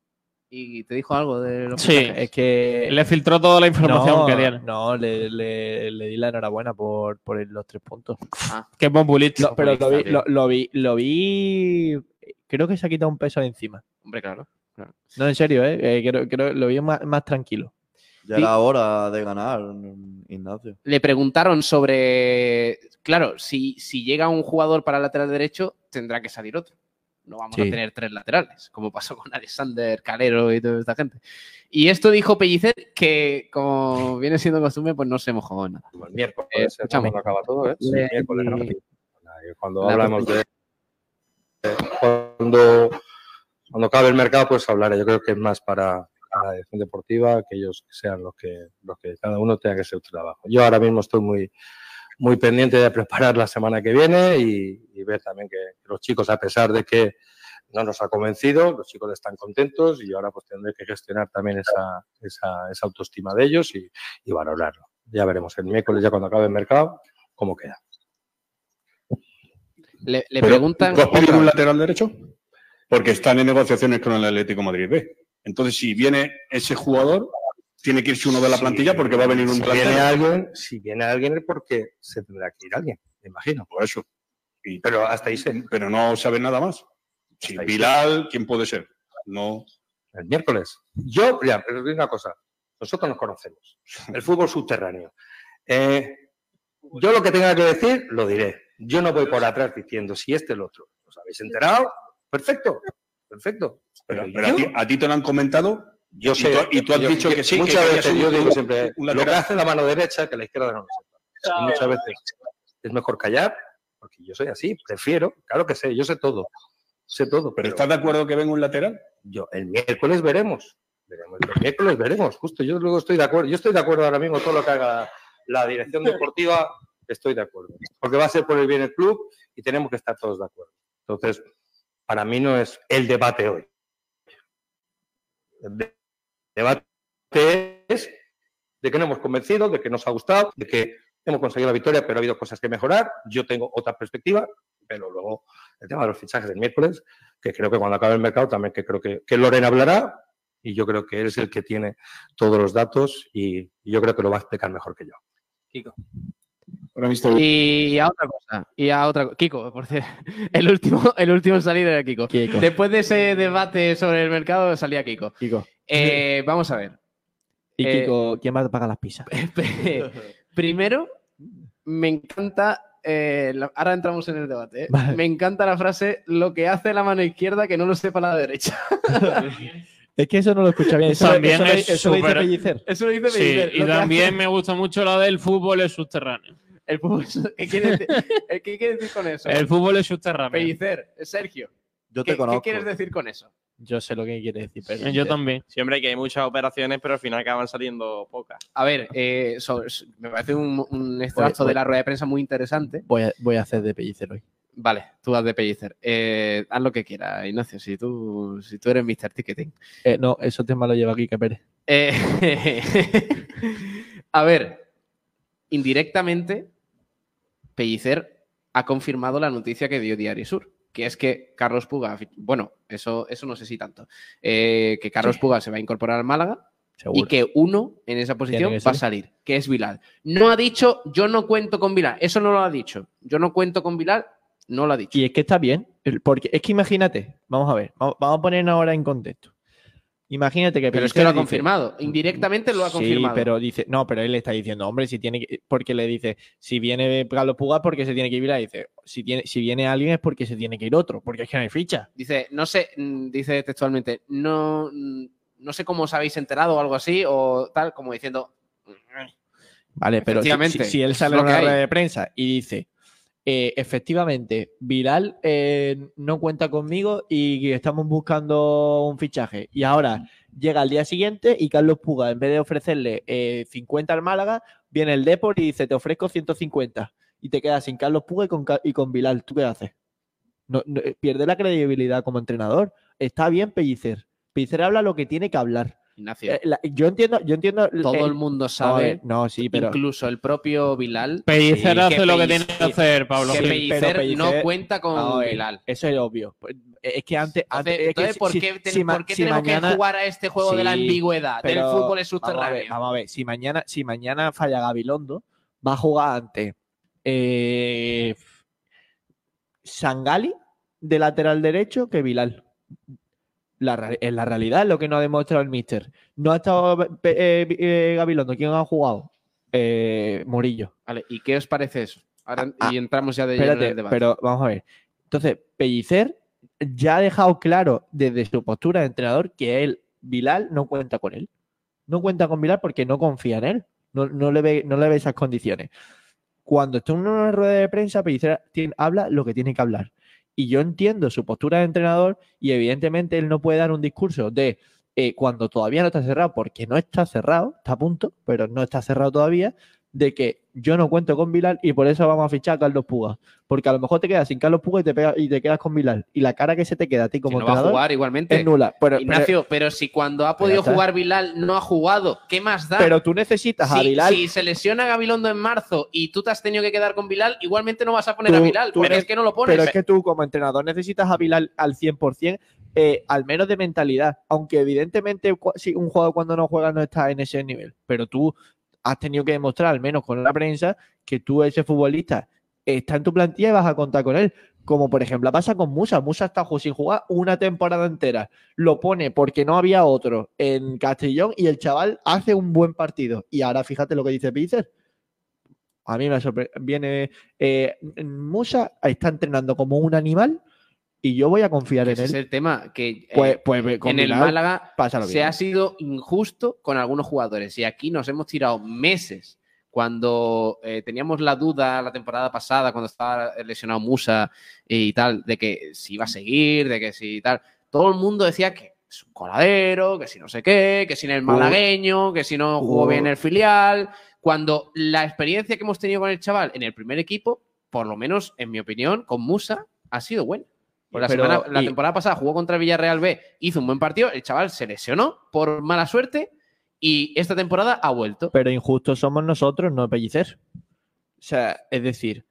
Speaker 8: y te dijo algo de los
Speaker 9: Sí,
Speaker 8: fichajes.
Speaker 4: Es que.
Speaker 9: Le filtró toda la información
Speaker 4: no,
Speaker 9: que tiene.
Speaker 4: No, le, le- le di la enhorabuena por, por los tres puntos.
Speaker 8: Ah,
Speaker 9: Qué populista.
Speaker 4: No, pero lo vi,
Speaker 9: Populista,
Speaker 4: lo, lo vi, lo vi. Creo que se ha quitado un peso de encima.
Speaker 8: hombre, claro. claro.
Speaker 4: No, en serio, ¿eh? Eh, creo, creo- lo vi más, más tranquilo.
Speaker 11: Ya
Speaker 8: Di-
Speaker 11: era hora de ganar, Ignacio.
Speaker 8: Le preguntaron sobre, claro, si, si llega un jugador para lateral derecho, tendrá que salir otro. No vamos a
Speaker 4: Sí.
Speaker 8: tener tres laterales, como pasó con Alexander Calero y toda esta gente. Y esto dijo Pellicer que, como viene siendo costumbre, pues no se mojó en nada.
Speaker 14: El miércoles
Speaker 8: Eh,
Speaker 14: es
Speaker 8: escúchame.
Speaker 14: cuando acaba todo, ¿eh? Sí,
Speaker 8: Le-
Speaker 14: el miércoles rápido. Cuando
Speaker 8: La
Speaker 14: hablamos de. de Cuando, cuando acabe el mercado, pues hablaré. Yo creo que es más para, para la dirección deportiva, que ellos sean los que, los que cada uno tenga que hacer su trabajo. Yo ahora mismo estoy muy, muy pendiente de preparar la semana que viene y, y ver también que, los chicos, a pesar de que no nos ha convencido, los chicos están contentos y ahora pues tendré que gestionar también esa, esa, esa autoestima de ellos y, y valorarlo. Ya veremos el miércoles, ya cuando acabe el mercado, cómo queda.
Speaker 8: Le, le
Speaker 15: Pero,
Speaker 8: preguntan.
Speaker 15: ¿Tú has pedido un lateral derecho? Porque están en negociaciones con el Atlético Madrid B. Entonces, si viene ese jugador, tiene que irse uno de la
Speaker 14: Sí,
Speaker 15: plantilla porque va a venir un
Speaker 14: si
Speaker 15: delantero.
Speaker 14: viene alguien, Si viene alguien es porque se tendrá que ir alguien, me imagino.
Speaker 15: Por eso. Y-
Speaker 14: pero hasta ahí se.
Speaker 15: Pero no sabe nada más. Si
Speaker 14: ahí
Speaker 15: Bilal, ¿quién puede ser? No.
Speaker 14: El miércoles. Yo, ya, pero digo una cosa. Nosotros nos conocemos. El fútbol subterráneo. Eh, yo lo que tenga que decir, lo diré. Yo no voy por atrás diciendo si este el otro. ¿Os habéis enterado? Perfecto. Perfecto.
Speaker 15: Pero, pero a, ti, a ti te lo han comentado.
Speaker 14: Yo sé.
Speaker 15: Y tú, y tú has
Speaker 14: yo-
Speaker 15: dicho
Speaker 14: yo-
Speaker 15: que sí. que
Speaker 14: Muchas
Speaker 15: querías
Speaker 14: veces
Speaker 15: un-
Speaker 14: yo digo siempre,
Speaker 15: un
Speaker 14: lo que
Speaker 15: lateral.
Speaker 14: hace la mano derecha que la izquierda no lo sepa. Y muchas veces es mejor callar, porque yo soy así, prefiero, claro que sé, yo sé todo. Sé todo.
Speaker 15: ¿Pero estás de acuerdo que venga un lateral?
Speaker 14: Yo, el miércoles veremos. veremos el miércoles veremos, justo. Yo luego estoy de acuerdo. Yo estoy de acuerdo ahora mismo todo lo que haga la dirección deportiva, estoy de acuerdo. Porque va a ser por el bien del club y tenemos que estar todos de acuerdo. Entonces, para mí no es el debate hoy. El de- debate es de que no hemos convencido, de que nos ha gustado, de que hemos conseguido la victoria, pero ha habido cosas que mejorar. Yo tengo otra perspectiva, pero luego el tema de los fichajes del miércoles, que creo que cuando acabe el mercado también que creo que, que Loren hablará y yo creo que él es el que tiene todos los datos y, y yo creo que lo va a explicar mejor que yo.
Speaker 8: Y a otra cosa, y a otra co- Kiko, por cierto, [LAUGHS] el último, el último en salir era Kiko. Después de ese debate sobre el mercado salía Kiko.
Speaker 4: Kiko.
Speaker 8: Eh, vamos a ver.
Speaker 4: Y
Speaker 8: Eh,
Speaker 4: Kiko, ¿quién va a pagar las pizzas?
Speaker 8: [LAUGHS] Primero, me encanta. eh, la- ahora entramos en el debate. ¿eh? Me encanta la frase: lo que hace la mano izquierda que no lo sepa la derecha. [LAUGHS]
Speaker 4: Es que eso no lo escucha bien. Eso,
Speaker 9: También
Speaker 4: eso lo-
Speaker 9: es
Speaker 4: eso lo dice
Speaker 9: súper-
Speaker 4: Pellicer.
Speaker 8: Eso lo dice
Speaker 9: Sí,
Speaker 8: Pellicer,
Speaker 9: y
Speaker 8: lo que
Speaker 9: también
Speaker 8: hace-
Speaker 9: me gusta mucho la del fútbol es subterráneo.
Speaker 8: El fútbol, ¿Qué quiere decir, eh, ¿qué quiere decir con eso?
Speaker 9: el fútbol es subterráneo.
Speaker 8: Pellicer, Sergio.
Speaker 11: Yo
Speaker 8: ¿qué- ¿Qué quieres decir con eso?
Speaker 4: Yo sé lo que quiere decir Pellicer.
Speaker 9: Yo también.
Speaker 10: Siempre que hay muchas operaciones, pero al final acaban saliendo pocas.
Speaker 8: A ver, eh, so- so- me parece un, un extracto
Speaker 4: voy-
Speaker 8: de la rueda de prensa muy interesante.
Speaker 4: Voy a, voy a hacer de Pellicer hoy.
Speaker 8: Vale, tú haz de Pellicer. Eh, haz lo que quieras, Ignacio, si tú, si tú eres Mr. Ticketing.
Speaker 4: Eh, no, eso tema lo lleva Kike Pérez.
Speaker 8: Eh, [LAUGHS] a ver, indirectamente, Pellicer ha confirmado la noticia que dio Diario Sur, que es que Carlos Puga, bueno, eso, eso no sé si tanto, eh, que Carlos Puga se va a incorporar al Málaga
Speaker 4: Seguro.
Speaker 8: y que uno en esa
Speaker 4: Tiene
Speaker 8: posición
Speaker 4: que
Speaker 8: va a salir, que es Vilal. No ha dicho, yo no cuento con Vilal, eso no lo ha dicho, yo no cuento con Vilal, no lo ha dicho.
Speaker 4: Y es que está bien, el- porque es que imagínate, vamos a ver, vamos, vamos a ponernos ahora en contexto. Imagínate que
Speaker 8: Pero es que lo ha
Speaker 4: dice-
Speaker 8: confirmado, indirectamente lo ha confirmado.
Speaker 4: Sí, pero dice, no, pero él le está diciendo, hombre, si tiene que, porque le dice, si viene Carlos Pugas porque se tiene que ir, Vilal. dice, si tiene, si viene alguien es porque se tiene que ir otro, porque es que no hay ficha.
Speaker 8: Dice, no sé, mm, dice textualmente, no, mm, no sé cómo os habéis enterado o algo así, o tal, como diciendo, "Mm,
Speaker 4: Vale, pero si- si,
Speaker 8: Efectivamente,
Speaker 4: si él
Speaker 8: es
Speaker 4: sale
Speaker 8: lo
Speaker 4: a una
Speaker 8: que hay.
Speaker 4: rueda de prensa y dice, eh, efectivamente, Viral eh, no cuenta conmigo y estamos buscando un fichaje. Y ahora llega al día siguiente y Carlos Puga, en vez de ofrecerle eh, 50 al Málaga, viene el Depor y dice, te ofrezco 150. Y te quedas sin Carlos Puga y con, Ca- y con Viral. ¿Tú qué haces? No, no, eh, pierde la credibilidad como entrenador. Está bien Pellicer. Pellicer habla lo que tiene que hablar.
Speaker 8: Ignacio.
Speaker 4: Eh, la- yo entiendo, yo entiendo.
Speaker 8: Todo el mundo sabe,
Speaker 4: No, sí, pero.
Speaker 8: incluso el propio Bilal.
Speaker 4: Pellicer
Speaker 8: sí,
Speaker 4: hace
Speaker 8: que
Speaker 4: lo que
Speaker 8: Pellicer-
Speaker 4: tiene que hacer, Pablo
Speaker 8: Que
Speaker 4: Gil.
Speaker 8: Pellicer
Speaker 4: Pero Pellicer-
Speaker 8: no cuenta con
Speaker 4: No, eh,
Speaker 8: Bilal.
Speaker 4: Eso es obvio. Pues, eh, Es que antes. antes- es que
Speaker 8: Entonces,
Speaker 4: si-
Speaker 8: ¿por
Speaker 4: si-
Speaker 8: qué, ten-
Speaker 4: si ma-
Speaker 8: por qué
Speaker 4: si
Speaker 8: tenemos
Speaker 4: mañana-
Speaker 8: que jugar a este juego de la
Speaker 4: Sí,
Speaker 8: ambigüedad, del
Speaker 4: pero
Speaker 8: fútbol
Speaker 4: Vamos a ver,
Speaker 8: subterráneo?
Speaker 4: vamos a ver, Si mañana, si mañana falla Gabilondo, va a jugar ante eh, Sangali de lateral derecho que Vilal. La, ra- en la realidad es lo que nos ha demostrado el míster. No ha estado eh, eh, Gabilondo. ¿Quién ha jugado? Eh, Murillo.
Speaker 8: Vale, ¿y qué os parece eso? Ahora- y entramos ya de lleno en
Speaker 4: Ah, Espérate,
Speaker 8: el debate.
Speaker 4: pero vamos a ver. Entonces, Pellicer ya ha dejado claro desde su postura de entrenador que él, Vilal, no cuenta con él. No cuenta con Vilal porque no confía en él. No, no le, ve, no le ve esas condiciones. Cuando está en una rueda de prensa, Pellicer tiene- habla lo que tiene que hablar. Y yo entiendo su postura de entrenador y evidentemente él no puede dar un discurso de eh, cuando todavía no está cerrado, porque no está cerrado, está a punto, pero no está cerrado todavía, de que yo no cuento con Vilal y por eso vamos a fichar a Carlos Puga. Porque a lo mejor te quedas sin Carlos Puga y te, pega- y te quedas con Vilal. Y la cara que se te queda a ti como
Speaker 8: no va a
Speaker 4: entrenador
Speaker 8: jugar igualmente.
Speaker 4: es nula. Pero,
Speaker 8: Ignacio, pero, si cuando ha podido
Speaker 4: está.
Speaker 8: jugar Bilal no ha jugado, ¿qué más da?
Speaker 4: pero, pero tú necesitas a
Speaker 8: si,
Speaker 4: Vilal.
Speaker 8: si se lesiona Gabilondo en marzo y tú te has tenido que quedar con Bilal, igualmente no vas a poner a
Speaker 4: Tú-
Speaker 8: Bilal,
Speaker 4: tú
Speaker 8: porque
Speaker 4: ne-
Speaker 8: es que no lo pones.
Speaker 4: Pero es que tú, como entrenador, necesitas a Vilal al 100%, eh, al menos de mentalidad. Aunque, evidentemente, cua- si un jugador cuando no juega no está en ese nivel. Pero tú has tenido que demostrar, al menos con la prensa, que tú, ese futbolista, está en tu plantilla y vas a contar con él. Como por ejemplo pasa con Musa. Musa está ju- sin jugar una temporada entera. Lo pone porque no había otro en Castellón y el chaval hace un buen partido. Y ahora fíjate lo que dice Pizzer. A mí me sorprende. Viene eh, Musa, está entrenando como un animal y yo voy a confiar en
Speaker 8: Pues Ese es
Speaker 4: él.
Speaker 8: el tema que eh,
Speaker 4: Pues, pues con
Speaker 8: en el
Speaker 4: Bilal
Speaker 8: Málaga
Speaker 4: pasa lo
Speaker 8: se
Speaker 4: mismo.
Speaker 8: ha sido injusto con algunos jugadores y aquí nos hemos tirado meses cuando eh, teníamos la duda la temporada pasada cuando estaba lesionado Musa y tal de que si iba a seguir de que si tal todo el mundo decía que es un coladero que si no sé qué que si en el malagueño que si no jugó
Speaker 4: Uh.
Speaker 8: bien en el filial cuando la experiencia que hemos tenido con el chaval en el primer equipo por lo menos en mi opinión con Musa ha sido buena pues la,
Speaker 4: Pero-
Speaker 8: semana- la
Speaker 4: y-
Speaker 8: temporada pasada jugó contra el Villarreal B, hizo un buen partido, el chaval se lesionó por mala suerte y esta temporada ha vuelto.
Speaker 4: Pero injustos somos nosotros, no Pellicer. O sea, es decir,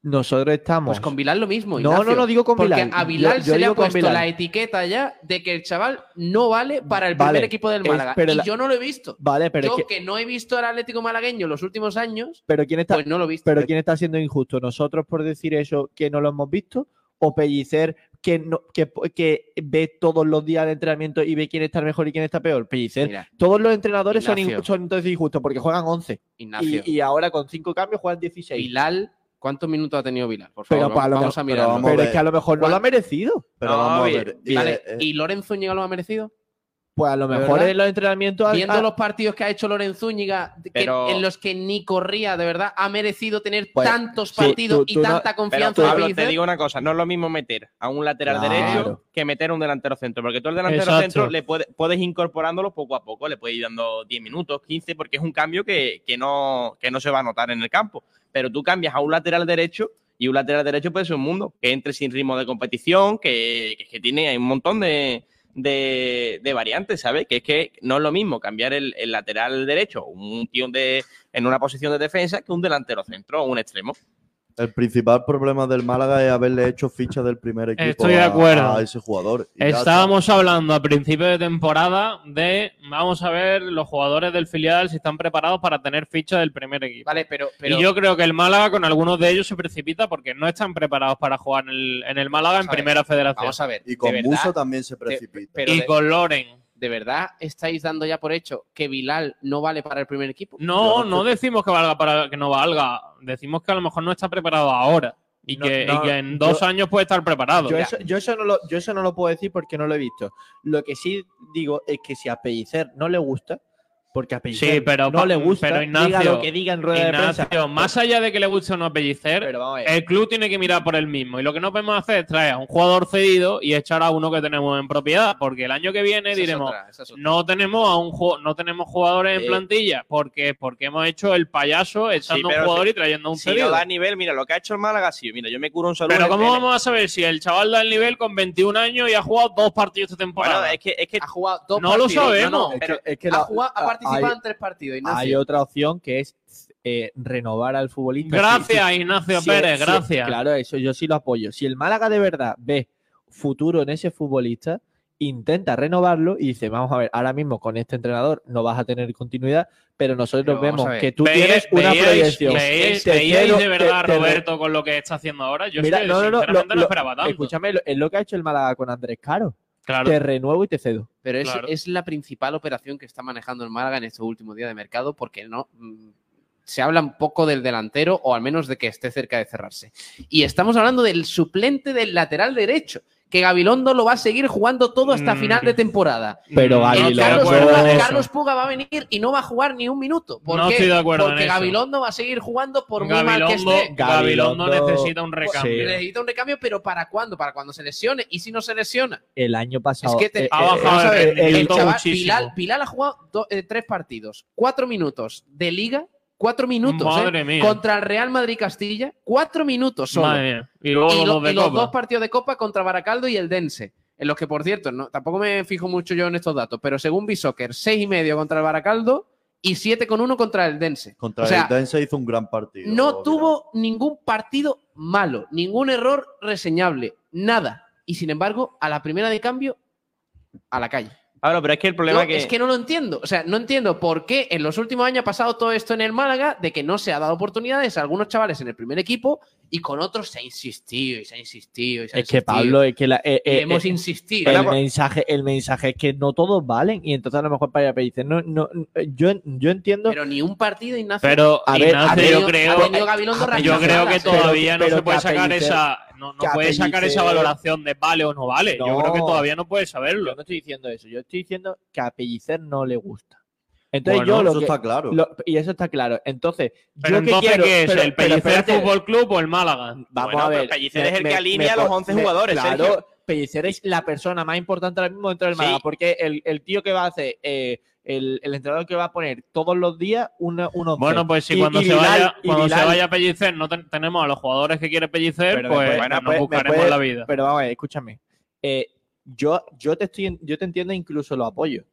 Speaker 4: nosotros estamos.
Speaker 8: Pues con Vilal lo mismo.
Speaker 4: No,
Speaker 8: Ignacio,
Speaker 4: no, no digo con
Speaker 8: porque
Speaker 4: Bilal.
Speaker 8: a Vilal
Speaker 4: Yo- yo
Speaker 8: se le ha
Speaker 4: digo con
Speaker 8: puesto
Speaker 4: Bilal.
Speaker 8: la etiqueta ya de que el chaval no vale para el
Speaker 4: Vale,
Speaker 8: primer equipo del
Speaker 4: es-
Speaker 8: Málaga.
Speaker 4: pero
Speaker 8: y
Speaker 4: la-
Speaker 8: yo no lo he visto.
Speaker 4: Vale, pero
Speaker 8: yo
Speaker 4: es
Speaker 8: que...
Speaker 4: que-
Speaker 8: no he visto al Atlético malagueño en los últimos años,
Speaker 4: Pero quién está,
Speaker 8: pues no lo he visto.
Speaker 4: pero quién está siendo injusto, nosotros por decir eso que no lo hemos visto o Pellicer que no que, que ve todos los días de entrenamiento y ve quién está mejor y quién está peor. Pellicer,
Speaker 8: Mira.
Speaker 4: todos los entrenadores son,
Speaker 8: Ignacio.
Speaker 4: injustos, son entonces injustos porque juegan 11
Speaker 8: Ignacio.
Speaker 4: Y, y ahora con cinco cambios juegan 16.
Speaker 8: Vilal, ¿cuántos minutos ha tenido Vilal? Por favor,
Speaker 4: pero, pa- a lo
Speaker 8: vamos a
Speaker 4: mejor-
Speaker 8: mirarlo.
Speaker 4: pero es que a lo mejor no lo ha merecido.
Speaker 8: No, bien, vale. ¿Y Lorenzo Zúñiga lo ha merecido?
Speaker 4: Pues a lo
Speaker 8: ¿De
Speaker 4: mejor
Speaker 8: verdad?
Speaker 4: en los entrenamientos. ha-
Speaker 8: Viendo
Speaker 4: ha-
Speaker 8: los partidos que ha hecho Lorenzo Zúñiga, que-
Speaker 4: Pero-
Speaker 8: en los que ni corría, de verdad, ha merecido tener
Speaker 4: Pues,
Speaker 8: tantos
Speaker 4: tú-
Speaker 8: partidos
Speaker 4: tú-
Speaker 8: y
Speaker 4: tú no-
Speaker 8: tanta
Speaker 10: Pero
Speaker 8: confianza ¿eh? en
Speaker 10: Pablo,
Speaker 8: Pellicer.
Speaker 10: te digo una cosa, no es lo mismo meter a un lateral
Speaker 4: Claro.
Speaker 10: derecho que meter a un delantero centro, porque tú al delantero
Speaker 4: Exacto.
Speaker 10: centro le puedes, puedes incorporándolo poco a poco, le puedes ir dando 10 minutos, 15, porque es un cambio que, que no, que no se va a notar en el campo. Pero tú cambias a un lateral derecho y un lateral derecho puede ser un mundo, que entre sin ritmo de competición, que, que- que tiene hay un montón de, de, de variantes, ¿sabes? Que es que no es lo mismo cambiar el, el lateral derecho, un tío de, en una posición de defensa, que un delantero centro o un extremo.
Speaker 11: El principal problema del Málaga es haberle hecho ficha del primer equipo
Speaker 9: Estoy de
Speaker 11: a-
Speaker 9: acuerdo.
Speaker 11: a ese jugador. Y ya está.
Speaker 9: Estábamos hablando a principio de temporada de vamos a ver los jugadores del filial si están preparados para tener ficha del primer equipo.
Speaker 8: Vale, pero, pero-
Speaker 9: y yo creo que el Málaga con algunos de ellos se precipita porque no están preparados para jugar en el, en el Málaga en
Speaker 8: a ver,
Speaker 9: primera federación.
Speaker 8: vamos a ver,
Speaker 11: Y con
Speaker 8: de verdad,
Speaker 11: Musa también se
Speaker 8: de-
Speaker 11: precipita.
Speaker 8: pero
Speaker 9: y
Speaker 8: de-
Speaker 9: con Loren.
Speaker 8: ¿De verdad estáis dando ya por hecho que Vilal no vale para el primer equipo?
Speaker 9: No, no decimos que valga para que no valga. Decimos que a lo mejor no está preparado ahora. Y,
Speaker 4: No,
Speaker 9: que, y
Speaker 4: no,
Speaker 9: que en dos
Speaker 4: yo-
Speaker 9: años puede estar preparado.
Speaker 4: Yo eso, yo eso no lo, yo eso no lo puedo decir porque no lo he visto. Lo que sí digo es que si a Pellicer no le gusta, porque a Pellicer
Speaker 9: Sí, pero
Speaker 4: no le gusta,
Speaker 9: pero Ignacio,
Speaker 4: diga lo que diga en rueda
Speaker 9: Ignacio,
Speaker 4: de prensa.
Speaker 9: más allá de que le guste o no a Pellicer, el club tiene que mirar por él mismo. Y lo que no podemos hacer es traer a un jugador cedido y echar a uno que tenemos en propiedad, porque el año que viene
Speaker 8: Esa es
Speaker 9: diremos
Speaker 8: otra, esa es otra.
Speaker 9: no tenemos a un ju- no tenemos jugadores
Speaker 4: Eh,
Speaker 10: Sí.
Speaker 9: en plantilla, porque porque hemos hecho el payaso echando
Speaker 10: pero
Speaker 9: un jugador
Speaker 10: si-
Speaker 9: y trayendo un
Speaker 10: si
Speaker 9: cedido.
Speaker 10: no da nivel, mira, lo que ha hecho el Málaga, sí, mira, yo me curo un saludo.
Speaker 9: Pero ¿cómo
Speaker 10: en-
Speaker 9: vamos a saber si el chaval da el nivel con 21 años y ha jugado dos partidos esta temporada?
Speaker 10: Bueno, es que, es que
Speaker 8: ha jugado dos
Speaker 9: no
Speaker 8: partidos.
Speaker 9: lo sabemos.
Speaker 8: No, no, pero
Speaker 4: es que
Speaker 8: ha,
Speaker 4: la-
Speaker 8: jugado- ha
Speaker 4: la-
Speaker 8: participado
Speaker 4: hay-
Speaker 8: en tres partidos,
Speaker 4: Hay
Speaker 8: Ignacio.
Speaker 4: otra opción que es eh, renovar al futbolista.
Speaker 9: Gracias, Ignacio Pérez, gracias.
Speaker 4: Claro, eso yo sí lo apoyo. Si el Málaga de verdad ve futuro en ese futbolista, intenta renovarlo y dice, vamos a ver, ahora mismo con este entrenador no vas a tener continuidad, pero nosotros
Speaker 9: Vamos a
Speaker 4: vemos
Speaker 9: ver.
Speaker 4: que tú
Speaker 9: Veíais-
Speaker 4: tienes una
Speaker 9: veíais-
Speaker 4: proyección.
Speaker 9: ¿Veíais,
Speaker 4: Te
Speaker 9: veíais
Speaker 4: quiero-
Speaker 9: de verdad
Speaker 4: te- te-
Speaker 9: Roberto con lo que está haciendo ahora? Yo es
Speaker 4: Mira,
Speaker 9: que,
Speaker 4: no, no, no,
Speaker 9: sinceramente
Speaker 4: lo-
Speaker 9: no
Speaker 4: lo-
Speaker 9: esperaba tanto.
Speaker 4: Escúchame, lo- es lo que ha hecho el Málaga con Andrés Caro.
Speaker 9: Claro.
Speaker 4: Te renuevo y te cedo.
Speaker 8: Pero es,
Speaker 4: Claro.
Speaker 8: es la principal operación que está manejando el Málaga en estos últimos días de mercado porque no mm, se habla un poco del delantero o al menos de que esté cerca de cerrarse. Y estamos hablando del suplente del lateral derecho, que Gabilondo lo va a seguir jugando todo
Speaker 9: Mm.
Speaker 8: hasta final de temporada.
Speaker 4: Pero
Speaker 8: El
Speaker 4: Gabilondo-
Speaker 8: Carlos,
Speaker 4: No,
Speaker 8: Puga,
Speaker 4: eso.
Speaker 8: Carlos Puga va a venir y no va a jugar ni un minuto. ¿Por
Speaker 9: No
Speaker 8: qué?
Speaker 9: estoy de acuerdo en
Speaker 8: Porque
Speaker 9: eso.
Speaker 8: Gabilondo va a seguir jugando por muy mal que
Speaker 9: Gabilondo,
Speaker 8: esté. Pues,
Speaker 9: Gabilondo
Speaker 4: Gabilondo-
Speaker 9: necesita un recambio.
Speaker 8: Necesita un recambio, pero ¿para cuándo? ¿Para cuando se lesione? ¿Y si no se lesiona?
Speaker 4: El año
Speaker 8: Es
Speaker 4: pasado.
Speaker 8: que te-
Speaker 4: eh,
Speaker 8: ha
Speaker 4: eh,
Speaker 8: bajado el
Speaker 4: eh, eh,
Speaker 8: rendimiento
Speaker 4: el
Speaker 8: chaval,
Speaker 4: muchísimo.
Speaker 8: Pilar, Pilar ha jugado do- eh, tres partidos, cuatro minutos de liga, cuatro minutos
Speaker 9: Madre
Speaker 8: eh,
Speaker 9: mía.
Speaker 8: contra el Real Madrid Castilla, cuatro minutos solo.
Speaker 9: Madre mía. Y luego los
Speaker 8: lo-
Speaker 9: dos de
Speaker 8: y los
Speaker 9: Copa.
Speaker 8: dos partidos de Copa contra Baracaldo y el Dense. En los que, por cierto, no, tampoco me fijo mucho yo en estos datos, pero según Bisoccer, seis y medio contra el Baracaldo y siete con uno contra el Dense.
Speaker 11: Contra
Speaker 8: o sea,
Speaker 11: el Dense hizo un gran partido.
Speaker 8: no tuvo ningún partido malo, ningún error reseñable, nada. Y sin embargo, a la primera de cambio, a la calle.
Speaker 10: Ahora, pero es que el problema
Speaker 8: Yo
Speaker 10: que...
Speaker 8: Es que no lo entiendo. O sea, no entiendo por qué en los últimos años ha pasado todo esto en el Málaga de que no se ha dado oportunidades a algunos chavales en el primer equipo y con otros se ha insistido y se ha insistido y se ha
Speaker 4: Es que
Speaker 8: insistido.
Speaker 4: Pablo, es que la, eh,
Speaker 8: Y
Speaker 4: eh,
Speaker 8: hemos
Speaker 4: eh,
Speaker 8: insistido.
Speaker 4: El
Speaker 8: Pero-
Speaker 4: mensaje, el mensaje es que no todos valen. Y entonces a lo mejor para allá no, no, eh, yo, yo entiendo.
Speaker 8: Pero ni un partido, Ignacio.
Speaker 9: Pero
Speaker 4: A ver,
Speaker 9: Ignacio,
Speaker 4: a ver,
Speaker 9: yo
Speaker 4: ha
Speaker 9: creo,
Speaker 4: venido Gabilondo
Speaker 9: yo creo que
Speaker 4: rascadas, ¿eh?
Speaker 9: todavía
Speaker 4: Pero-
Speaker 9: no se
Speaker 4: pero
Speaker 9: puede
Speaker 4: que
Speaker 9: sacar
Speaker 4: Pellicer-
Speaker 9: esa no, no
Speaker 4: que a
Speaker 9: puede sacar esa
Speaker 4: Pellicer-
Speaker 9: valoración de vale o no vale. Yo
Speaker 4: No.
Speaker 9: creo que todavía no puede saberlo.
Speaker 4: Yo no estoy diciendo eso. Yo estoy diciendo que a Pellicer no le gusta. Entonces
Speaker 9: Bueno,
Speaker 4: yo lo
Speaker 9: eso
Speaker 4: que-
Speaker 9: está claro.
Speaker 4: lo- y eso está claro. Entonces,
Speaker 9: Pero
Speaker 4: Este, yo que
Speaker 9: entonces,
Speaker 4: quiero,
Speaker 9: ¿qué es?
Speaker 4: pero-
Speaker 9: ¿El
Speaker 4: pero
Speaker 9: Pellicer
Speaker 4: espérate,
Speaker 9: Fútbol Club o el Málaga?
Speaker 4: Vamos
Speaker 9: Bueno,
Speaker 4: a
Speaker 9: pero
Speaker 4: ver.
Speaker 9: Pellicer
Speaker 4: me-
Speaker 9: es el
Speaker 4: me-
Speaker 9: que
Speaker 4: me
Speaker 9: alinea a
Speaker 4: po-
Speaker 9: los 11
Speaker 4: me-
Speaker 9: jugadores,
Speaker 4: Claro,
Speaker 9: Sergio.
Speaker 4: Pellicer es la persona más importante ahora mismo dentro del
Speaker 9: Sí.
Speaker 4: Málaga, porque el, el tío que va a hacer, eh, el, el entrenador que va a poner todos los días una, un once.
Speaker 9: Bueno, pues si
Speaker 4: Y-
Speaker 9: cuando,
Speaker 4: y
Speaker 9: se,
Speaker 4: Vidal-
Speaker 9: vaya,
Speaker 4: y
Speaker 9: cuando se
Speaker 4: Vidal-
Speaker 9: vaya Pellicer no ten- tenemos a los jugadores que quiere Pellicer,
Speaker 4: Pero me
Speaker 9: pues,
Speaker 4: puede-
Speaker 9: bueno,
Speaker 4: me
Speaker 9: nos
Speaker 4: puede- me
Speaker 9: buscaremos
Speaker 4: puede-
Speaker 9: la vida.
Speaker 4: Pero vamos a ver, escúchame. Eh, yo, yo, te estoy, en- yo te entiendo, e incluso lo apoyo.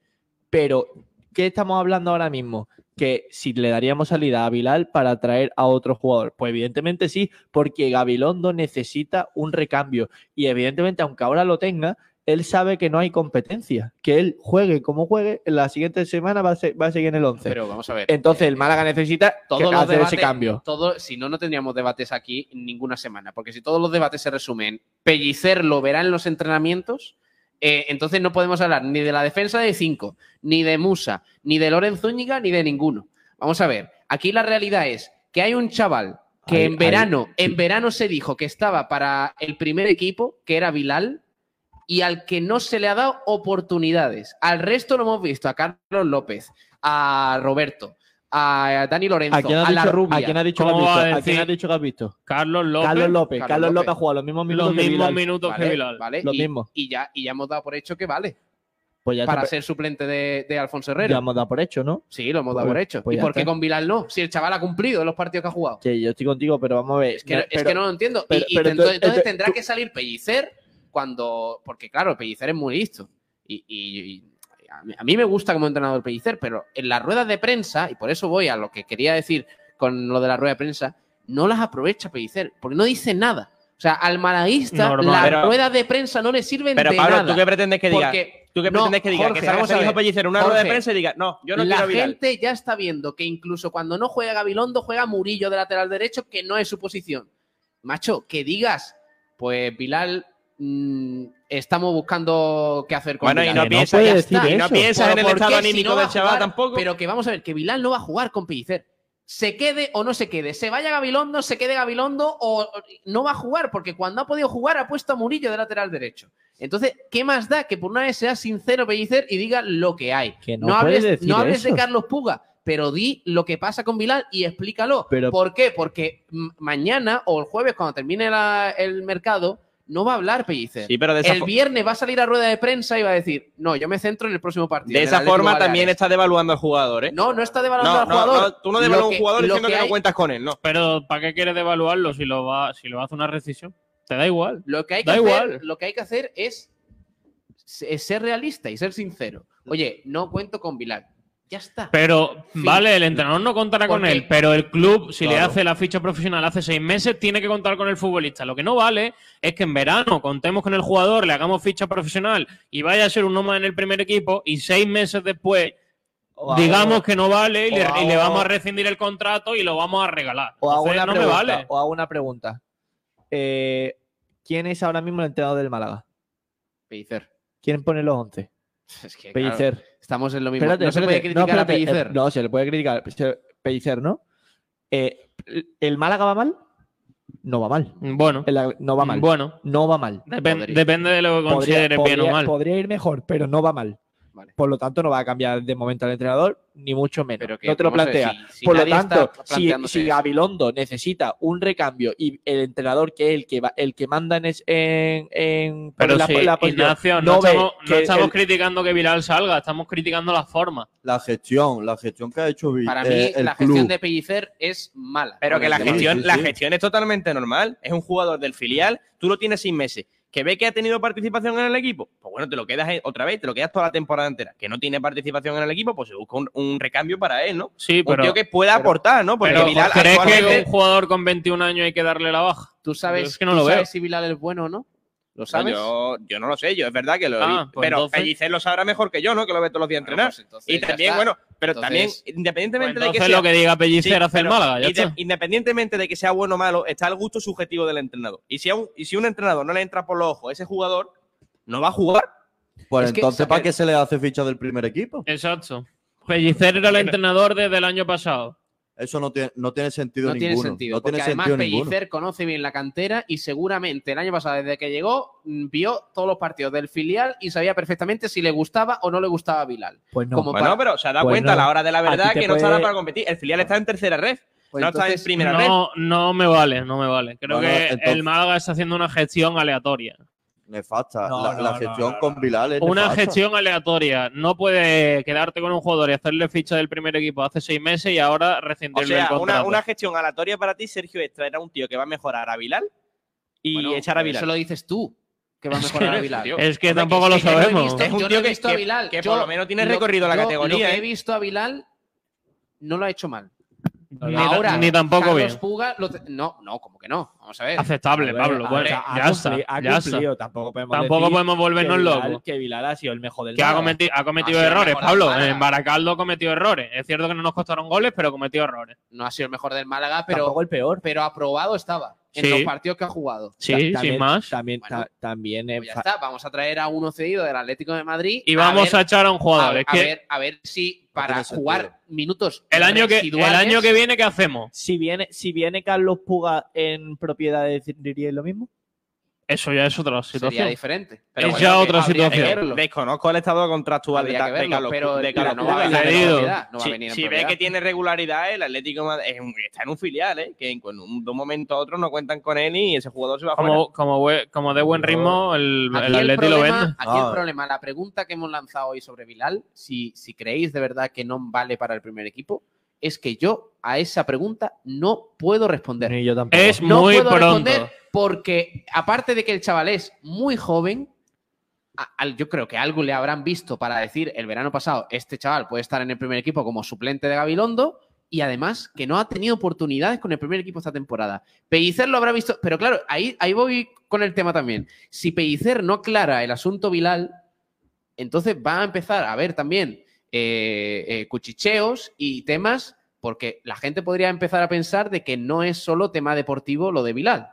Speaker 4: Pero, ¿qué estamos hablando ahora mismo? Que si le daríamos salida a Vilal para traer a otro jugador. Pues evidentemente sí, porque Gabilondo necesita un recambio. Y evidentemente, aunque ahora lo tenga, él sabe que no hay competencia. Que él juegue como juegue, la siguiente semana va a, ser- va a seguir en el 11.
Speaker 8: Pero vamos a ver. eh,
Speaker 4: Entonces, el Málaga necesita
Speaker 8: todos
Speaker 4: que-
Speaker 8: los
Speaker 4: hacer
Speaker 8: debates,
Speaker 4: ese cambio.
Speaker 8: todo- si no, no tendríamos debates aquí ninguna semana. Porque si todos los debates se resumen, Pellicer lo verá en los entrenamientos, eh, entonces no podemos hablar ni de la defensa de cinco, ni de Musa, ni de Loren Zúñiga, ni de ninguno. Vamos a ver, aquí la realidad es que hay un chaval que
Speaker 16: Ahí-
Speaker 8: en verano, en verano se dijo que estaba para el primer equipo, que era Vilal, y al que no se le ha dado oportunidades. Al resto lo hemos visto, a Carlos López, a Roberto, a Dani Lorenzo,
Speaker 4: ¿A quién ha
Speaker 8: a la
Speaker 4: dicho-
Speaker 8: rubia.
Speaker 4: a quién ha dicho que ha
Speaker 8: ¿Cómo
Speaker 4: visto?
Speaker 8: va a
Speaker 4: ¿A quién
Speaker 8: decir
Speaker 4: ha dicho que has visto?
Speaker 9: Carlos López.
Speaker 4: Carlos López. Carlos, López ha jugado los mismos minutos
Speaker 9: Los
Speaker 4: que
Speaker 9: mismos
Speaker 4: Vidal.
Speaker 9: minutos que
Speaker 8: Vale,
Speaker 9: Vilal.
Speaker 8: vale,
Speaker 4: Lo
Speaker 8: y,
Speaker 4: mismo.
Speaker 8: y ya, y ya hemos dado por hecho que vale
Speaker 4: Pues ya
Speaker 8: para
Speaker 4: está.
Speaker 8: ser suplente de, de Alfonso
Speaker 4: Ya
Speaker 8: Herrera.
Speaker 4: hemos dado por hecho, ¿no?
Speaker 8: Sí, lo hemos dado
Speaker 4: Pues-
Speaker 8: por hecho.
Speaker 4: pues
Speaker 8: ¿Y
Speaker 4: ya
Speaker 8: por qué
Speaker 4: está.
Speaker 8: con Vilal no? Si el chaval ha cumplido en los partidos que ha jugado.
Speaker 4: Que yo estoy contigo, pero vamos a ver.
Speaker 8: Es que, no- es que no lo entiendo. Y-
Speaker 4: pero-
Speaker 8: y
Speaker 4: pero
Speaker 8: entonces,
Speaker 4: tú-
Speaker 8: entonces
Speaker 4: tú-
Speaker 8: tendrá
Speaker 4: tú-
Speaker 8: que salir Pellicer cuando. Porque, claro, Pellicer es muy listo. Y, y- y a, mí, a mí me gusta como entrenador Pellicer, pero en las ruedas de prensa, y por eso voy a lo que quería decir con lo de la rueda de prensa, no las aprovecha Pellicer, porque no dice nada. O sea, al malaguista
Speaker 10: Normal.
Speaker 8: las
Speaker 10: Pero-
Speaker 8: ruedas de prensa no le sirven
Speaker 10: Pero
Speaker 8: de
Speaker 10: Pablo,
Speaker 8: nada.
Speaker 10: ¿tú qué pretendes que diga?
Speaker 8: Porque-
Speaker 10: ¿Tú qué
Speaker 8: No,
Speaker 10: pretendes que diga?
Speaker 8: Jorge,
Speaker 10: que salga
Speaker 8: vamos a
Speaker 10: ese hijo
Speaker 8: ver.
Speaker 10: Pellicer en una rueda de
Speaker 8: Jorge,
Speaker 10: prensa y diga, no, yo no
Speaker 8: la
Speaker 10: quiero a Vidal.
Speaker 8: gente ya está viendo que incluso cuando no juega Gabilondo, juega Murillo de lateral derecho, que no es su posición. Macho, que digas, pues Vilal, mm, estamos buscando qué hacer con
Speaker 10: Bueno, y
Speaker 8: Vilal.
Speaker 10: no Que no piensas- puede ya decir está, y no eso. piensas en el
Speaker 8: ¿por
Speaker 10: estado
Speaker 8: qué? Si
Speaker 10: anímico
Speaker 8: va
Speaker 10: del
Speaker 8: a
Speaker 10: chaval
Speaker 8: jugar-
Speaker 10: tampoco.
Speaker 8: Pero que vamos a ver, que Vilal no va a jugar con Pellicer. se quede o no se quede, se vaya Gabilondo, se quede Gabilondo o no va a jugar, porque cuando ha podido jugar ha puesto a Murillo de lateral derecho. Entonces, ¿qué más da que por una vez sea sincero Pellicer y diga lo que hay?
Speaker 4: Que no puede
Speaker 8: hables,
Speaker 4: decir
Speaker 8: no hables
Speaker 4: eso.
Speaker 8: de Carlos Puga, pero di lo que pasa con Vilal y explícalo.
Speaker 4: Pero-
Speaker 8: ¿Por qué? Porque mm, mañana o el jueves, cuando termine la- el mercado, no va a hablar Pellicer.
Speaker 10: Sí, pero de esa
Speaker 8: el
Speaker 10: fo-
Speaker 8: viernes va a salir a rueda de prensa y va a decir, no, yo me centro en el próximo partido.
Speaker 10: De
Speaker 8: en el
Speaker 10: esa
Speaker 8: Atlético
Speaker 10: forma
Speaker 8: Baleares".
Speaker 10: también estás devaluando al jugador, ¿eh?
Speaker 8: No, no está devaluando
Speaker 10: No,
Speaker 8: al
Speaker 10: no,
Speaker 8: jugador.
Speaker 10: no, tú no devalúas a
Speaker 8: Lo
Speaker 10: un jugador
Speaker 8: lo
Speaker 10: diciendo que no
Speaker 8: hay-
Speaker 10: cuentas con él, ¿no?
Speaker 9: Pero ¿para qué quieres devaluarlo si lo va, si lo hace una rescisión? Te da igual.
Speaker 8: Lo que hay que
Speaker 9: da
Speaker 8: hacer-
Speaker 9: igual.
Speaker 8: Lo que hay que hacer es se- ser realista y ser sincero. Oye, no cuento con Vilal. Ya está.
Speaker 9: Pero,
Speaker 8: Fin.
Speaker 9: vale, el entrenador no contará con
Speaker 8: Porque-
Speaker 9: él, pero el club, si le
Speaker 8: Claro.
Speaker 9: hace la ficha profesional hace seis meses, tiene que contar con el futbolista. Lo que no vale es que en verano contemos con el jugador, le hagamos ficha profesional y vaya a ser uno más en el primer equipo y seis meses después digamos que no vale y le,
Speaker 4: o
Speaker 9: y le
Speaker 4: hago-
Speaker 9: vamos a rescindir el contrato y lo vamos a regalar.
Speaker 4: O hago
Speaker 9: Entonces,
Speaker 4: una
Speaker 9: no me
Speaker 4: pregunta.
Speaker 9: vale.
Speaker 4: o hago una pregunta. Eh, ¿Quién es ahora mismo el entrenador del Málaga?
Speaker 8: Pellicer.
Speaker 4: ¿Quién pone los 11?
Speaker 8: Es que, claro,
Speaker 4: Pellicer.
Speaker 8: estamos en lo mismo.
Speaker 4: Espérate,
Speaker 8: no se puede
Speaker 4: espérate.
Speaker 8: criticar a
Speaker 4: espérate.
Speaker 8: Pellicer.
Speaker 4: Eh, no, se le puede criticar. Se- Pellicer, ¿no? Eh, ¿El Málaga va mal? No va mal.
Speaker 9: Bueno.
Speaker 4: no va mal.
Speaker 9: Bueno.
Speaker 4: No va mal.
Speaker 9: Depen- Podría. depende de lo que consideres bien o mal.
Speaker 4: Podría ir mejor, pero no va mal. Por lo tanto, no va a cambiar de momento al entrenador, ni mucho menos.
Speaker 8: que,
Speaker 4: no te lo
Speaker 8: vamos a ver,
Speaker 4: plantea.
Speaker 8: si- si
Speaker 4: Por lo
Speaker 8: nadie está
Speaker 4: tanto, si,
Speaker 8: planteándose
Speaker 4: si
Speaker 8: eso.
Speaker 4: Gabilondo necesita un recambio y el entrenador que es el que, va, el que manda en, es- en, en-
Speaker 9: Pero
Speaker 4: poner la-
Speaker 9: si,
Speaker 4: la posición,
Speaker 9: Ignacio, no,
Speaker 4: ve
Speaker 9: estamos, no
Speaker 4: que
Speaker 9: estamos
Speaker 4: el-
Speaker 9: criticando que Viral salga, estamos criticando la forma.
Speaker 11: La gestión, la gestión que ha hecho Vi-
Speaker 9: Para
Speaker 10: mí,
Speaker 11: eh, el
Speaker 10: la
Speaker 11: club.
Speaker 10: gestión de
Speaker 8: Pellicer es mala.
Speaker 10: Pero que la
Speaker 11: Sí, sí,
Speaker 10: gestión, la
Speaker 11: sí.
Speaker 10: gestión es totalmente normal. Es un jugador del filial, tú lo tienes seis meses. Que ve que ha tenido participación en el equipo, pues bueno, te lo quedas eh, otra vez, te lo quedas toda la temporada entera. Que no tiene participación en el equipo, pues se busca un, un recambio para él, ¿no?
Speaker 9: Sí,
Speaker 10: Un
Speaker 9: pero-
Speaker 10: tío que pueda aportar, ¿no? Porque
Speaker 9: Pero,
Speaker 10: Vidal
Speaker 9: ¿crees que
Speaker 10: actualmente-
Speaker 9: un jugador con 21 años hay que darle la baja?
Speaker 8: Tú sabes,
Speaker 9: Yo es que no
Speaker 8: tú
Speaker 9: lo veo.
Speaker 8: sabes si Vilal es bueno o no. ¿Lo
Speaker 10: No,
Speaker 8: sabes?
Speaker 10: Yo, yo no lo sé, yo es verdad que lo he
Speaker 8: Ah,
Speaker 10: visto.
Speaker 8: pues
Speaker 10: pero
Speaker 8: entonces-
Speaker 10: Pellicer lo sabrá mejor que yo, ¿no? Que lo ve todos los días entrenar.
Speaker 8: pues entonces
Speaker 10: y
Speaker 8: ya
Speaker 10: también,
Speaker 8: está.
Speaker 10: bueno, pero
Speaker 8: Entonces-
Speaker 10: también, independientemente
Speaker 9: Pues
Speaker 10: de que
Speaker 9: entonces
Speaker 10: sea.
Speaker 9: lo que diga Pellicer hace el
Speaker 10: pero
Speaker 9: Málaga, ya
Speaker 10: inde-
Speaker 9: está.
Speaker 10: Independientemente de que sea bueno o malo, está el gusto subjetivo del entrenador. Y si a un, y si un entrenador no le entra por los ojos a ese jugador, no va a jugar.
Speaker 11: Pues
Speaker 10: Es que, eh,
Speaker 11: entonces, ¿para
Speaker 10: Samuel-
Speaker 11: qué se le hace ficha del primer equipo?
Speaker 9: Exacto. Pellicer era el entrenador desde el año pasado.
Speaker 11: Eso no tiene, no tiene sentido
Speaker 9: No
Speaker 11: ninguno.
Speaker 9: tiene sentido,
Speaker 11: no
Speaker 8: Porque
Speaker 11: tiene
Speaker 8: además
Speaker 11: sentido
Speaker 8: Pellicer
Speaker 11: ninguno.
Speaker 8: conoce bien la cantera y seguramente el año pasado, desde que llegó, mm, vio todos los partidos del filial y sabía perfectamente si le gustaba o no le gustaba a Vilal.
Speaker 4: Pues no.
Speaker 10: Bueno, pero se ha
Speaker 11: pues
Speaker 10: dado cuenta a la hora de la verdad que no está para competir. El filial está en tercera red.
Speaker 11: Pues
Speaker 10: no está en primera red.
Speaker 9: no, no me vale, no me vale. Creo
Speaker 11: Bueno,
Speaker 9: que
Speaker 11: entonces-
Speaker 9: el Málaga está haciendo una gestión aleatoria.
Speaker 11: Nefasta.
Speaker 9: No,
Speaker 11: la,
Speaker 9: no,
Speaker 11: la
Speaker 9: no,
Speaker 11: gestión
Speaker 9: no, no.
Speaker 11: con Vilal es
Speaker 9: Una
Speaker 11: nefasta.
Speaker 9: gestión aleatoria. No puede quedarte con un jugador y hacerle ficha del primer equipo hace seis meses y ahora
Speaker 10: O
Speaker 9: rescindirle el
Speaker 10: sea, una,
Speaker 9: contrato.
Speaker 10: una gestión aleatoria para ti, Sergio, es traer a un tío que va a mejorar a Vilal y echar a Vilal.
Speaker 8: Eso lo dices tú, que
Speaker 10: [LAUGHS]
Speaker 8: va a mejorar a Vilal.
Speaker 9: es que tampoco lo sabemos.
Speaker 8: Es un tío que, visto a Bilal.
Speaker 10: que
Speaker 8: Yo-
Speaker 10: por lo menos tiene
Speaker 8: lo-
Speaker 10: recorrido la
Speaker 8: yo
Speaker 10: categoría,
Speaker 8: Lo que
Speaker 10: ¿eh?
Speaker 8: he visto a Vilal no lo ha hecho mal.
Speaker 9: Ni ta- ni tampoco
Speaker 8: Carlos
Speaker 9: bien.
Speaker 8: Puga lo te- no, no, como que no. Vamos a ver.
Speaker 9: Aceptable,
Speaker 8: A ver,
Speaker 9: Pablo.
Speaker 8: a
Speaker 9: Bueno,
Speaker 8: ver,
Speaker 9: ya,
Speaker 8: a-
Speaker 4: ha
Speaker 9: está.
Speaker 4: cumpli- ha
Speaker 9: ya está.
Speaker 4: cumplido, tampoco podemos
Speaker 9: Tampoco
Speaker 4: decir
Speaker 9: podemos volvernos
Speaker 4: que Vidal-
Speaker 9: locos.
Speaker 4: Que Vilal ha sido el mejor del
Speaker 9: Que ha
Speaker 4: Málaga.
Speaker 9: cometido, ha cometido
Speaker 4: sido el
Speaker 9: errores,
Speaker 4: mejor del
Speaker 9: Pablo.
Speaker 4: Málaga.
Speaker 9: En Baracaldo cometió errores. Es cierto que no nos costaron goles, pero cometió errores.
Speaker 8: No ha sido el mejor del Málaga, pero.
Speaker 4: Tampoco el peor.
Speaker 8: Pero aprobado estaba en
Speaker 9: Sí.
Speaker 8: los partidos que ha jugado.
Speaker 9: Sí,
Speaker 8: Ta-
Speaker 9: sin
Speaker 8: también-
Speaker 9: más.
Speaker 4: También, ta- también eh,
Speaker 8: pues Ya
Speaker 4: fa-
Speaker 8: está, vamos a traer a uno cedido del Atlético de Madrid.
Speaker 9: Y vamos
Speaker 8: ver-
Speaker 9: a echar a un jugador,
Speaker 8: A,
Speaker 9: es que-
Speaker 8: a ver, a ver si para
Speaker 9: tiene sentido.
Speaker 8: jugar minutos.
Speaker 9: El año que, el
Speaker 8: residuales-
Speaker 9: año que viene, ¿qué hacemos?
Speaker 4: Si viene, si viene Carlos Puga en propiedad de Cidriría, es lo mismo.
Speaker 9: Eso ya es otra situación.
Speaker 8: diferente.
Speaker 4: Pero
Speaker 9: es
Speaker 4: bueno,
Speaker 9: ya
Speaker 4: habría-
Speaker 9: otra
Speaker 4: habría que
Speaker 9: situación.
Speaker 4: verlo.
Speaker 10: Desconozco el estado contractual de,
Speaker 4: Habría
Speaker 10: Ca-
Speaker 4: que
Speaker 10: de
Speaker 4: verlo,
Speaker 10: Carlos
Speaker 4: pero
Speaker 10: de
Speaker 4: mira,
Speaker 10: Carlos
Speaker 4: no
Speaker 10: Puga.
Speaker 4: va a venir en Cedido. propiedad, no va a
Speaker 10: si,
Speaker 4: venir en
Speaker 10: si ve
Speaker 4: propiedad.
Speaker 10: que tiene regularidad, el Atlético de Madrid- es un- está en un filial, ¿eh? que en- con un- de un momento a otro no cuentan con él y ese jugador se va
Speaker 9: Como,
Speaker 10: fuera.
Speaker 9: como, bue- como de buen ritmo, el,
Speaker 10: Aquí
Speaker 9: el
Speaker 10: el
Speaker 9: Atleti lo
Speaker 10: problema-
Speaker 9: vende.
Speaker 8: Aquí el problema, la pregunta que hemos lanzado hoy sobre Vilal, si, si creéis de verdad que no vale para el primer equipo, es que yo a esa pregunta no puedo responder.
Speaker 4: yo tampoco.
Speaker 9: Es
Speaker 8: no
Speaker 9: muy
Speaker 8: puedo
Speaker 9: pronto.
Speaker 8: responder porque, aparte de que el chaval es muy joven, a- al- yo creo que algo le habrán visto para decir el verano pasado, este chaval puede estar en el primer equipo como suplente de Gabilondo. Y además que no ha tenido oportunidades con el primer equipo esta temporada. Pellicer lo habrá visto, pero claro, ahí, ahí voy con el tema también. Si Pellicer no aclara el asunto Vilal, entonces va a empezar a haber también eh, eh, cuchicheos y temas, porque la gente podría empezar a pensar de que no es solo tema deportivo lo de Vilal.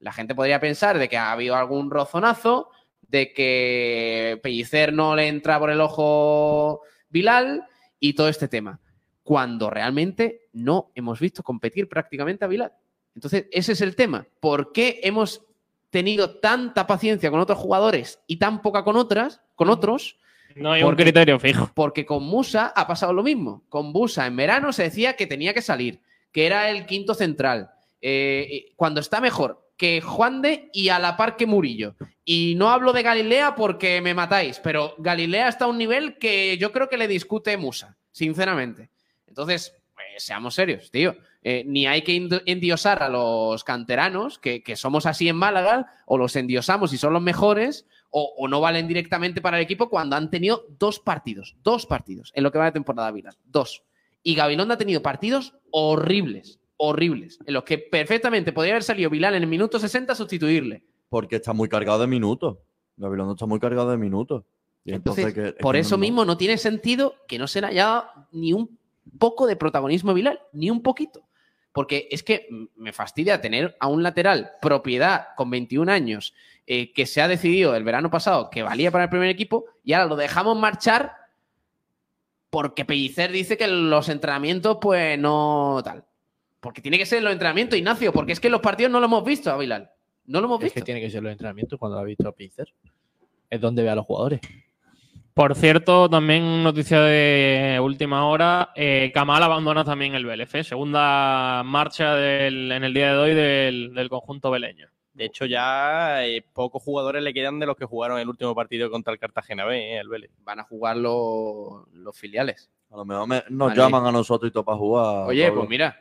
Speaker 8: La gente podría pensar de que ha habido algún rozonazo, de que Pellicer no le entra por el ojo Vilal y todo este tema. cuando realmente no hemos visto competir prácticamente a Vilar. Entonces, ese es el tema. ¿Por qué hemos tenido tanta paciencia con otros jugadores y tan poca con otras, con otros?
Speaker 9: No hay un criterio fijo.
Speaker 8: Porque con Musa ha pasado lo mismo. Con Musa en verano se decía que tenía que salir, que era el quinto central. Eh, cuando está mejor que Juan de y a la par que Murillo. Y no hablo de Galilea porque me matáis, pero Galilea está a un nivel que yo creo que le discute Musa, sinceramente. Entonces, pues, seamos serios, tío. Eh, ni hay que ind- endiosar a los canteranos, que, que somos así en Málaga, o los endiosamos y son los mejores, o, o no valen directamente para el equipo cuando han tenido dos partidos, dos partidos en lo que va de temporada Vilar, dos. Y Gabilondo ha tenido partidos horribles, horribles, en los que perfectamente podría haber salido Vilal en el minuto 60 a sustituirle.
Speaker 11: Porque está muy cargado de minutos. Gabilondo está muy cargado de minutos. Y
Speaker 8: Entonces,
Speaker 11: entonces que- es
Speaker 8: por
Speaker 11: que
Speaker 8: eso
Speaker 11: no-
Speaker 8: mismo no tiene sentido que no se le haya dado ni un poco de protagonismo a Vilal, ni un poquito. Porque es que mm, me fastidia tener a un lateral propiedad con 21 años eh, que se ha decidido el verano pasado que valía para el primer equipo y ahora lo dejamos marchar porque Pellicer dice que los entrenamientos pues no tal. Porque tiene que ser los entrenamientos, Ignacio, porque es que los partidos no lo hemos visto a Vilal. No lo hemos
Speaker 4: visto. Es que tiene que ser los entrenamientos cuando lo ha visto a Pincer. Es donde ve a los jugadores.
Speaker 9: Por cierto, también noticia de última hora, eh, Kamal abandona también el BLF, segunda marcha del- en el día de hoy del, del conjunto beleño.
Speaker 10: De hecho, ya eh, pocos jugadores le quedan de los que jugaron el último partido contra el Cartagena B, eh, el Vélez.
Speaker 8: Van a jugar los, los filiales.
Speaker 11: A lo mejor me- nos
Speaker 8: Vale.
Speaker 11: llaman a nosotros y todo para jugar.
Speaker 8: Oye,
Speaker 11: Pablo.
Speaker 8: pues mira,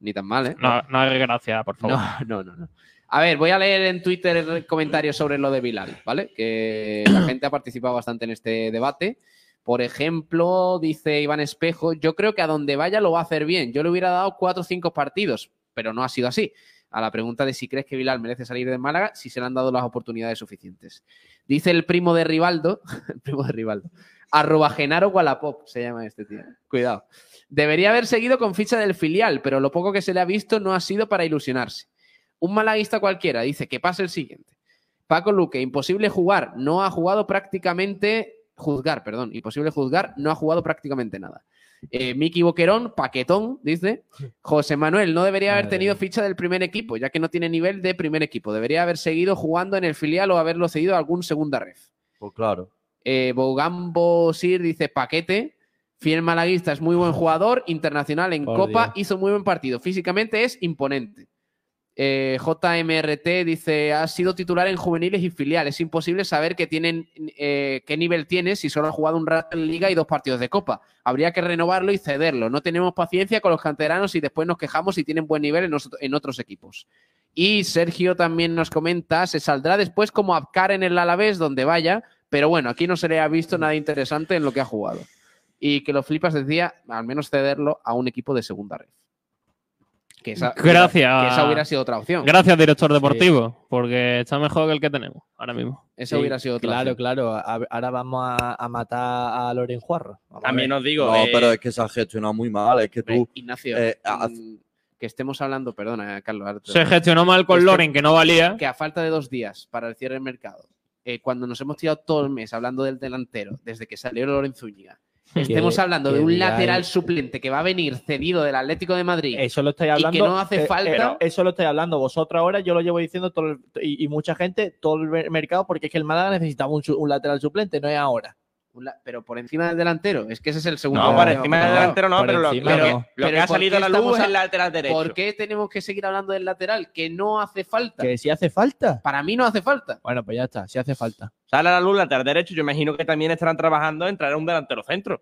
Speaker 8: ni tan mal, ¿eh?
Speaker 9: No, no hay gracia, por favor.
Speaker 8: No, no, no. A ver, voy a leer en Twitter comentarios sobre lo de Bilal, ¿vale? Que la gente ha participado bastante en este debate. Por ejemplo, dice Iván Espejo, yo creo que a donde vaya lo va a hacer bien. Yo le hubiera dado cuatro o cinco partidos, pero no ha sido así. A la pregunta de si crees que Bilal merece salir de Málaga, si se le han dado las oportunidades suficientes. Dice el primo de Rivaldo, [LAUGHS] el primo de Rivaldo, arroba Genaro Wallapop, se llama este tío. Cuidado. Debería haber seguido con ficha del filial, pero lo poco que se le ha visto no ha sido para ilusionarse. Un malaguista cualquiera dice que pase el siguiente. Paco Luque, imposible jugar, no ha jugado prácticamente. Juzgar, perdón, imposible juzgar, no ha jugado prácticamente nada. Eh, Miki Boquerón, paquetón,
Speaker 11: [LAUGHS]
Speaker 8: dice. José Manuel, no debería haber tenido ficha del primer equipo, ya que no tiene nivel de primer equipo. Debería haber seguido jugando en el filial o haberlo cedido a algún segunda red.
Speaker 11: Pues claro.
Speaker 8: Eh, Bogambo Sir dice paquete. Fiel malaguista es muy buen jugador. Internacional en
Speaker 4: Por
Speaker 8: Copa
Speaker 4: Dios.
Speaker 8: hizo muy buen partido. Físicamente es imponente. Eh, JMRT dice: ha sido titular en juveniles y filiales. Es imposible saber qué, tienen, eh, qué nivel tiene si solo ha jugado un rato en Liga y dos partidos de Copa. Habría que renovarlo y cederlo. No tenemos paciencia con los canteranos y después nos quejamos si tienen buen nivel en, nos- en otros equipos. Y Sergio también nos comenta: se saldrá después como Abkar en el Alavés, donde vaya. Pero bueno, aquí no se le ha visto nada interesante en lo que ha jugado. Y que los flipas decía, al menos cederlo a un equipo de segunda red. Que esa-
Speaker 9: Gracias.
Speaker 8: que esa hubiera sido otra opción.
Speaker 9: Gracias, director deportivo, porque está mejor que el que tenemos ahora mismo.
Speaker 8: Esa hubiera sido otra
Speaker 4: Claro,
Speaker 8: opción.
Speaker 4: claro. A- Ahora vamos a, a matar a Loren Juarro. Vamos a ver.
Speaker 10: os digo,
Speaker 11: No,
Speaker 10: eh,
Speaker 11: pero es que se ha gestionado muy mal. Es que tú.
Speaker 8: Ignacio,
Speaker 11: eh,
Speaker 8: mm, que estemos hablando, perdona, eh, Carlos. ahora te-
Speaker 9: Se gestionó mal con
Speaker 8: Este-
Speaker 9: Loren, que no valía.
Speaker 8: Que a falta de dos días para el cierre del mercado, eh, cuando nos hemos tirado todo el mes hablando del delantero, desde que salió Loren Zúñiga,
Speaker 4: Que-
Speaker 8: estemos hablando
Speaker 4: que
Speaker 8: de un
Speaker 4: digáis-
Speaker 8: lateral suplente que va a venir cedido del Atlético de Madrid.
Speaker 4: Eso lo estoy hablando.
Speaker 8: Y que no hace
Speaker 4: eh,
Speaker 8: falta.
Speaker 4: pero eso lo estoy hablando vosotros ahora. Yo lo llevo diciendo todo el- y, y mucha gente, todo el mer- mercado, porque es que el Málaga necesitaba un, su- un lateral suplente, no es ahora.
Speaker 8: un la- pero por encima del delantero, es que ese es el segundo.
Speaker 10: No, por
Speaker 8: delantero.
Speaker 10: encima del delantero no,
Speaker 4: por
Speaker 10: pero lo,
Speaker 4: encima
Speaker 10: lo que-
Speaker 4: no.
Speaker 10: lo que ha
Speaker 8: ¿por
Speaker 10: salido a
Speaker 8: qué
Speaker 10: la luz
Speaker 8: estamos
Speaker 10: es
Speaker 8: a-
Speaker 10: el lateral derecho.
Speaker 8: ¿Por qué tenemos que seguir hablando del lateral? Que no hace falta.
Speaker 4: Que si hace falta.
Speaker 8: Para mí no hace falta.
Speaker 4: Bueno, pues ya está, si hace falta.
Speaker 10: Sale a la luz lateral derecho. Yo imagino que también estarán trabajando en traer un delantero centro.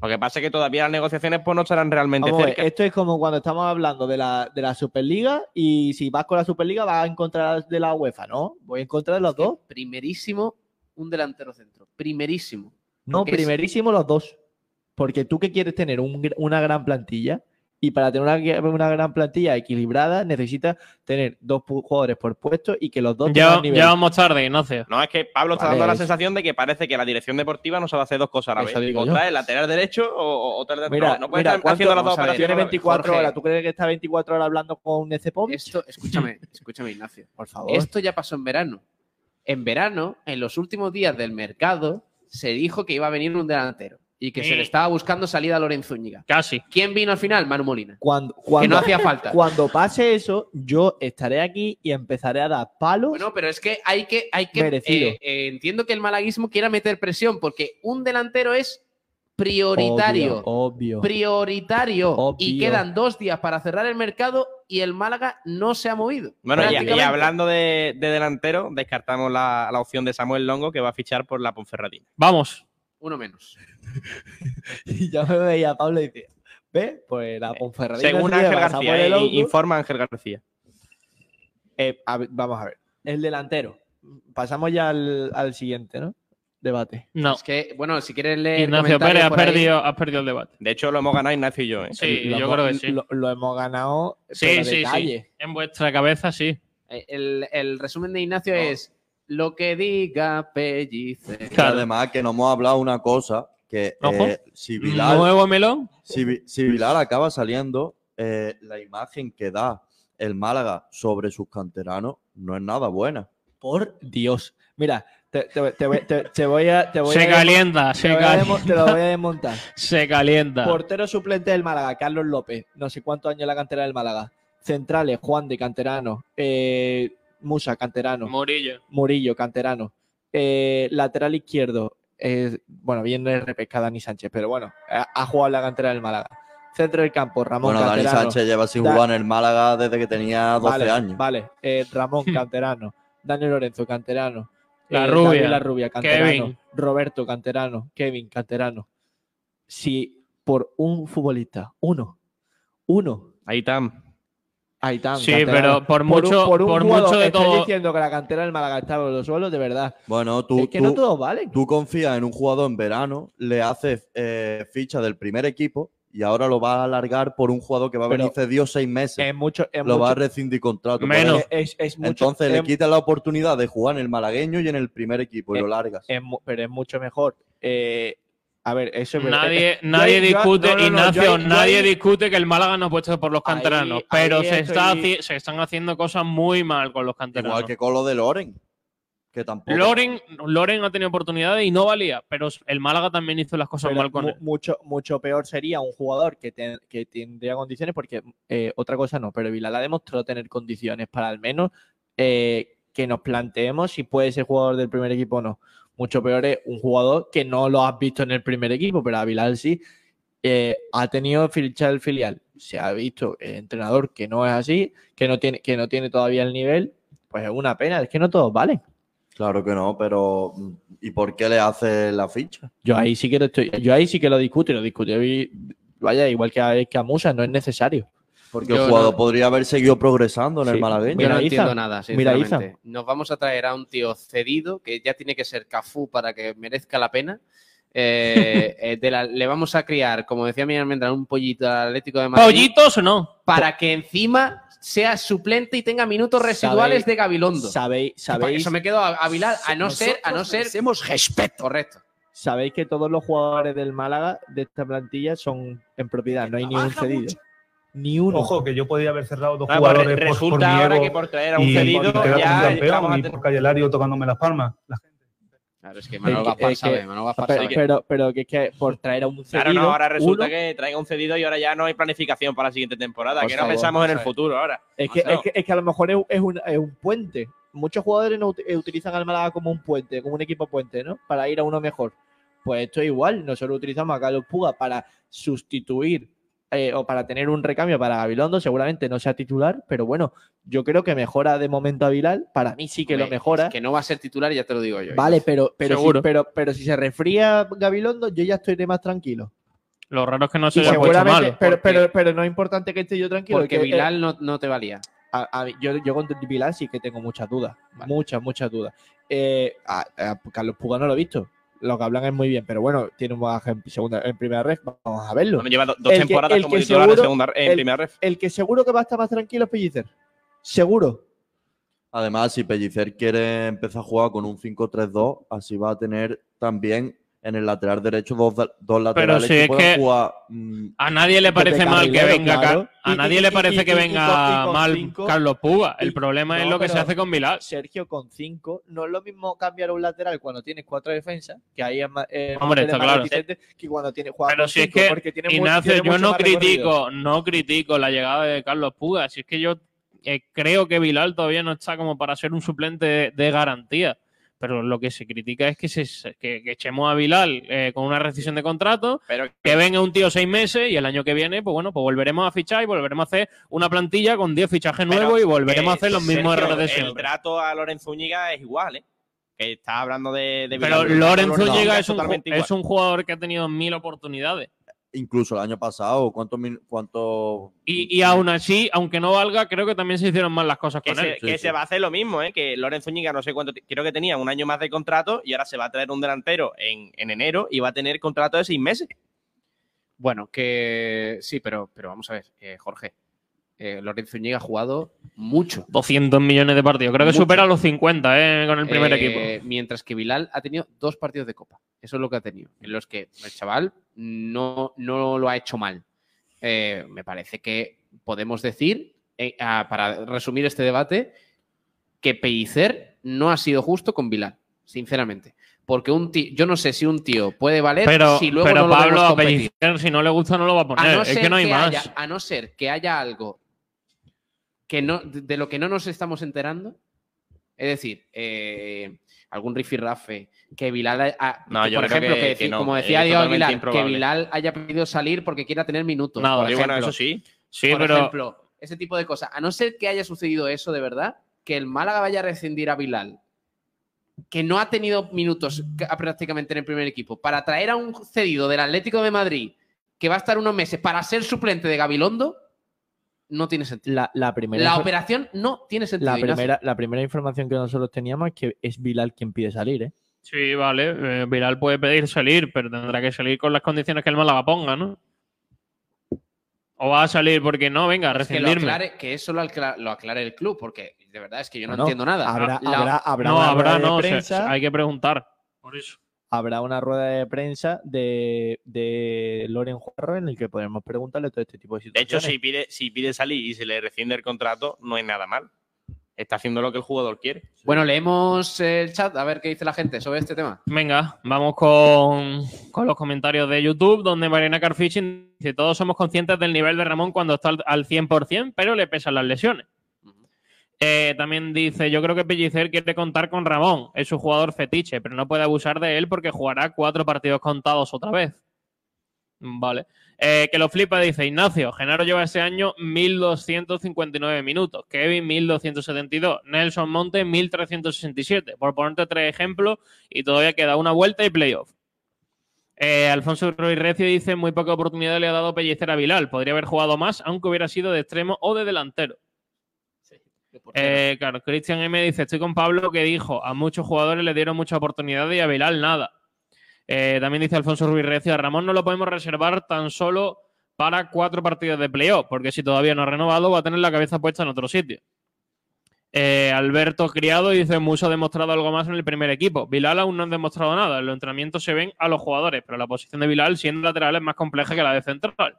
Speaker 10: Lo que pasa es que todavía las negociaciones pues, no estarán realmente
Speaker 4: Vamos a ver,
Speaker 10: cerca.
Speaker 4: esto es como cuando estamos hablando de la, de la Superliga y si vas con la Superliga vas en contra de la UEFA, ¿no? Voy en contra de los dos.
Speaker 8: Primerísimo, un delantero centro. Primerísimo.
Speaker 4: No,
Speaker 8: Porque es-
Speaker 4: primerísimo los dos. Porque tú que quieres tener un gr- una gran plantilla y para tener una, gr- una gran plantilla equilibrada necesitas tener dos pu- jugadores por puesto y que los dos
Speaker 9: Ya,
Speaker 4: tengan nivel.
Speaker 9: ya vamos tarde, Ignacio.
Speaker 10: No, es que Pablo está
Speaker 4: Vale,
Speaker 10: dando la
Speaker 4: eso.
Speaker 10: sensación de que parece que la dirección deportiva no sabe hacer dos cosas a la
Speaker 4: Eso
Speaker 10: vez.
Speaker 4: digo
Speaker 10: O
Speaker 4: yo.
Speaker 10: trae el lateral derecho o, o- o trae el delantero.
Speaker 4: Mira,
Speaker 10: no puede
Speaker 4: mira,
Speaker 10: estar
Speaker 4: ¿cuánto-
Speaker 10: haciendo las dos
Speaker 4: vamos a ver,
Speaker 10: operaciones.
Speaker 4: tiene
Speaker 10: a la vez.
Speaker 4: 24
Speaker 10: Jorge,
Speaker 4: horas. ¿Tú crees que está 24 horas hablando con Necepov?
Speaker 8: Esto,
Speaker 4: [LAUGHS]
Speaker 8: escúchame, escúchame, Ignacio.
Speaker 4: Por favor.
Speaker 8: Esto ya pasó en verano. En verano, en los últimos días del mercado, se dijo que iba a venir un delantero. y que se le estaba buscando salida a Lorenzo Úñiga.
Speaker 9: Casi.
Speaker 8: ¿Quién vino al final? Manu Molina.
Speaker 4: Cuando, cuando-
Speaker 8: hacía falta.
Speaker 4: [LAUGHS] Cuando pase eso, yo estaré aquí y empezaré a dar palos.
Speaker 8: Bueno, pero es que hay que. Hay que
Speaker 4: Merecido.
Speaker 8: eh, eh, entiendo que el malaguismo quiera meter presión porque un delantero es prioritario.
Speaker 4: Obvio. obvio.
Speaker 8: Prioritario. Y
Speaker 4: Obvio.
Speaker 8: quedan dos días para cerrar el mercado y el Málaga no se ha movido.
Speaker 10: Bueno, y, y
Speaker 8: Prácticamente.
Speaker 10: hablando de, de delantero, descartamos la, la opción de Samuel Longo que va a fichar por la Ponferradina.
Speaker 9: Vamos.
Speaker 8: Uno menos.
Speaker 4: [LAUGHS] y ya me veía a Pablo y decía, ¿ves? Pues la Ponferradina.
Speaker 10: Según
Speaker 4: se lleva
Speaker 10: Ángel
Speaker 4: a Samuel
Speaker 10: García, eh,
Speaker 4: Longo.
Speaker 10: informa Ángel García.
Speaker 4: Eh, a ver, vamos a ver. El delantero. Pasamos ya al, al siguiente, ¿no? Debate.
Speaker 9: No.
Speaker 8: Es que, bueno, si quieres leer.
Speaker 9: Ignacio
Speaker 8: comentarios
Speaker 9: Pérez, has
Speaker 8: por ahí-
Speaker 9: perdido, has perdido el debate.
Speaker 10: De hecho, lo hemos ganado Ignacio y yo. ¿eh?
Speaker 9: Sí,
Speaker 4: Lo
Speaker 9: yo
Speaker 4: hemos-
Speaker 9: creo que sí.
Speaker 4: Lo, lo hemos ganado. pero
Speaker 9: Sí,
Speaker 4: de
Speaker 9: sí, sí.
Speaker 4: calle.
Speaker 9: En vuestra cabeza, sí.
Speaker 8: Eh, El, el resumen de Ignacio es lo que diga Pellicer.
Speaker 11: Que Además, que no hemos hablado una cosa, que
Speaker 9: Ojo.
Speaker 11: eh, si Vilar...
Speaker 9: Nuevo melón.
Speaker 11: Si, Vi- si Vilar acaba saliendo, eh, la imagen que da el Málaga sobre sus canteranos no es nada buena.
Speaker 4: Por Dios. Mira, te, te- te voy- te- te voy a. Te voy
Speaker 9: Se
Speaker 4: a
Speaker 9: calienta, se
Speaker 4: te voy a demo- Te lo
Speaker 9: calienta. [LAUGHS]
Speaker 4: voy a desmontar.
Speaker 9: Se calienta.
Speaker 4: Portero suplente del Málaga, Carlos López. No sé cuántos años en la cantera del Málaga. Centrales, Juan de Canterano. eh, Musa, Canterano.
Speaker 9: Murillo.
Speaker 4: Murillo, Canterano. Eh, lateral izquierdo. eh, bueno, bien no es repescada ni Sánchez, pero bueno, ha, ha jugado en la cantera del Málaga. Centro del campo, Ramón
Speaker 11: bueno, Dani
Speaker 4: Canterano.
Speaker 11: Sánchez lleva sin
Speaker 4: Da-
Speaker 11: jugar en el Málaga desde que tenía 12
Speaker 4: vale,
Speaker 11: años.
Speaker 4: Vale, Eh, Ramón
Speaker 9: Hmm.
Speaker 4: Canterano, Daniel Lorenzo Canterano,
Speaker 11: La
Speaker 4: eh,
Speaker 11: Rubia,
Speaker 4: Gabriel la Rubia Canterano,
Speaker 11: Kevin.
Speaker 4: Roberto Canterano, Kevin Canterano. Si por un futbolista, uno, uno.
Speaker 10: Aitam.
Speaker 4: Aitam.
Speaker 9: Sí,
Speaker 4: Canterano.
Speaker 9: pero por
Speaker 4: un-
Speaker 9: mucho-
Speaker 4: por, un
Speaker 9: por
Speaker 4: jugador,
Speaker 9: mucho de
Speaker 4: estoy
Speaker 9: todo-
Speaker 4: diciendo que la cantera del Málaga está por los suelos, de verdad.
Speaker 11: Bueno, tú,
Speaker 4: Es que no
Speaker 11: tú-
Speaker 4: todos valen.
Speaker 11: tú confías en un jugador en verano, le haces eh, ficha del primer equipo y ahora lo vas a alargar por un jugador que va a
Speaker 4: Pero
Speaker 11: venir cedido seis meses.
Speaker 4: mucho,
Speaker 11: lo
Speaker 4: es
Speaker 11: va a
Speaker 4: mucho-
Speaker 11: rescindir contrato. por
Speaker 4: Menos.
Speaker 11: eso.
Speaker 4: Es- es mucho-
Speaker 11: Entonces le
Speaker 4: es-
Speaker 11: quitas la oportunidad de jugar en el malagueño y en el primer equipo y lo largas.
Speaker 4: es mu- pero es mucho mejor. Eh, a ver, eso es verdad.
Speaker 9: Nadie,
Speaker 4: Eh, yo
Speaker 9: nadie
Speaker 4: ahí- yo-
Speaker 9: discute,
Speaker 4: no, no, no,
Speaker 9: Ignacio,
Speaker 4: yo ahí- yo
Speaker 9: nadie
Speaker 4: ahí-
Speaker 9: discute que el Málaga no ha puesto por los canteranos, pero
Speaker 4: ahí
Speaker 9: se, está
Speaker 4: estoy-
Speaker 9: haci- se están haciendo cosas muy mal con los canteranos.
Speaker 11: Igual que con lo de Loren, que tampoco.
Speaker 9: Loren, Loren ha tenido oportunidades y no valía, pero el Málaga también hizo las cosas
Speaker 4: Pero
Speaker 9: mal con
Speaker 4: mu-
Speaker 9: él.
Speaker 4: Mucho, mucho peor sería un jugador que, ten- que tendría condiciones, porque eh, otra cosa no, pero Vilal ha demostrado tener condiciones para al menos eh, que nos planteemos si puede ser jugador del primer equipo o no. Mucho peor es un jugador que no lo has visto en el primer equipo, pero a Vilal sí. eh, ha tenido fichar el filial. Se ha visto el entrenador que no es así, que no tiene, que no tiene todavía el nivel. Pues es una pena, es que no todos valen.
Speaker 11: Claro que no, pero mm, ¿y por qué le hace la ficha?
Speaker 4: Yo ahí sí que lo estoy, yo ahí sí que lo discuto y lo discuto. y- Vaya, igual que a, que a Musa, no es necesario.
Speaker 11: Porque el jugador podría haber seguido progresando en el malagueño.
Speaker 8: Yo no entiendo nada,
Speaker 4: Mira,
Speaker 8: sinceramente.
Speaker 4: Iza.
Speaker 8: Nos vamos a traer a un tío cedido, que ya tiene que ser Cafú para que merezca la pena.
Speaker 4: [LAUGHS]
Speaker 8: Eh, eh, de la- le vamos a criar, como decía mi almendra, un pollito al Atlético de Madrid.
Speaker 9: ¿Pollitos o no?
Speaker 8: Para que encima sea suplente y tenga minutos residuales
Speaker 4: Sabéis-
Speaker 8: de Gabilondo.
Speaker 4: Sabéis,
Speaker 8: Por
Speaker 4: sabéis.
Speaker 8: Eso me quedo a, a Vilar, a no ser, a no ser.
Speaker 4: Hacemos respeto.
Speaker 8: Correcto.
Speaker 4: Sabéis que todos los jugadores del Málaga de esta plantilla son en propiedad, no hay ni un cedido. Ni uno.
Speaker 16: Ojo, que yo podría haber cerrado dos
Speaker 4: Ah, pues,
Speaker 16: jugadores
Speaker 4: re-
Speaker 16: por- por,
Speaker 4: resulta
Speaker 16: mi
Speaker 4: ahora
Speaker 16: ego
Speaker 4: que por traer a un
Speaker 16: y,
Speaker 4: cedido
Speaker 16: y quedar
Speaker 4: ya
Speaker 16: como
Speaker 4: estamos
Speaker 16: campeón y
Speaker 4: ante-
Speaker 16: por Calle Lario tocándome las palmas. La gente-
Speaker 8: Claro, es que
Speaker 16: Manolo Gaspar sabe,
Speaker 8: Manolo
Speaker 16: Gaspar
Speaker 4: pero,
Speaker 16: sabe.
Speaker 4: Pero, pero que es que por traer a un cedido.
Speaker 10: Claro, no, ahora resulta
Speaker 4: uno-
Speaker 10: que traiga un cedido y ahora ya no hay planificación para la siguiente temporada,
Speaker 4: Por
Speaker 10: que no
Speaker 4: favor,
Speaker 10: pensamos en el
Speaker 4: vamos a ver.
Speaker 10: futuro ahora.
Speaker 4: Es que,
Speaker 10: Marcelo.
Speaker 4: es, que, es que a lo mejor es, es un, es un puente. Muchos jugadores no ut- eh, utilizan al Málaga como un puente, como un equipo puente, ¿no? Para ir a uno mejor. Pues esto es igual. Nosotros utilizamos a Carlos Puga para sustituir eh, o para tener un recambio para Gabilondo. Seguramente no sea titular, pero bueno, yo creo que mejora de momento a Vilal. Para mí sí que lo
Speaker 8: Hombre,
Speaker 4: mejora.
Speaker 8: es que no va a ser titular, ya te lo digo yo.
Speaker 4: Vale, pero, pero, si,
Speaker 8: Seguro.
Speaker 4: pero, pero si se refría Gabilondo, yo ya estoy más tranquilo.
Speaker 9: Lo raro es que no se
Speaker 4: Y
Speaker 9: haya puesto
Speaker 4: seguramente-
Speaker 9: mal.
Speaker 4: pero, pero, pero no es importante que esté yo tranquilo.
Speaker 8: Porque
Speaker 4: que- eh,
Speaker 8: Vilal no, no te valía.
Speaker 4: a- a mí- yo, yo con Vilal sí que tengo muchas dudas. Muchas, muchas dudas. Eh, a, a Carlos Puga no lo he visto. Lo que hablan es muy bien, pero bueno, tiene un bagaje en, segunda, en primera red. Vamos a verlo.
Speaker 10: Bueno, lleva do- dos
Speaker 4: El que-
Speaker 10: temporadas
Speaker 4: el
Speaker 10: como
Speaker 4: que
Speaker 10: titular en
Speaker 4: seguro-
Speaker 10: segunda- en
Speaker 4: el-
Speaker 10: primera ref.
Speaker 4: El que seguro que va a estar más tranquilo es Pellicer. Seguro.
Speaker 11: Además, si Pellicer quiere empezar a jugar con un 5-3-2, así va a tener también en el lateral derecho dos, dos
Speaker 9: Pero
Speaker 11: laterales
Speaker 9: si es
Speaker 11: puedan
Speaker 9: que
Speaker 11: jugar mm,
Speaker 9: a nadie le
Speaker 11: de
Speaker 9: parece mal que
Speaker 11: carrilero,
Speaker 9: venga
Speaker 11: claro.
Speaker 9: Car- a
Speaker 11: Y-
Speaker 9: nadie
Speaker 11: y-
Speaker 9: le
Speaker 11: y-
Speaker 9: parece
Speaker 11: y-
Speaker 9: que
Speaker 11: y
Speaker 9: venga
Speaker 11: con- y con
Speaker 9: mal
Speaker 11: cinco-
Speaker 9: Carlos Puga. El problema es
Speaker 4: No,
Speaker 9: lo que se
Speaker 4: pero-
Speaker 9: hace con Milán.
Speaker 4: Sergio, con 5, no es lo mismo cambiar un lateral cuando tienes cuatro defensas, que ahí es más, eh,
Speaker 9: Hombre,
Speaker 4: eres
Speaker 9: está
Speaker 4: más
Speaker 9: claro.
Speaker 4: reticente que cuando tienes juega
Speaker 9: Pero
Speaker 4: con
Speaker 9: si es
Speaker 4: cinco,
Speaker 9: que
Speaker 4: porque tiene mu-
Speaker 9: Ignacio,
Speaker 4: tiene
Speaker 9: yo
Speaker 4: mucho
Speaker 9: no
Speaker 4: más recorrido.
Speaker 9: critico, no critico la llegada de Carlos Puga. Si es que yo eh, creo que Vilal todavía no está como para ser un suplente de, de garantía. Pero lo que se critica es que, se, que, que echemos a Vilal eh, con una rescisión de contrato,
Speaker 8: Pero-
Speaker 9: que venga un tío seis meses y el año que viene, pues bueno, pues volveremos a fichar y volveremos a hacer una plantilla con 10 fichajes
Speaker 10: Pero,
Speaker 9: nuevos y volveremos a
Speaker 10: eh,
Speaker 9: hacer los mismos
Speaker 10: Sergio,
Speaker 9: errores de
Speaker 10: El
Speaker 9: siempre.
Speaker 10: trato a Lorenzo Úñiga es igual, ¿eh? Que está hablando de. de
Speaker 9: Pero
Speaker 10: Villarreal.
Speaker 9: Lorenzo
Speaker 10: No,
Speaker 9: llega es un, ju-
Speaker 10: totalmente igual.
Speaker 9: es un jugador que ha tenido mil oportunidades.
Speaker 11: incluso el año pasado. ¿Cuántos min- cuánto
Speaker 9: Y, y aún así, aunque no valga, creo que también se hicieron mal las cosas
Speaker 10: Que,
Speaker 9: con
Speaker 10: se,
Speaker 9: él.
Speaker 10: que se va a hacer lo mismo, ¿eh? que Lorenzo Úñiga no sé cuánto, ti- creo que tenía un año más de contrato y ahora se va a traer un delantero en, en enero y va a tener contrato de seis meses.
Speaker 8: Bueno, que sí, pero, pero vamos a ver, eh, Jorge. Eh, Lorenzo Ñiga ha jugado mucho.
Speaker 9: 200 millones de partidos. Creo que
Speaker 8: Mucho.
Speaker 9: supera los 50 eh, con el primer
Speaker 8: Eh,
Speaker 9: equipo.
Speaker 8: Mientras que Bilal ha tenido dos partidos de Copa. Eso es lo que ha tenido. En los que el chaval no, no lo ha hecho mal. Eh, me parece que podemos decir, eh, ah, para resumir este debate, que Pellicer no ha sido justo con Bilal, sinceramente. Porque un tío, yo no sé si un tío puede valer
Speaker 9: Pero,
Speaker 8: si luego
Speaker 9: pero
Speaker 8: no lo
Speaker 9: Pablo,
Speaker 8: vemos
Speaker 9: a
Speaker 8: competir.
Speaker 9: Pellicer, si no le gusta, no lo va a poner.
Speaker 8: A no
Speaker 9: es
Speaker 8: ser
Speaker 9: que no hay más.
Speaker 8: haya- a no ser que haya algo que no, de de lo que no nos estamos enterando, es decir, eh, algún rifirrafe, que Bilal, ha- ha-
Speaker 10: No,
Speaker 8: que,
Speaker 10: yo
Speaker 8: por
Speaker 10: creo
Speaker 8: ejemplo,
Speaker 10: que-
Speaker 8: que
Speaker 10: que
Speaker 8: deci-
Speaker 10: no, eh,
Speaker 8: como
Speaker 10: es
Speaker 8: decía Diego
Speaker 10: totalmente
Speaker 8: Aguilar, que
Speaker 10: improbable.
Speaker 8: Bilal haya pedido salir porque quiera tener minutos.
Speaker 9: No,
Speaker 8: por
Speaker 9: sí, bueno,
Speaker 8: ejemplo.
Speaker 9: eso sí. Sí,
Speaker 8: por
Speaker 9: pero-
Speaker 8: ejemplo, ese tipo de cosas. A no ser que haya sucedido eso de verdad, que el Málaga vaya a rescindir a Bilal que no ha tenido minutos ca- prácticamente en el primer equipo, para traer a un cedido del Atlético de Madrid que va a estar unos meses para ser suplente de Gabilondo, no tiene sentido.
Speaker 4: La, la primera,
Speaker 8: La
Speaker 4: infor-
Speaker 8: operación no tiene sentido.
Speaker 4: la,
Speaker 8: Ignacio.
Speaker 4: primera, la primera información que nosotros teníamos es que es Bilal quien pide salir, ¿eh?
Speaker 9: Sí, vale. eh, Viral puede pedir salir, pero tendrá que salir con las condiciones que el Málaga ponga, ¿no? O va a salir porque no, venga,
Speaker 8: Es que, lo
Speaker 9: rescindirme.
Speaker 8: aclare, que eso lo acla- lo aclare, el club, porque de verdad es que yo no,
Speaker 4: Bueno,
Speaker 8: entiendo nada. Ah,
Speaker 4: habrá-
Speaker 8: La-
Speaker 4: habrá- habrá
Speaker 9: no,
Speaker 4: una
Speaker 9: habrá,
Speaker 4: rueda de
Speaker 9: no. se-
Speaker 4: prensa.
Speaker 9: hay que preguntar. Por eso.
Speaker 4: Habrá una rueda de prensa de, de Loren Juarro en el que podremos preguntarle todo este tipo de
Speaker 10: De
Speaker 4: situaciones.
Speaker 10: hecho, si pide, si pide salir y se le rescinde el contrato, no es nada mal. Está haciendo lo que el jugador quiere.
Speaker 8: Bueno, leemos el chat a ver qué dice la gente sobre este tema.
Speaker 9: Venga, vamos con, con los comentarios de YouTube, donde Mariana Carfishing dice: Todos somos conscientes del nivel de Ramón cuando está al, al 100%, pero le pesan las lesiones. Eh, también dice: Yo creo que Pellicer quiere contar con Ramón, es su jugador fetiche, pero no puede abusar de él porque jugará cuatro partidos contados otra vez. Vale. Eh, que lo flipa, dice Ignacio. Genaro lleva ese año 1.259 minutos. Kevin 1.272. Nelson Monte 1.367. Por ponerte tres ejemplos y todavía queda una vuelta y playoff. Eh, Alfonso Ruiz Recio dice muy poca oportunidad le ha dado Pellicer a Vilal. Podría haber jugado más, aunque hubiera sido de extremo o de delantero. Eh, claro, Cristian M dice, estoy con Pablo que dijo, a muchos jugadores le dieron mucha oportunidad y a Vilal nada. Eh, también dice Alfonso Ruiz Recio, a Ramón no lo podemos reservar tan solo para cuatro partidos de playoff, porque si todavía no ha renovado va a tener la cabeza puesta en otro sitio. Eh, Alberto Criado dice, Muso ha demostrado algo más en el primer equipo. Vilal aún no ha demostrado nada. En los entrenamientos se ven a los jugadores, pero la posición de Vilal siendo lateral es más compleja que la de central.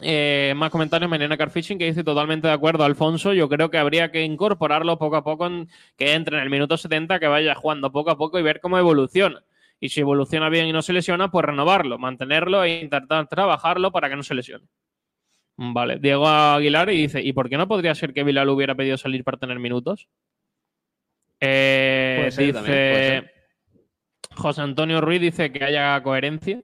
Speaker 9: Eh, más comentarios, Mariana Carfishing, que dice totalmente de acuerdo, Alfonso. Yo creo que habría que incorporarlo poco a poco, en- que entre en el minuto 70, que vaya jugando poco a poco y ver cómo evoluciona. Y si evoluciona bien y no se lesiona, pues renovarlo, mantenerlo e intentar trabajarlo para que no se lesione. Vale, Diego Aguilar y dice, ¿y por qué no podría ser que Vilal hubiera pedido salir para tener minutos? Eh,
Speaker 8: Puede ser
Speaker 9: dice
Speaker 8: también, puede ser.
Speaker 9: José Antonio Ruiz dice que haya coherencia.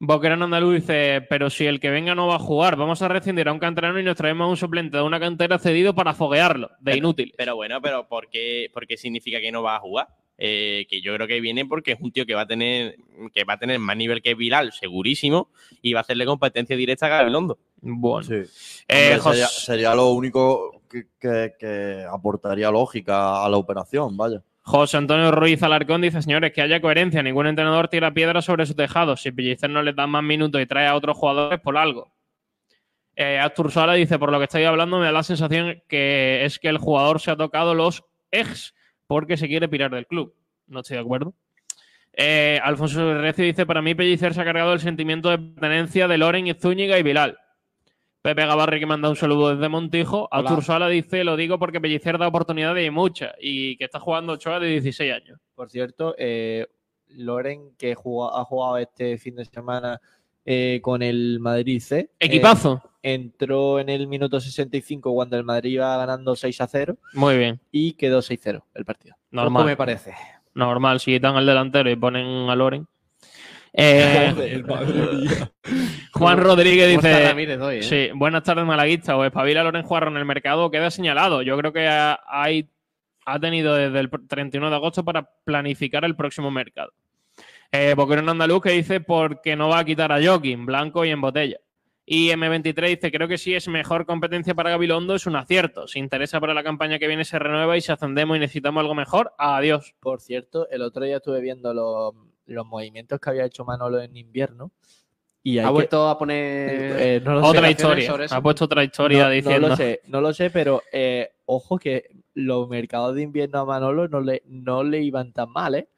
Speaker 9: Boquerón Andaluz dice, pero si el que venga no va a jugar, vamos a rescindir a un canterano y nos traemos a un suplente de una cantera cedido para foguearlo, de inútil.
Speaker 10: Pero bueno, pero ¿por qué, por qué significa que no va a jugar? Eh, que yo creo que viene porque es un tío que va a tener que va a tener más nivel que Viral, segurísimo, y va a hacerle competencia directa a Gabilondo.
Speaker 9: Bueno.
Speaker 11: Hombre,
Speaker 9: Eh, Jos-
Speaker 11: sería, sería lo único que, que- que aportaría lógica a la operación, vaya.
Speaker 9: José Antonio Ruiz Alarcón dice, señores, que haya coherencia. Ningún entrenador tira piedra sobre su tejado. Si Pellicer no les da más minutos y trae a otros jugadores, por algo. Eh, Astur Sala dice, por lo que estoy hablando, me da la sensación que es que el jugador se ha tocado los ex porque se quiere pirar del club. No estoy de acuerdo. Eh, Alfonso Recio dice: Para mí, Pellicer se ha cargado el sentimiento de pertenencia de Loren y Zúñiga y Vilal. Pepe Gavarri que manda un saludo desde Montijo.
Speaker 17: Hola.
Speaker 9: Artur Sala dice: Lo digo porque Pellicer da oportunidades y muchas. Y que está jugando Ochoa de 16 años.
Speaker 4: Por cierto, eh, Loren, que jugó- ha jugado este fin de semana eh, con el Madrid C.
Speaker 9: Equipazo.
Speaker 4: eh, entró en el minuto 65 cuando el Madrid iba ganando 6 a 0
Speaker 9: Muy bien.
Speaker 4: y quedó 6-0 el partido.
Speaker 9: Normal.
Speaker 4: Poco Pues me parece.
Speaker 9: Normal, si quitan al delantero y ponen a Loren. Eh,
Speaker 4: Joder, [LAUGHS] madre mía.
Speaker 9: Juan
Speaker 4: ¿Cómo-
Speaker 9: Rodríguez
Speaker 4: cómo
Speaker 9: dice:
Speaker 4: está Ramírez hoy, eh?
Speaker 9: sí, Buenas tardes, Malaguista. O espabila Loren Juarro en el mercado, queda señalado. Yo creo que ha, hay- ha tenido desde el 31 de agosto para planificar el próximo mercado. Eh, Boquerón Andaluz que dice: Porque no va a quitar a Joaquín, blanco y en botella. Y M23 dice, creo que sí es mejor competencia para Gabilondo, es un acierto. Si interesa para la campaña que viene, se renueva y si ascendemos y necesitamos algo mejor, adiós.
Speaker 4: Por cierto, el otro día estuve viendo los, los movimientos que había hecho Manolo en invierno. Y hay
Speaker 8: ha
Speaker 4: que-
Speaker 8: vuelto a poner
Speaker 4: Eh, no lo sé.
Speaker 9: otra historia. Ha puesto otra historia
Speaker 4: No-
Speaker 9: diciendo.
Speaker 4: No lo sé, no lo sé, pero eh, ojo que los mercados de invierno a Manolo no le, no le iban tan mal, ¿eh?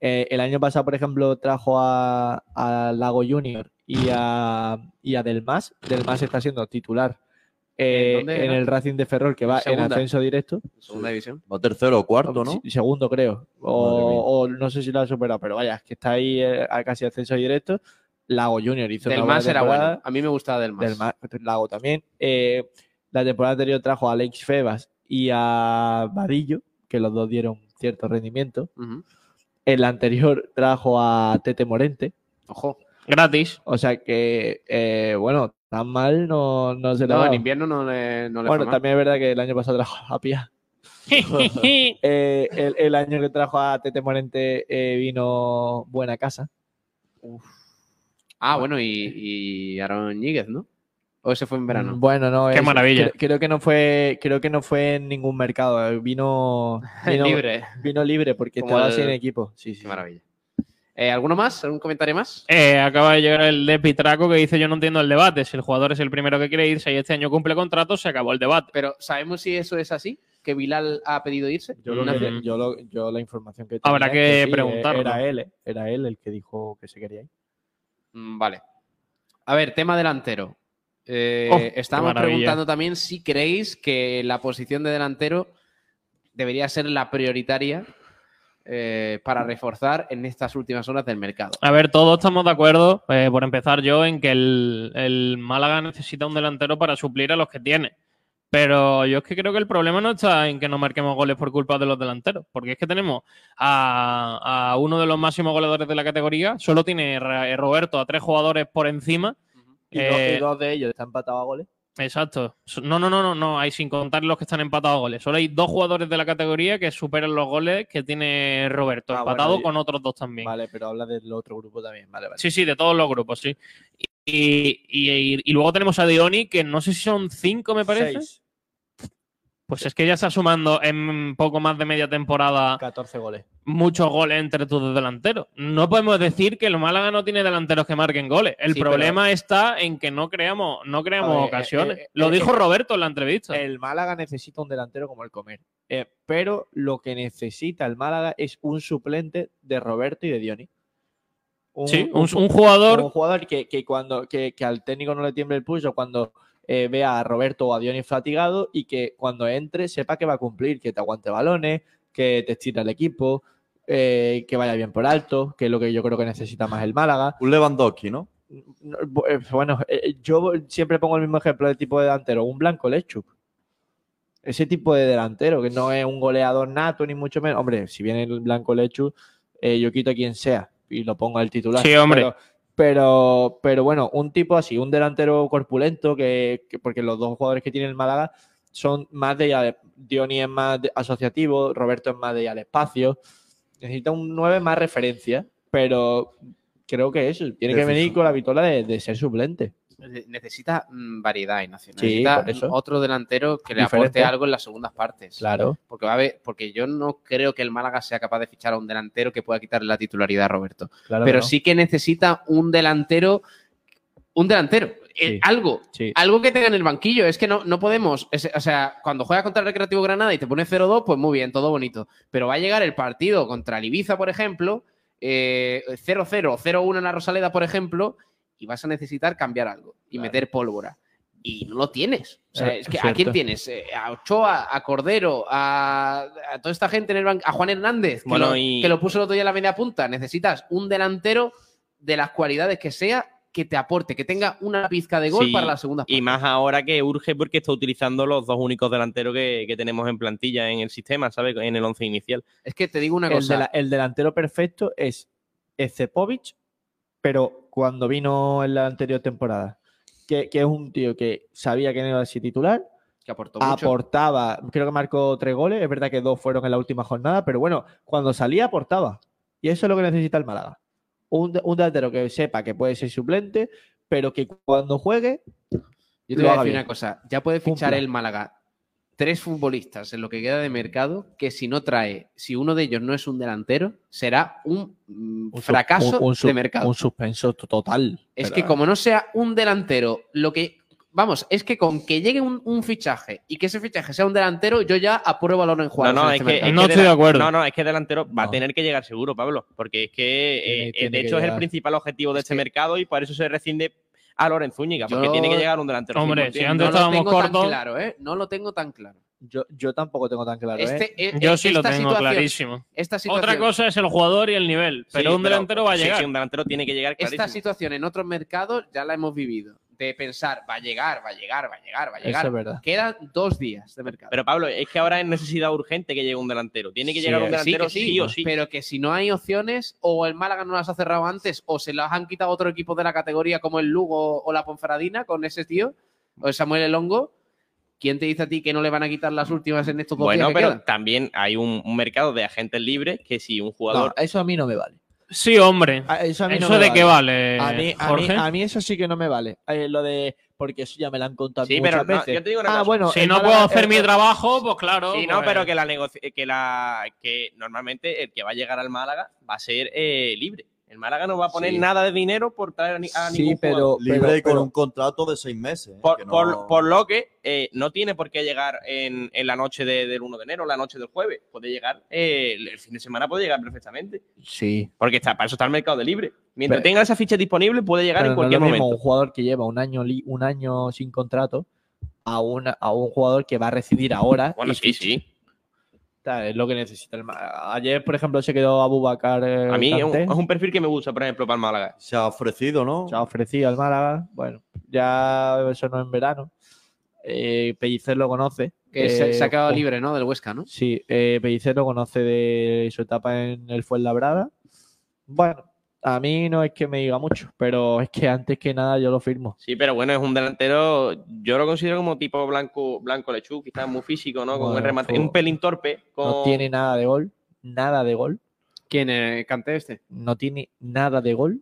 Speaker 4: Eh, el año pasado, por ejemplo, trajo a, a Lago Junior y a, y a Delmas. Delmas está siendo titular eh,
Speaker 8: ¿En
Speaker 4: ¿En,
Speaker 8: dónde era?
Speaker 4: el Racing de Ferrol, que va en
Speaker 8: Segunda.
Speaker 4: ascenso directo.
Speaker 8: Segunda división.
Speaker 11: Va tercero o cuarto, ¿no?
Speaker 4: Sí, Segundo, creo. O, o no sé si lo ha superado, pero vaya, es que está ahí eh, a casi ascenso directo. Lago Junior hizo
Speaker 8: Del
Speaker 4: una buena
Speaker 8: Mas era
Speaker 4: temporada.
Speaker 8: bueno. A mí me gustaba Del Mas.
Speaker 4: Del Mar- Lago también. Eh, la temporada anterior trajo a Alex Febas y a Vadillo, que los dos dieron cierto rendimiento. En la anterior trajo a Tete Morente.
Speaker 8: Ojo.
Speaker 9: Gratis.
Speaker 4: O sea que, eh, bueno, tan mal no, no se le
Speaker 8: No,
Speaker 4: va.
Speaker 8: en invierno no le, no le
Speaker 4: bueno,
Speaker 8: fue mal.
Speaker 4: también es verdad que el año pasado trajo a
Speaker 8: [LAUGHS]
Speaker 4: Pia. Eh, el, el año que trajo a Tete Morente eh, vino Buena Casa.
Speaker 8: Ah, bueno, y, y Aaron Níguez, ¿no? O ese fue en verano.
Speaker 4: Bueno, no.
Speaker 8: Qué
Speaker 4: es-
Speaker 8: maravilla.
Speaker 4: Creo, creo que no fue, creo que no fue en ningún mercado. eh,
Speaker 8: [LAUGHS]
Speaker 4: Vino, [LAUGHS] vino
Speaker 8: Mm, Libre.
Speaker 4: Vino libre porque
Speaker 8: Como
Speaker 4: estaba
Speaker 8: el-
Speaker 4: sin equipo. Sí,
Speaker 8: Qué maravilla. Eh, ¿Alguno más? ¿Algún comentario más?
Speaker 9: Eh, acaba de llegar el de Pitraco que dice: Yo no entiendo el debate. Si el jugador es el primero que quiere irse y este año cumple contrato, se acabó el debate.
Speaker 8: Pero ¿sabemos si eso es así? ¿Que Bilal ha pedido irse?
Speaker 4: Yo, lo que- yo, lo- yo la información que
Speaker 9: Habrá
Speaker 4: tenía es
Speaker 9: que
Speaker 4: sí, eh,
Speaker 9: preguntarlo.
Speaker 4: Era él, eh, era él el que dijo que se quería ir.
Speaker 8: Mm, Vale. A ver, tema delantero. Eh,
Speaker 4: Oh, qué
Speaker 8: estábamos
Speaker 4: maravilla.
Speaker 8: preguntando también si creéis que la posición de delantero debería ser la prioritaria eh, para reforzar en estas últimas horas del mercado.
Speaker 9: A ver, todos estamos de acuerdo, eh, por empezar yo, en que el, el Málaga necesita un delantero para suplir a los que tiene. Pero yo es que creo que el problema no está en que no marquemos goles por culpa de los delanteros, porque es que tenemos a, a uno de los máximos goleadores de la categoría, solo tiene Ra- eh, Roberto a tres jugadores por encima.
Speaker 4: Y, do-
Speaker 9: Eh,
Speaker 4: y dos de ellos están empatados a goles.
Speaker 9: Exacto. So- No, no, no, no, no. Hay sin contar los que están empatados a goles. Solo hay dos jugadores de la categoría que superan los goles que tiene Roberto,
Speaker 4: Ah,
Speaker 9: empatado
Speaker 4: bueno, y-
Speaker 9: con otros dos también.
Speaker 4: Vale, pero habla del otro grupo también. Vale, vale.
Speaker 9: Sí, sí, de todos los grupos, sí. Y, y- y- y luego tenemos a Dioni, que no sé si son cinco, me parece.
Speaker 4: Seis.
Speaker 9: Pues es que ya está sumando en poco más de media temporada
Speaker 4: 14 goles.
Speaker 9: muchos goles entre tus delanteros. No podemos decir que el Málaga no tiene delanteros que marquen goles. El
Speaker 4: Sí, pero-
Speaker 9: problema está en que no creamos, no creamos
Speaker 4: A ver, eh,
Speaker 9: ocasiones.
Speaker 4: eh, eh,
Speaker 9: Lo
Speaker 4: eh,
Speaker 9: dijo
Speaker 4: eh,
Speaker 9: Roberto en la entrevista.
Speaker 4: El Málaga necesita un delantero como el comer. Eh, pero lo que necesita el Málaga es un suplente de Roberto y de Dioni.
Speaker 9: Sí, un- un jugador-
Speaker 4: Un jugador que, que cuando que, que al técnico no le tiemble el pulso cuando eh, vea a Roberto o a Dioni fatigado y que cuando entre sepa que va a cumplir, que te aguante balones, que te estira el equipo, eh, que vaya bien por alto, que es lo que yo creo que necesita más el Málaga.
Speaker 11: Un Lewandowski, ¿no?
Speaker 4: No, bu- eh, Bueno, eh, yo siempre pongo el mismo ejemplo de tipo de delantero, un blanco Lechup. Ese tipo de delantero, que no es un goleador nato, ni mucho menos. Hombre, si viene el blanco Lechup, eh, yo quito a quien sea y lo pongo al titular.
Speaker 9: Sí, hombre.
Speaker 4: Pero, pero, pero bueno, un tipo así, un delantero corpulento, que, que- porque los dos jugadores que tiene el Málaga son más de. Diony es más de- asociativo, Roberto es más de ir al espacio. Necesita un 9 más referencia, pero creo que eso. Tiene que
Speaker 8: Preciso.
Speaker 4: venir con la vitola de, de ser suplente.
Speaker 8: Ne- Necesita mm, variedad, Ignacio.
Speaker 4: Sí,
Speaker 8: Necesita
Speaker 4: por eso.
Speaker 8: otro delantero que le
Speaker 4: Diferente.
Speaker 8: aporte algo en las segundas partes.
Speaker 4: Claro.
Speaker 8: Porque, va a haber, porque yo no creo que el Málaga sea capaz de fichar a un delantero que pueda quitarle la titularidad a Roberto.
Speaker 4: Claro
Speaker 8: Pero
Speaker 4: que no.
Speaker 8: sí que necesita un delantero. Un delantero. eh, algo. Algo que tenga en el banquillo. Es que no, no podemos. es- o sea, cuando juega contra el Recreativo Granada y te pone 0-2, pues muy bien, todo bonito. Pero va a llegar el partido contra el Ibiza, por ejemplo. eh, 0-0, 0-1 en la Rosaleda, por ejemplo, y vas a necesitar cambiar algo y meter pólvora. Y no lo tienes. O sea,
Speaker 17: Eh,
Speaker 8: es que ¿a
Speaker 17: cierto.
Speaker 8: quién tienes? Eh, A Ochoa, a Cordero, a, a toda esta gente en el banco, a Juan Hernández, que,
Speaker 10: Bueno,
Speaker 8: lo,
Speaker 10: y-
Speaker 8: que lo puso el otro día en la media punta. Necesitas un delantero de las cualidades que sea que te aporte, que tenga una pizca de gol
Speaker 10: Sí,
Speaker 8: para la segunda.
Speaker 10: Y más ahora que urge porque está utilizando los dos únicos delanteros que, que tenemos en plantilla en el sistema, ¿sabes? En el once inicial.
Speaker 8: Es que te digo una
Speaker 4: el,
Speaker 10: cosa.
Speaker 4: dela- el delantero perfecto es Ecepovic, pero cuando vino en la anterior temporada, que, que es un tío que sabía que no iba a ser titular,
Speaker 8: que aportó mucho.
Speaker 4: aportaba, creo que marcó tres goles, es verdad que dos fueron en la última jornada, pero bueno, cuando salía aportaba. Y eso es lo que necesita el Málaga. Un, un delantero que sepa que puede ser suplente, pero que cuando juegue...
Speaker 8: Yo te
Speaker 4: lo
Speaker 8: voy a
Speaker 4: haga
Speaker 8: decir
Speaker 4: bien.
Speaker 8: una cosa. Ya puede fichar
Speaker 4: Cumpla.
Speaker 8: el Málaga tres futbolistas en lo que queda de mercado que si no trae, si uno de ellos no es un delantero, será un, mm,
Speaker 4: Un su-
Speaker 8: fracaso
Speaker 4: un- un su-
Speaker 8: de mercado.
Speaker 4: Un suspenso total.
Speaker 8: es
Speaker 4: Pero-
Speaker 8: que como no sea un delantero, lo que... Vamos, es que con que llegue un, un fichaje y que ese fichaje sea un delantero, yo ya apruebo valor en
Speaker 10: No,
Speaker 8: jugadores. en
Speaker 10: no, es
Speaker 8: este
Speaker 10: que,
Speaker 8: mercado.
Speaker 10: es que dela- No, no, es que delantero va a tener que llegar seguro, Pablo, porque es que, eh, eh,
Speaker 8: tiene
Speaker 10: de
Speaker 8: que
Speaker 10: hecho, es el
Speaker 8: llegar.
Speaker 10: principal objetivo de este mercado y por eso se rescinde a Loren Zúñiga, porque
Speaker 8: Yo-
Speaker 10: tiene que llegar un delantero. 100%.
Speaker 8: no lo tengo Tan claro, ¿eh? No lo tengo tan claro.
Speaker 4: Yo, yo tampoco tengo tan claro.
Speaker 8: Este- eh,
Speaker 9: Yo
Speaker 4: e-,
Speaker 8: eh,
Speaker 9: sí lo
Speaker 8: esta
Speaker 9: tengo
Speaker 8: situación-
Speaker 9: clarísimo.
Speaker 8: Esta situación,
Speaker 9: Otra cosa es el jugador y el
Speaker 8: ¿eh?
Speaker 9: nivel, pero
Speaker 10: Sí,
Speaker 9: un delantero va a
Speaker 10: sí,
Speaker 9: llegar.
Speaker 10: sí, un delantero tiene que llegar clarísimo.
Speaker 8: esta situación en otros mercados ya la hemos vivido. De pensar, va a llegar, va a llegar, va a llegar, va a
Speaker 10: Eso
Speaker 8: llegar.
Speaker 10: es verdad.
Speaker 8: Quedan dos días de mercado.
Speaker 10: Pero Pablo, es que ahora es necesidad urgente que llegue un delantero. Tiene que
Speaker 8: Sí,
Speaker 10: llegar un
Speaker 8: que sí,
Speaker 10: delantero
Speaker 8: que sí,
Speaker 10: sí o sí.
Speaker 8: Pero que si no hay opciones, o el Málaga no las ha cerrado antes, o se las han quitado otro equipo de la categoría como el Lugo o la Ponferradina con ese tío, o el Samuel El Hongo, ¿quién te dice a ti que no le van a quitar las últimas en estos dos
Speaker 10: Bueno,
Speaker 8: días que
Speaker 10: pero
Speaker 8: quedan?
Speaker 10: también hay un, un mercado de agentes libres que si un jugador.
Speaker 4: eso a mí no me vale.
Speaker 9: Sí, hombre.
Speaker 4: A- Eso, a mí no
Speaker 9: ¿Eso
Speaker 4: me
Speaker 9: de qué vale,
Speaker 4: A mí, a mí-
Speaker 9: Jorge?
Speaker 4: a mí eso sí que no me vale. Eh, lo de. Porque eso ya me lo han contado
Speaker 10: Sí,
Speaker 4: muchas
Speaker 10: pero no,
Speaker 4: veces.
Speaker 10: yo te digo una
Speaker 4: ah,
Speaker 10: cosa.
Speaker 4: bueno.
Speaker 9: si
Speaker 4: el
Speaker 9: no
Speaker 4: Málaga-
Speaker 9: puedo hacer
Speaker 4: eh,
Speaker 9: mi trabajo, pues claro.
Speaker 10: sí, no,
Speaker 9: pues-
Speaker 10: pero que la negoci- que la que normalmente el que va a llegar al Málaga va a ser eh, libre. El Málaga no va a poner
Speaker 11: Sí.
Speaker 10: nada de dinero por traer a, ni- a ningún jugador.
Speaker 11: libre y con un contrato de seis meses. eh, que
Speaker 10: Por,
Speaker 11: no-
Speaker 10: por- por lo que eh, no tiene por qué llegar en, en la noche de- del 1 de enero, la noche del jueves. Puede llegar, eh, el el fin de semana puede llegar perfectamente.
Speaker 4: Sí.
Speaker 10: Porque está, para eso está el mercado de libre. Mientras
Speaker 4: Pero-
Speaker 10: tenga esa ficha disponible, puede llegar
Speaker 4: pero
Speaker 10: en
Speaker 4: no es
Speaker 10: cualquier
Speaker 4: lo mismo
Speaker 10: momento.
Speaker 4: un jugador que lleva un año, li- un año sin contrato a, una- a un jugador que va a recibir ahora.
Speaker 10: Bueno, sí,
Speaker 4: y
Speaker 10: sí.
Speaker 4: tal, es lo que necesita. el Ma- Ayer, por ejemplo, se quedó Abubacar. eh,
Speaker 10: A mí es un,
Speaker 4: Kanté.
Speaker 10: es un perfil que me gusta, por ejemplo, para el Málaga.
Speaker 11: Se ha ofrecido, ¿no?
Speaker 4: Se ha ofrecido al Málaga. Bueno, ya eso no es en verano. Eh, Pellicer lo conoce.
Speaker 8: Que se,
Speaker 4: Eh,
Speaker 8: se ha quedado
Speaker 4: un-
Speaker 8: libre, ¿no? Del Huesca, ¿no?
Speaker 4: Sí, eh, Pellicer lo conoce de su etapa en el Fuenlabrada. Bueno, a mí no es que me diga mucho, pero es que antes que nada yo lo firmo.
Speaker 10: Sí, pero bueno, es un delantero, yo lo considero como tipo blanco, blanco lechú, quizás muy físico, ¿no? Con
Speaker 4: Bueno,
Speaker 10: el remate,
Speaker 4: fue-
Speaker 10: un pelín torpe. Con...
Speaker 4: No tiene nada de gol, nada de gol.
Speaker 8: ¿Quién Canté este?
Speaker 4: No tiene nada de gol.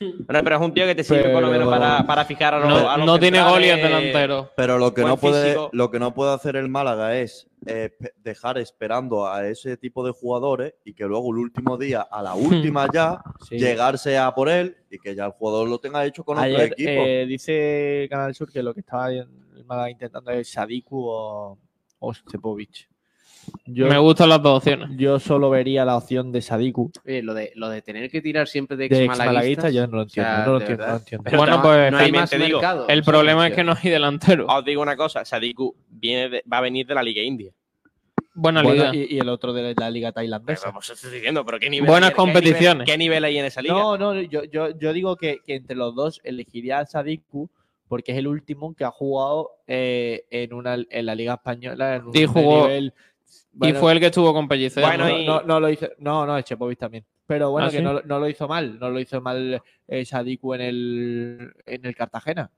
Speaker 10: [LAUGHS] Bueno, pero es un tío que te sirve por lo menos
Speaker 11: Pero-
Speaker 10: para, para fijar a los, a los centrales.
Speaker 11: Pero lo que,
Speaker 10: Buen
Speaker 11: no puede,
Speaker 10: físico.
Speaker 11: lo que no puede hacer el Málaga es eh, pe- dejar esperando a ese tipo de jugadores y que luego el último día,
Speaker 4: [LAUGHS]
Speaker 11: a la última ya,
Speaker 4: Sí.
Speaker 11: llegarse a por él y que ya el jugador lo tenga hecho con otro
Speaker 4: Ayer
Speaker 11: equipo.
Speaker 4: eh, dice Canal Sur que lo que estaba el Málaga intentando es Sadiku o, o Stepovic. Yo-
Speaker 9: Me gustan las dos opciones.
Speaker 4: Yo solo vería la opción de Sadiku.
Speaker 8: Oye, Eh, lo, de, lo de tener que tirar siempre de
Speaker 4: De
Speaker 8: exmalaguistas.
Speaker 4: exmalaguista yo no lo entiendo, no lo
Speaker 8: de
Speaker 4: entiendo, no
Speaker 8: verdad.
Speaker 4: lo entiendo.
Speaker 10: Pero
Speaker 9: bueno,
Speaker 10: tam-
Speaker 9: pues
Speaker 10: no hay
Speaker 9: también
Speaker 10: más
Speaker 9: te digo,
Speaker 10: mercado,
Speaker 9: el
Speaker 10: ¿sabes?
Speaker 9: problema es que no hay delantero.
Speaker 10: Os digo una cosa, Sadiku viene de- va a venir de la Liga India.
Speaker 9: Buena
Speaker 4: Bueno,
Speaker 9: liga.
Speaker 4: y, y el otro de la liga tailandesa.
Speaker 10: Os estoy diciendo, pero qué nivel.
Speaker 9: Buenas
Speaker 10: hay- qué nivel-
Speaker 9: competiciones.
Speaker 10: ¿Qué nivel hay en esa liga?
Speaker 4: No, no, yo, yo, yo digo que, que entre los dos elegiría a Sadiku porque es el último que ha jugado eh, en, una, en la Liga Española. en un
Speaker 9: Y jugó-
Speaker 4: nivel-
Speaker 9: y
Speaker 4: bueno,
Speaker 9: fue el que estuvo con Pellicer.
Speaker 4: Bueno,
Speaker 9: ¿no?
Speaker 4: no, no lo hizo. No, no, Chepovic también. Pero bueno,
Speaker 9: ¿Ah,
Speaker 4: que
Speaker 9: sí?
Speaker 4: no, lo- no lo hizo mal. No lo hizo mal eh, Sadiku en el, en el Cartagena.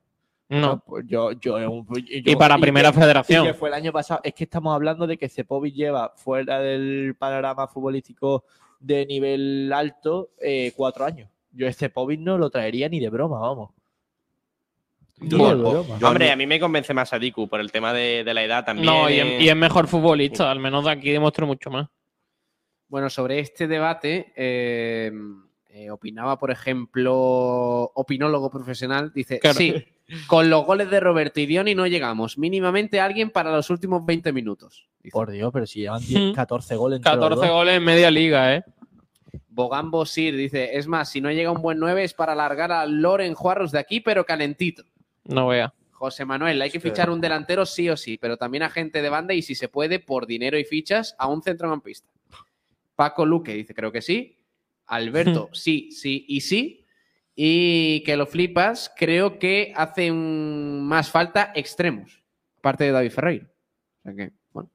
Speaker 9: No.
Speaker 4: pues yo, yo, es un- yo-
Speaker 9: Y para Primera
Speaker 4: que-
Speaker 9: Federación.
Speaker 4: y que fue el año pasado. Es que estamos hablando de que Sepovic lleva fuera del panorama futbolístico de nivel alto eh, cuatro años. Yo a Sepovic no lo traería ni de broma, vamos.
Speaker 10: Yo
Speaker 4: Ni de
Speaker 10: tampoco.
Speaker 4: broma.
Speaker 10: pues, Hombre, a mí me convence más Sadiku por el tema de, de la edad también.
Speaker 9: No, y,
Speaker 10: eh.
Speaker 9: es- y es mejor futbolista, al menos de aquí demuestra mucho más.
Speaker 8: Bueno, sobre este debate eh, eh, opinaba, por ejemplo, opinólogo profesional, dice,
Speaker 9: Claro.
Speaker 8: sí, con los goles de Roberto y Dioni no llegamos, mínimamente alguien para los últimos 20 minutos.
Speaker 4: Por Dios, pero si llevan 10, 14 goles. entre los
Speaker 9: 14
Speaker 4: dos.
Speaker 9: goles en media liga, ¿eh?
Speaker 8: Bogán Bosir dice, es más, si no llega un buen 9 es para alargar a Loren Juarros de aquí, pero calentito.
Speaker 9: No vea.
Speaker 8: José Manuel, hay que
Speaker 9: Sí.
Speaker 8: fichar un delantero sí o sí, pero también a gente de banda y si se puede, por dinero y fichas, a un centrocampista. Paco Luque dice, creo que sí.
Speaker 9: [LAUGHS]
Speaker 8: Alberto, sí, sí y sí. Y que lo flipas, creo que hacen más falta extremos, aparte de David Ferreira. O sea que, bueno.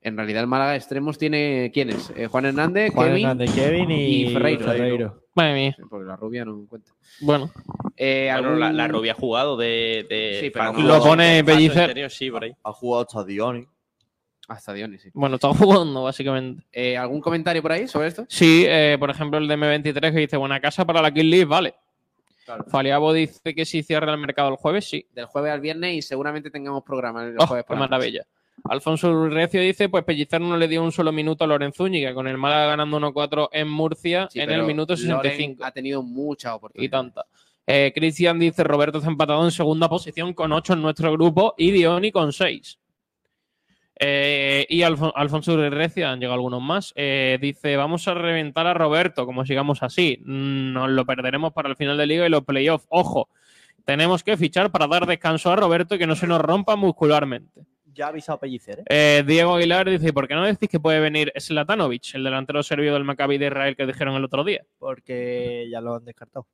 Speaker 8: En realidad el Málaga extremos tiene, ¿quiénes? Eh, Juan Hernández,
Speaker 9: Juan
Speaker 8: Kevin,
Speaker 9: Hernández, Kevin y
Speaker 8: Ferreiro.
Speaker 9: Ferreiro. Madre mía.
Speaker 8: Porque la rubia no cuenta.
Speaker 9: Bueno.
Speaker 8: Eh,
Speaker 10: Bueno,
Speaker 8: algún-
Speaker 10: la, la rubia ha jugado de. de
Speaker 8: Sí, pero
Speaker 10: fan-
Speaker 8: no- Lo pone
Speaker 10: fan
Speaker 9: Pellicer.
Speaker 10: interior, sí, por ahí.
Speaker 11: Ha jugado hasta Dioni.
Speaker 8: Hasta Dioni, sí.
Speaker 9: Bueno, está [LAUGHS] jugando, básicamente.
Speaker 8: Eh, ¿Algún comentario por ahí sobre esto?
Speaker 9: Sí, eh, por ejemplo, el de M23 que dice, buena casa para la Kill List, vale. Faliabo dice que si cierra el mercado el jueves, sí.
Speaker 8: Del jueves al viernes y seguramente tengamos programa el
Speaker 9: Oh,
Speaker 8: jueves
Speaker 9: qué
Speaker 8: por la noche.
Speaker 9: maravilla. Alfonso Recio dice, pues Pellicer no le dio un solo minuto a Lorenz Zúñiga, con el Málaga ganando 1-4 en Murcia
Speaker 8: Sí,
Speaker 9: en
Speaker 8: pero
Speaker 9: el minuto
Speaker 8: Loren
Speaker 9: 65.
Speaker 8: ha tenido muchas oportunidades.
Speaker 9: Y tanta. Eh, Cristian dice, Roberto está empatado en segunda posición con 8 en nuestro grupo y Dioni con 6. y Alfon- Alfonso Recio, han llegado algunos más, eh, dice, vamos a reventar a Roberto, como sigamos así. Mm, Nos lo perderemos para el final de liga y los playoffs. Ojo, tenemos que fichar para dar descanso a Roberto y que no se nos rompa muscularmente.
Speaker 4: Ya ha avisado Pellicer, ¿eh?
Speaker 9: Eh, Diego Aguilar dice, ¿por qué no decís que puede venir Slatanovic, el delantero serbio del Maccabi de Israel que dijeron el otro día?
Speaker 4: Porque ya lo han descartado.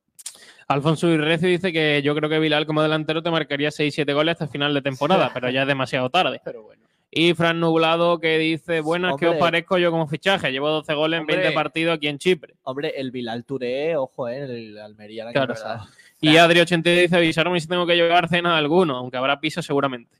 Speaker 9: Alfonso Irrecio dice que yo creo que Vilal como delantero te marcaría 6-7 goles hasta final de temporada, pero ya es demasiado tarde. Y Fran Nublado que dice, buenas, que os
Speaker 4: Hombre.
Speaker 9: parezco yo como fichaje? Llevo 12 goles en
Speaker 4: Hombre.
Speaker 9: 20 partidos aquí en Chipre.
Speaker 4: Hombre, el Bilal Touré, ojo, ¿eh? El Almería. el año
Speaker 9: Claro.
Speaker 4: pasado.
Speaker 9: Y Adri 80 dice, avisarme si tengo que llevar cena a alguno, aunque habrá pizza seguramente.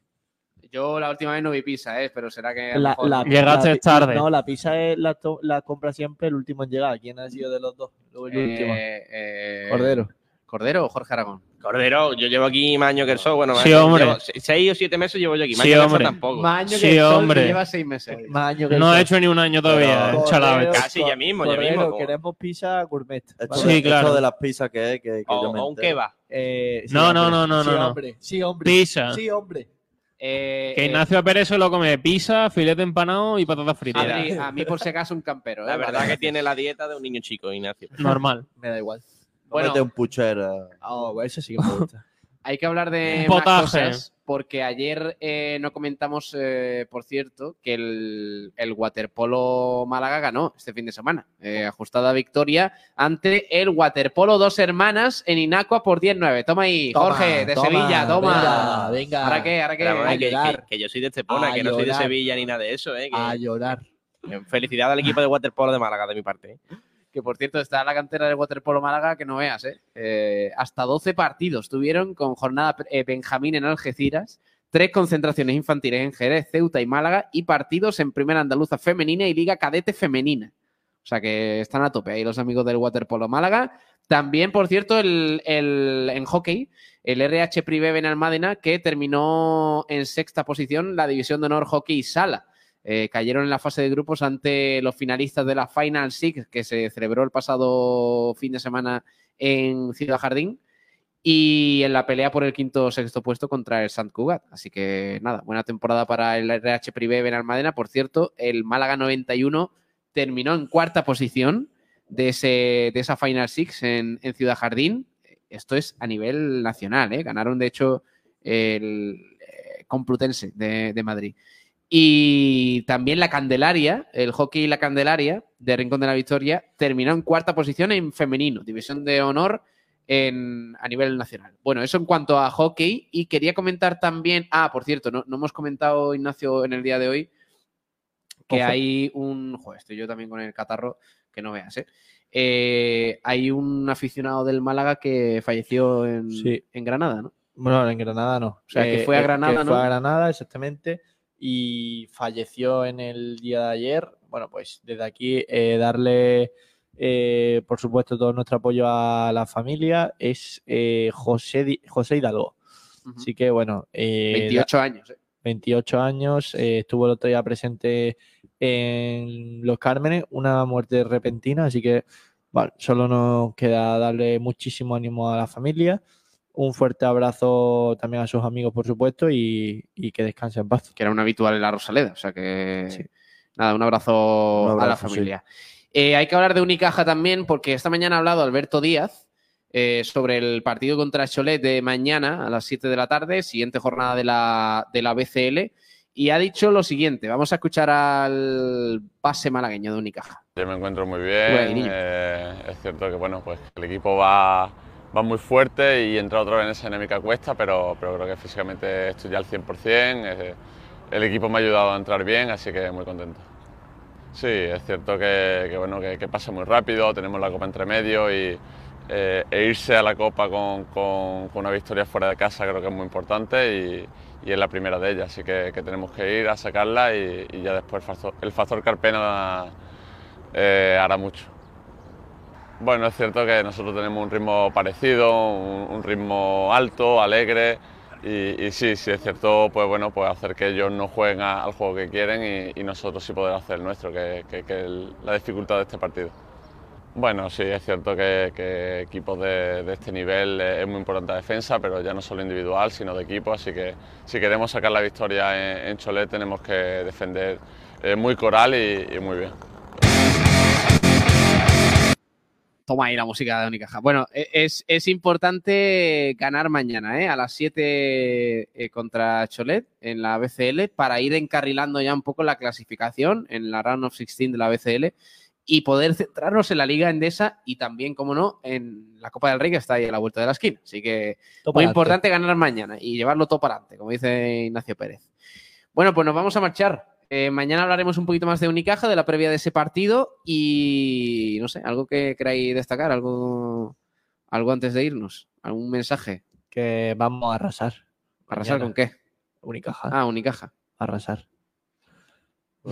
Speaker 8: Yo la última vez no vi pizza, ¿eh? pero será que. a lo
Speaker 4: La-
Speaker 8: mejor-
Speaker 4: la-
Speaker 9: Llegaste
Speaker 4: la-
Speaker 9: tarde.
Speaker 4: No, la pizza es la, to- la compra siempre el último en llegar. ¿Quién ha sido de los dos? Luego el último.
Speaker 8: Eh, eh,
Speaker 4: Cordero.
Speaker 8: ¿Cordero o Jorge Aragón?
Speaker 10: Cordero, yo llevo aquí más años que el sol. Bueno, más
Speaker 9: Sí,
Speaker 10: años,
Speaker 9: hombre.
Speaker 10: llevo se- seis o siete meses llevo yo aquí. Más
Speaker 9: Sí,
Speaker 10: años que el sol
Speaker 9: hombre.
Speaker 10: tampoco.
Speaker 8: Más año
Speaker 9: Sí,
Speaker 8: que el sol, que
Speaker 9: hombre.
Speaker 8: lleva seis meses.
Speaker 9: No ha hecho ni un año
Speaker 4: eh.
Speaker 9: todavía, el Chalavet.
Speaker 10: Casi ya mismo, ya
Speaker 4: Cordero,
Speaker 10: mismo.
Speaker 4: queremos pizza gourmet.
Speaker 11: Esto de- esto de las pizzas que es, que, que
Speaker 10: O-
Speaker 4: Oh,
Speaker 11: yo me
Speaker 10: o un
Speaker 11: entero.
Speaker 10: kebab.
Speaker 4: Eh, sí,
Speaker 9: No, no,
Speaker 4: hombre.
Speaker 9: no, no,
Speaker 4: Sí,
Speaker 9: no, no.
Speaker 4: hombre. Sí, hombre.
Speaker 9: Pizza.
Speaker 4: Sí, hombre. Eh,
Speaker 8: Eh.
Speaker 9: Que Ignacio Pérez solo come pizza, filete empanado y patatas fritas.
Speaker 8: Adri, a mí por si acaso un campero. ¿eh?
Speaker 10: La verdad
Speaker 8: Vale.
Speaker 10: que tiene la dieta de un niño chico, Ignacio.
Speaker 9: Normal.
Speaker 4: [LAUGHS] Me da igual.
Speaker 8: Bueno,
Speaker 11: Mete un puchero.
Speaker 4: Ah, eso sí que me gusta.
Speaker 8: hay que hablar de
Speaker 11: Un
Speaker 8: más
Speaker 11: potaje.
Speaker 8: cosas porque ayer eh, no comentamos, eh, por cierto, que el, el Waterpolo Málaga ganó este fin de semana. Eh, ajustada victoria ante el Waterpolo Dos Hermanas en Inacua por 10-9. Toma ahí,
Speaker 4: Toma,
Speaker 8: Jorge, de
Speaker 4: toma,
Speaker 8: Sevilla, toma.
Speaker 4: venga, venga.
Speaker 8: ¿Ahora qué? ¿Ahora qué?
Speaker 10: Pero, bueno,
Speaker 8: Hay
Speaker 10: que,
Speaker 8: que-
Speaker 10: que- que yo soy de Estepona,
Speaker 8: A
Speaker 10: que no soy de
Speaker 8: llorar.
Speaker 10: Sevilla ni nada de eso. ¿eh?
Speaker 4: A llorar.
Speaker 10: Felicidad al equipo de waterpolo de Málaga de mi parte. ¿eh?
Speaker 8: que por cierto está la cantera del Waterpolo Málaga que no veas, ¿eh? Eh, hasta 12 partidos tuvieron con jornada eh, Benjamín en Algeciras, tres concentraciones infantiles en Jerez, Ceuta y Málaga y partidos en Primera Andaluza Femenina y Liga Cadete Femenina. O sea que están a tope ahí los amigos del Waterpolo Málaga. También, por cierto, el, el- en hockey, el RH Privé Benalmádena, que terminó en sexta posición la División de Honor Hockey Sala. Eh, cayeron en la fase de grupos ante los finalistas de la Final Six, que se celebró el pasado fin de semana en Ciudad Jardín, y en la pelea por el quinto o sexto puesto contra el Sant Cugat. Así que nada, buena temporada para el RH Privé Benalmádena. Por cierto, el Málaga 91 terminó en cuarta posición de, ese, de esa Final Six en, en Ciudad Jardín. Esto es a nivel nacional, ¿eh? Ganaron, de hecho, el eh, Complutense de- de Madrid. Y también la Candelaria, el hockey y la Candelaria de Rincón de la Victoria, terminó en cuarta posición en femenino, división de honor en- a nivel nacional. Bueno, eso en cuanto a hockey. Y quería comentar también, ah, por cierto, no, no hemos comentado, Ignacio, en el día de hoy, que
Speaker 17: Ojo.
Speaker 8: hay un... Joder, estoy yo también con el catarro, que no veas, ¿eh? Eh, hay un aficionado del Málaga que falleció en, en Granada, ¿no?
Speaker 4: [LAUGHS] Bueno, en Granada no. O
Speaker 8: sea, que fue a Granada, ¿no?
Speaker 4: Eh, Fue a Granada, exactamente. Y falleció en el día de ayer. Bueno, pues desde aquí eh, darle, eh, por supuesto, todo nuestro apoyo a la familia. Es eh, José, Di- José Hidalgo. Así que, bueno. eh,
Speaker 8: 28
Speaker 4: da-
Speaker 8: años,
Speaker 4: 28 años. eh, estuvo el otro día presente en Los Cármenes. Una muerte repentina, así que, bueno, solo nos queda darle muchísimo ánimo a la familia un fuerte abrazo también a sus amigos, por supuesto, y, y que descanse en paz.
Speaker 8: que era un habitual en la Rosaleda. O sea que. Nada, un abrazo,
Speaker 4: Un
Speaker 8: a la
Speaker 4: abrazo, sí.
Speaker 8: familia. Eh, hay que hablar de Unicaja también, porque esta mañana ha hablado Alberto Díaz eh, sobre el partido contra Cholet de mañana a las 7 de la tarde, siguiente jornada de la, de la BCL, y ha dicho lo siguiente. Vamos a escuchar al base malagueño de Unicaja.
Speaker 17: Yo me encuentro muy
Speaker 8: Bueno,
Speaker 17: bien.
Speaker 8: niño.
Speaker 17: eh, es cierto que bueno, pues el equipo va, va muy fuerte y entra otra vez en esa enemiga cuesta, pero, pero creo que físicamente estoy ya al 100%. eh, el equipo me ha ayudado a entrar bien, así que muy contento. Sí, es cierto que, que, bueno, que, que pasa muy rápido, tenemos la copa entre medio y eh, e irse a la copa con, con- con una victoria fuera de casa creo que es muy importante y, y es la primera de ellas, así que, que tenemos que ir a sacarla y, y ya después el factor, el factor Carpena eh, hará mucho. Bueno, es cierto que nosotros tenemos un ritmo parecido, un, un ritmo alto, alegre. Y, y sí, sí es cierto, pues bueno, pues hacer que ellos no jueguen a- al juego que quieren y, y nosotros sí poder hacer el nuestro, que que- que el- la dificultad de este partido. Bueno, sí, es cierto que, que equipos de, de este nivel eh, es muy importante la defensa, pero ya no solo individual, sino de equipo. Así que si queremos sacar la victoria en, en Cholet, tenemos que defender eh, muy coral y- y muy bien.
Speaker 8: Toma ahí la música de Unicaja. Bueno, e- es, es importante ganar mañana, ¿eh? A las 7 eh, contra Cholet en la BCL para ir encarrilando ya un poco la clasificación en la round of 16 de la BCL y poder centrarnos en la Liga Endesa y también, como no, en la Copa del Rey que está ahí a la vuelta de la esquina. Así que
Speaker 13: Todo
Speaker 8: muy
Speaker 13: para
Speaker 8: importante ganar mañana y llevarlo todo para adelante, como dice Ignacio Pérez. Bueno, pues nos vamos a marchar. Eh, mañana hablaremos un poquito más de Unicaja, de la previa de ese partido y no sé, algo que queráis destacar, algo, algo antes de irnos, algún mensaje.
Speaker 4: Que vamos a arrasar.
Speaker 8: ¿Arrasar
Speaker 4: Mañana.
Speaker 8: con qué?
Speaker 4: Unicaja.
Speaker 8: Ah, Unicaja.
Speaker 4: Arrasar.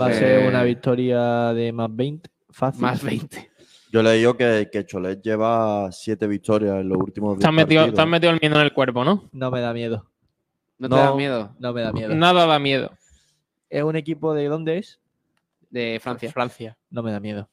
Speaker 4: Va a ser una victoria de más 20. Fácil.
Speaker 8: Más 20.
Speaker 11: Yo leí que, que Cholet lleva siete victorias en los últimos
Speaker 9: Te
Speaker 11: días.
Speaker 9: has, metido, te has metido el miedo en el cuerpo, ¿no?
Speaker 4: No me da miedo.
Speaker 8: ¿No
Speaker 11: te da miedo?
Speaker 4: No me da miedo.
Speaker 9: Nada da miedo.
Speaker 4: ¿Es un equipo de dónde es?
Speaker 8: De Francia.
Speaker 9: Francia.
Speaker 4: No me da miedo.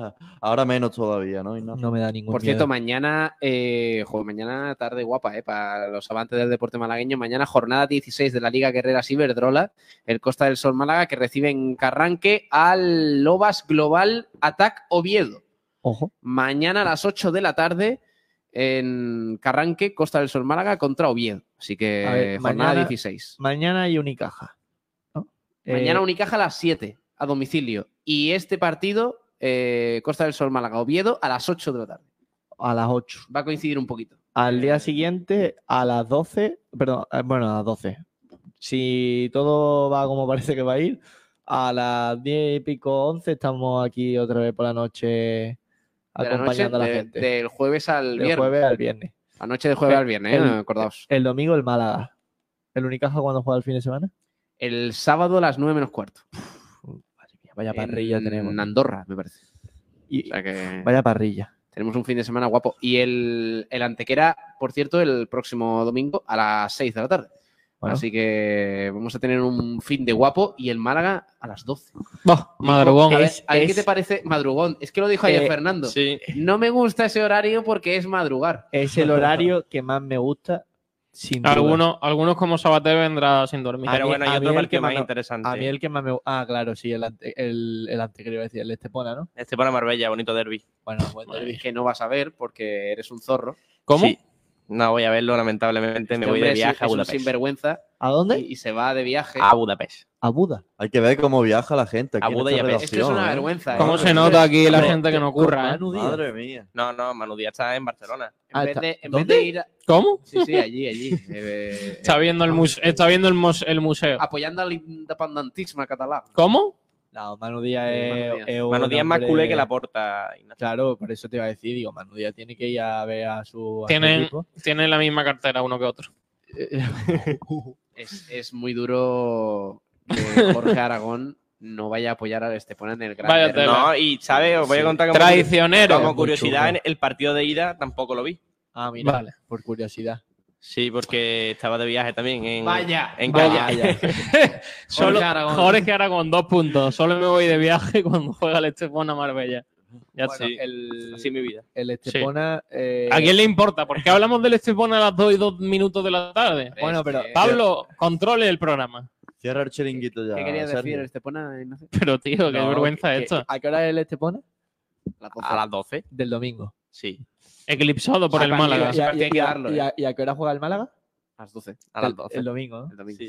Speaker 11: [LAUGHS] Ahora menos todavía, ¿no?
Speaker 4: No me da ningún
Speaker 8: Por cierto, mañana, eh, joder, mañana tarde guapa, eh, para los amantes del deporte malagueño. Mañana jornada 16 de la Liga Guerrera Ciberdrola, el Costa del Sol Málaga, que recibe en Carranque al Lobas Global Attack Oviedo.
Speaker 4: Ojo.
Speaker 8: Mañana a las 8 de la tarde en Carranque, Costa del Sol Málaga contra Oviedo. Así que
Speaker 4: A ver,
Speaker 8: jornada
Speaker 4: mañana-
Speaker 8: 16.
Speaker 4: Mañana hay Unicaja. ¿no?
Speaker 8: Mañana
Speaker 4: Eh,
Speaker 8: Unicaja a las 7, a domicilio. Y este partido, eh, Costa del Sol Málaga Oviedo, a las 8 de la tarde.
Speaker 4: A las 8.
Speaker 8: Va a coincidir un poquito.
Speaker 4: Al
Speaker 8: Eh,
Speaker 4: día siguiente, a las 12, perdón, eh, bueno, a las 12. Si todo va como [LAUGHS] parece que va a ir, a las 10 y pico, 11, estamos aquí otra vez por la noche
Speaker 8: De la noche,
Speaker 4: acompañando a la
Speaker 8: de-
Speaker 4: gente.
Speaker 8: Del jueves al
Speaker 4: Del
Speaker 8: viernes.
Speaker 4: jueves al viernes.
Speaker 8: La noche de jueves al viernes, ¿eh?
Speaker 4: El-
Speaker 8: acordaos.
Speaker 4: El domingo el Málaga. ¿El Unicaja cuando juega el fin de semana?
Speaker 8: El sábado a las 9 menos cuarto.
Speaker 4: Vaya
Speaker 8: En-
Speaker 4: parrilla tenemos.
Speaker 8: En Andorra, me parece.
Speaker 4: Y-
Speaker 8: O sea que
Speaker 4: Vaya parrilla.
Speaker 8: tenemos un fin de semana guapo. Y el, el antequera, por cierto, el próximo domingo a las 6 de la tarde.
Speaker 4: Bueno.
Speaker 8: Así que vamos a tener un fin de guapo y el Málaga a las 12.
Speaker 9: madrugón.
Speaker 8: A ver,
Speaker 9: Es-
Speaker 8: a ver, ¿qué
Speaker 9: es-
Speaker 8: te parece madrugón? Es que lo dijo ayer
Speaker 4: Eh,
Speaker 8: Fernando. No me gusta ese horario porque es madrugar.
Speaker 4: Es el horario que más me gusta. Sin duda.
Speaker 9: Algunos, algunos como Sabater vendrá sin dormir.
Speaker 4: A mí- a mí el que me- A mí el que más me Ah, claro, sí, el ante, el, el ante- que iba a decir, el Estepona, ¿no?
Speaker 8: Este para Marbella, bonito derby.
Speaker 4: Bueno,
Speaker 8: Que no vas a ver porque eres un zorro.
Speaker 9: ¿Cómo?
Speaker 10: No voy a verlo, lamentablemente.
Speaker 8: Este
Speaker 10: Me voy de
Speaker 8: hombre es-
Speaker 10: viaje a
Speaker 8: es un
Speaker 10: Budapest.
Speaker 8: sinvergüenza.
Speaker 4: ¿A dónde?
Speaker 8: Y, y se va de viaje.
Speaker 10: A Budapest.
Speaker 4: A Buda.
Speaker 11: Hay que ver cómo viaja la gente. aquí en
Speaker 10: Buda y
Speaker 11: esta
Speaker 10: a Pest.
Speaker 8: Es que es
Speaker 11: redacción,
Speaker 8: una
Speaker 11: ¿eh?
Speaker 8: vergüenza. ¿eh?
Speaker 9: ¿Cómo se nota aquí la gente que no curra? eh?
Speaker 11: Madre mía.
Speaker 10: No, no, Manu Díaz está en Barcelona.
Speaker 4: Ah,
Speaker 8: En vez de, en vez de ir. a-
Speaker 9: ¿Cómo?
Speaker 8: Sí, sí, allí,
Speaker 4: [LAUGHS]
Speaker 8: allí. eh,
Speaker 9: Está viendo el, muse- está viendo el, mos- el museo.
Speaker 8: apoyando al independentismo catalán.
Speaker 9: ¿Cómo?
Speaker 4: No, Manu Díaz
Speaker 10: Eh,
Speaker 8: Sí,
Speaker 4: es,
Speaker 8: Manu Díaz.
Speaker 4: eh, un
Speaker 10: Manu Díaz es más
Speaker 4: hombre-
Speaker 10: culé que la porta.
Speaker 4: Claro, por eso te iba a decir, digo, Manu Díaz tiene que ir a ver a su, a su
Speaker 9: Tienen,
Speaker 4: equipo. Eh,
Speaker 9: tienen la misma cartera uno que otro.
Speaker 4: [LAUGHS]
Speaker 8: Es, es muy duro
Speaker 10: [LAUGHS]
Speaker 8: que Jorge Aragón no vaya a apoyar al Estepona en el Gran
Speaker 9: Vaya
Speaker 8: Derby.
Speaker 10: No, y sabes, os voy a
Speaker 8: Sí.
Speaker 10: contar como, como curiosidad, en el partido de ida tampoco lo vi.
Speaker 4: Ah, mira, por curiosidad.
Speaker 10: Sí, porque estaba de viaje también en,
Speaker 9: Vaya,
Speaker 10: en
Speaker 9: vaya.
Speaker 10: [LAUGHS] Calla.
Speaker 9: [LAUGHS] Solo,
Speaker 10: Jorge Aragón.
Speaker 9: Jorge Aragón, dos puntos. Solo me voy de viaje [LAUGHS] cuando juega el Estepona Marbella. Ya está.
Speaker 10: Sí, así mi vida.
Speaker 4: El
Speaker 9: Sí.
Speaker 4: Estepona. eh,
Speaker 9: ¿A quién le importa? ¿Por qué hablamos del Estepona a las 2 y 2 minutos de la tarde? Eh,
Speaker 4: Bueno, pero-
Speaker 9: Pablo, controle el programa.
Speaker 11: Cierra el chiringuito ya.
Speaker 8: ¿Qué querías
Speaker 11: Sergio.
Speaker 8: decir el Estepona? eh, Ignacio?
Speaker 9: Pero, tío, qué
Speaker 4: no,
Speaker 9: vergüenza
Speaker 4: ¿qué-
Speaker 9: esto.
Speaker 4: ¿A qué hora es el Estepona?
Speaker 9: A las
Speaker 10: 12.
Speaker 4: Del domingo.
Speaker 10: Sí.
Speaker 9: Eclipsado
Speaker 8: Ah,
Speaker 9: por el Málaga.
Speaker 4: ¿Y Ah, a, y a- y
Speaker 8: eh,
Speaker 4: a- y a qué hora juega el Málaga?
Speaker 10: A las 12.
Speaker 8: A las
Speaker 4: El-
Speaker 8: 12.
Speaker 4: El, domingo. ¿no?
Speaker 8: El domingo.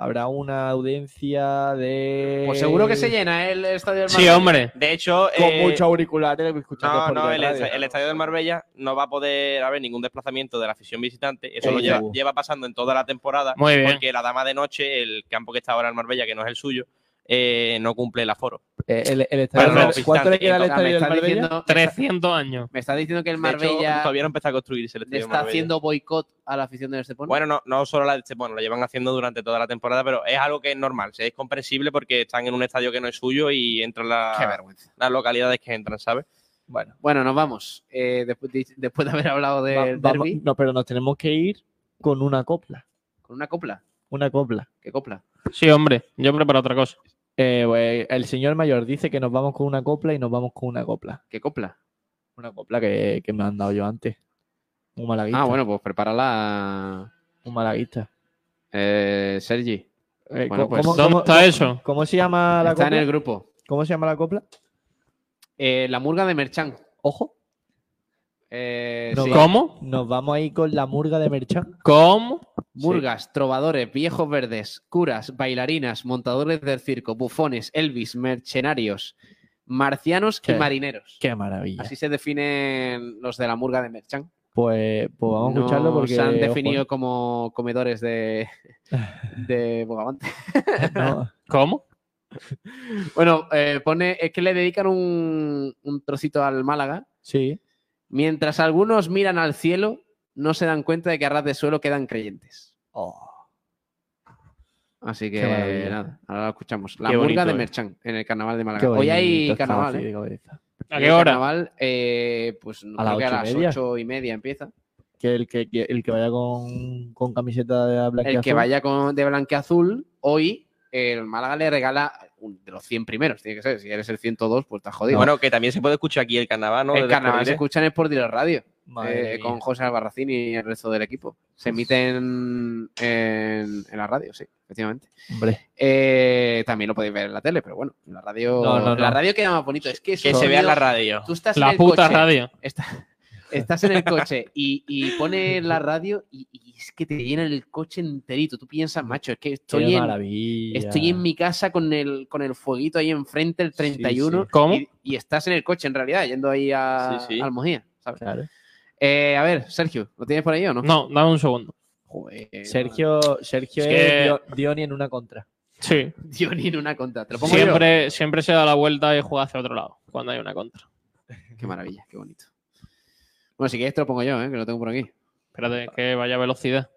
Speaker 4: Habrá una audiencia de.
Speaker 8: Pues seguro que se llena el estadio del
Speaker 4: Eh, Sí,
Speaker 8: Madrid.
Speaker 4: hombre.
Speaker 10: De hecho,
Speaker 4: Con
Speaker 10: eh,
Speaker 4: muchos auriculares escuchando
Speaker 10: No,
Speaker 4: por
Speaker 10: no,
Speaker 4: la
Speaker 10: el,
Speaker 4: radio.
Speaker 10: el estadio del Marbella no va a poder haber ningún desplazamiento de la afición visitante. Eso lo
Speaker 4: Sí,
Speaker 10: lleva,
Speaker 4: ya.
Speaker 10: lleva pasando en toda la temporada.
Speaker 4: Muy bien.
Speaker 10: Porque la dama de noche, el campo que está ahora en Marbella, que no es el suyo, eh, no cumple el aforo.
Speaker 4: Eh, el- el estadio
Speaker 10: Para los
Speaker 4: del- ¿Cuánto le
Speaker 10: visitantes,
Speaker 4: queda al
Speaker 10: entonces,
Speaker 4: estadio del
Speaker 10: me estás
Speaker 4: Marbella?
Speaker 10: diciendo-
Speaker 9: 300 años.
Speaker 10: Me está diciendo que
Speaker 8: el Marbella-
Speaker 10: todavía no empieza a construirse el
Speaker 8: Le
Speaker 10: estadio del
Speaker 8: está
Speaker 10: Marbella.
Speaker 8: haciendo boicot a la afición del Estepona.
Speaker 10: Bueno, no, no solo la de Estepona, lo llevan haciendo durante toda la temporada, pero es algo que es normal, es comprensible porque están en un estadio que no es suyo y entran la-
Speaker 8: Qué vergüenza.
Speaker 10: las localidades que entran, ¿sabes?
Speaker 4: Bueno,
Speaker 8: bueno, nos vamos. Eh, después, de, después de haber hablado del
Speaker 4: Vamos-
Speaker 8: derby,
Speaker 4: no, pero nos tenemos que ir con una copla.
Speaker 8: con una copla.
Speaker 4: Una copla. Eh,
Speaker 8: ¿Qué copla?
Speaker 9: Sí, hombre, yo preparo otra cosa.
Speaker 4: pues, el señor mayor dice que nos vamos con una copla y nos vamos con una copla.
Speaker 8: ¿Qué copla?
Speaker 4: Una copla que, que me han dado yo antes. Un malaguista.
Speaker 8: Ah, bueno, pues prepárala.
Speaker 4: Un malaguista.
Speaker 8: Eh, Sergi.
Speaker 4: Eh,
Speaker 8: Bueno,
Speaker 4: ¿cómo-
Speaker 8: pues-
Speaker 4: cómo- cómo- cómo- ¿Cómo se llama la
Speaker 8: Está en
Speaker 4: copla?
Speaker 8: el grupo.
Speaker 4: ¿Cómo se llama la copla?
Speaker 8: Eh, la murga de Merchan.
Speaker 4: Ojo.
Speaker 8: Eh,
Speaker 4: Nos
Speaker 8: sí.
Speaker 4: va- Nos vamos ahí con la murga de Merchan.
Speaker 9: ¿Cómo?
Speaker 8: Murgas, trovadores, viejos verdes, curas, bailarinas, montadores del circo, bufones, Elvis, mercenarios, marcianos
Speaker 4: Qué-
Speaker 8: y marineros.
Speaker 4: Qué maravilla.
Speaker 8: Así se definen los de la murga de Merchan.
Speaker 4: Pues, pues vamos a
Speaker 8: No
Speaker 4: escucharlo porque.
Speaker 8: se han
Speaker 4: ojo, eh.
Speaker 8: definido como comedores
Speaker 4: [LAUGHS]
Speaker 8: de, de bogavante.
Speaker 9: ¿Cómo?
Speaker 8: Bueno, eh, pone, es que le dedican un, un trocito al Málaga.
Speaker 4: Sí.
Speaker 8: Mientras algunos miran al cielo, no se dan cuenta de que a ras de suelo quedan creyentes. Oh. Así que
Speaker 4: Qué maravilla.
Speaker 8: nada, ahora lo escuchamos. La
Speaker 4: Qué
Speaker 8: murga
Speaker 4: bonito,
Speaker 8: de
Speaker 4: eh.
Speaker 8: Merchan en el carnaval de
Speaker 4: Qué
Speaker 8: Málaga. Hoy hay
Speaker 4: bonito, está
Speaker 8: carnaval,
Speaker 4: así
Speaker 8: ¿eh?
Speaker 4: de cabeza.
Speaker 9: ¿A
Speaker 8: Hoy
Speaker 9: qué
Speaker 8: hay
Speaker 9: hora?
Speaker 8: carnaval, eh, pues no
Speaker 4: A
Speaker 8: creo
Speaker 4: las
Speaker 8: que a
Speaker 4: ocho y
Speaker 8: las
Speaker 4: media.
Speaker 8: ocho y media empieza.
Speaker 4: Que el que, que el que vaya con, con camiseta de Black
Speaker 8: El que vaya con, de blanqueazul, hoy el Málaga le regala un- de los 100 primeros. pues Tiene que ser, si eres el 102, pues estás jodido.
Speaker 10: Bueno, que también se puede escuchar aquí el carnaval, ¿no?
Speaker 8: el
Speaker 10: Desde
Speaker 8: carnaval se
Speaker 10: Escoriales.
Speaker 8: escucha en Sport Direct Radio.
Speaker 10: Madre
Speaker 8: eh,
Speaker 10: mía.
Speaker 8: con José Albarracín y el resto del equipo. Se emiten en, en la radio, sí, efectivamente.
Speaker 4: Hombre.
Speaker 8: Eh, también lo podéis ver en la tele, pero bueno, en la radio.
Speaker 10: No, no,
Speaker 8: La
Speaker 10: no.
Speaker 8: radio queda más bonito. Es que,
Speaker 10: Que se vea en la radio.
Speaker 8: Tú estás
Speaker 9: La
Speaker 8: en el
Speaker 9: puta
Speaker 8: coche,
Speaker 9: radio.
Speaker 8: está- estás en el coche y, y pones la radio y, y es que te llena el coche enterito. Tú piensas, macho, es que estoy
Speaker 4: Qué
Speaker 8: en,
Speaker 4: maravilla.
Speaker 8: Estoy en mi casa con el, con el fueguito ahí enfrente, el 31.
Speaker 4: ah, sí. ¿Cómo?
Speaker 8: Y, y estás en el coche, en realidad, yendo ahí a
Speaker 9: Sí, sí.
Speaker 8: a Almojía, ¿sabes?
Speaker 4: Claro.
Speaker 8: Eh, a ver, Sergio, ¿lo tienes por ahí o no?
Speaker 9: No, dame un segundo.
Speaker 8: Eh,
Speaker 4: Sergio, Sergio
Speaker 9: Es que-
Speaker 4: es Dio- Dioni en una contra.
Speaker 8: [LAUGHS]
Speaker 9: Sí.
Speaker 8: Dioni en una contra. ¿Te lo pongo
Speaker 9: Siempre, siempre se da la vuelta y juega hacia otro lado cuando hay una contra.
Speaker 8: Qué maravilla, qué bonito. Bueno, si quieres te lo pongo yo, ¿eh? que lo tengo por aquí.
Speaker 9: Espérate, que vaya velocidad.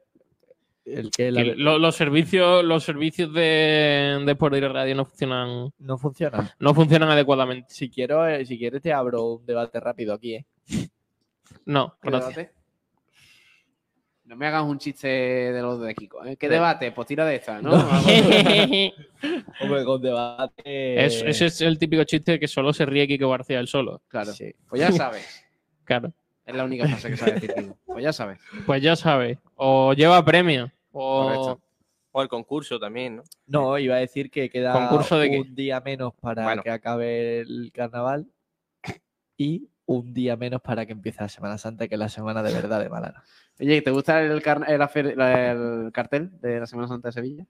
Speaker 4: El que
Speaker 8: la-
Speaker 9: Que lo- los servicios, los servicios de, de por radio no funcionan.
Speaker 8: [LAUGHS]
Speaker 4: No funciona.
Speaker 9: No funcionan adecuadamente.
Speaker 4: Si quiero, eh, si quieres te abro un debate rápido aquí, ¿eh?
Speaker 9: No,
Speaker 8: ¿Qué
Speaker 9: gracias.
Speaker 8: debate? No me hagas un chiste de los de Kiko. ¿eh? ¿Qué
Speaker 4: Sí.
Speaker 8: debate? Pues tira de esta,
Speaker 4: [LAUGHS]
Speaker 8: ¿no?
Speaker 4: Hombre, con debate.
Speaker 9: Es- ese es el típico chiste que solo se ríe Kiko García él solo.
Speaker 8: Claro. Pues ya sabes.
Speaker 9: [LAUGHS] Claro.
Speaker 8: Es la única frase que sabe decir Kiko. Pues ya sabes.
Speaker 9: Pues ya sabes. O lleva premio. O
Speaker 10: Correcto. O el concurso también, ¿no?
Speaker 4: No, iba a decir que queda
Speaker 9: ¿Concurso de qué?
Speaker 4: un día menos para
Speaker 10: Bueno.
Speaker 4: que acabe el carnaval y un día menos para que empiece la Semana Santa, que es la semana de verdad de Málaga.
Speaker 8: Oye, ¿te gusta el, car- el afer- la- el cartel de la Semana Santa de Sevilla?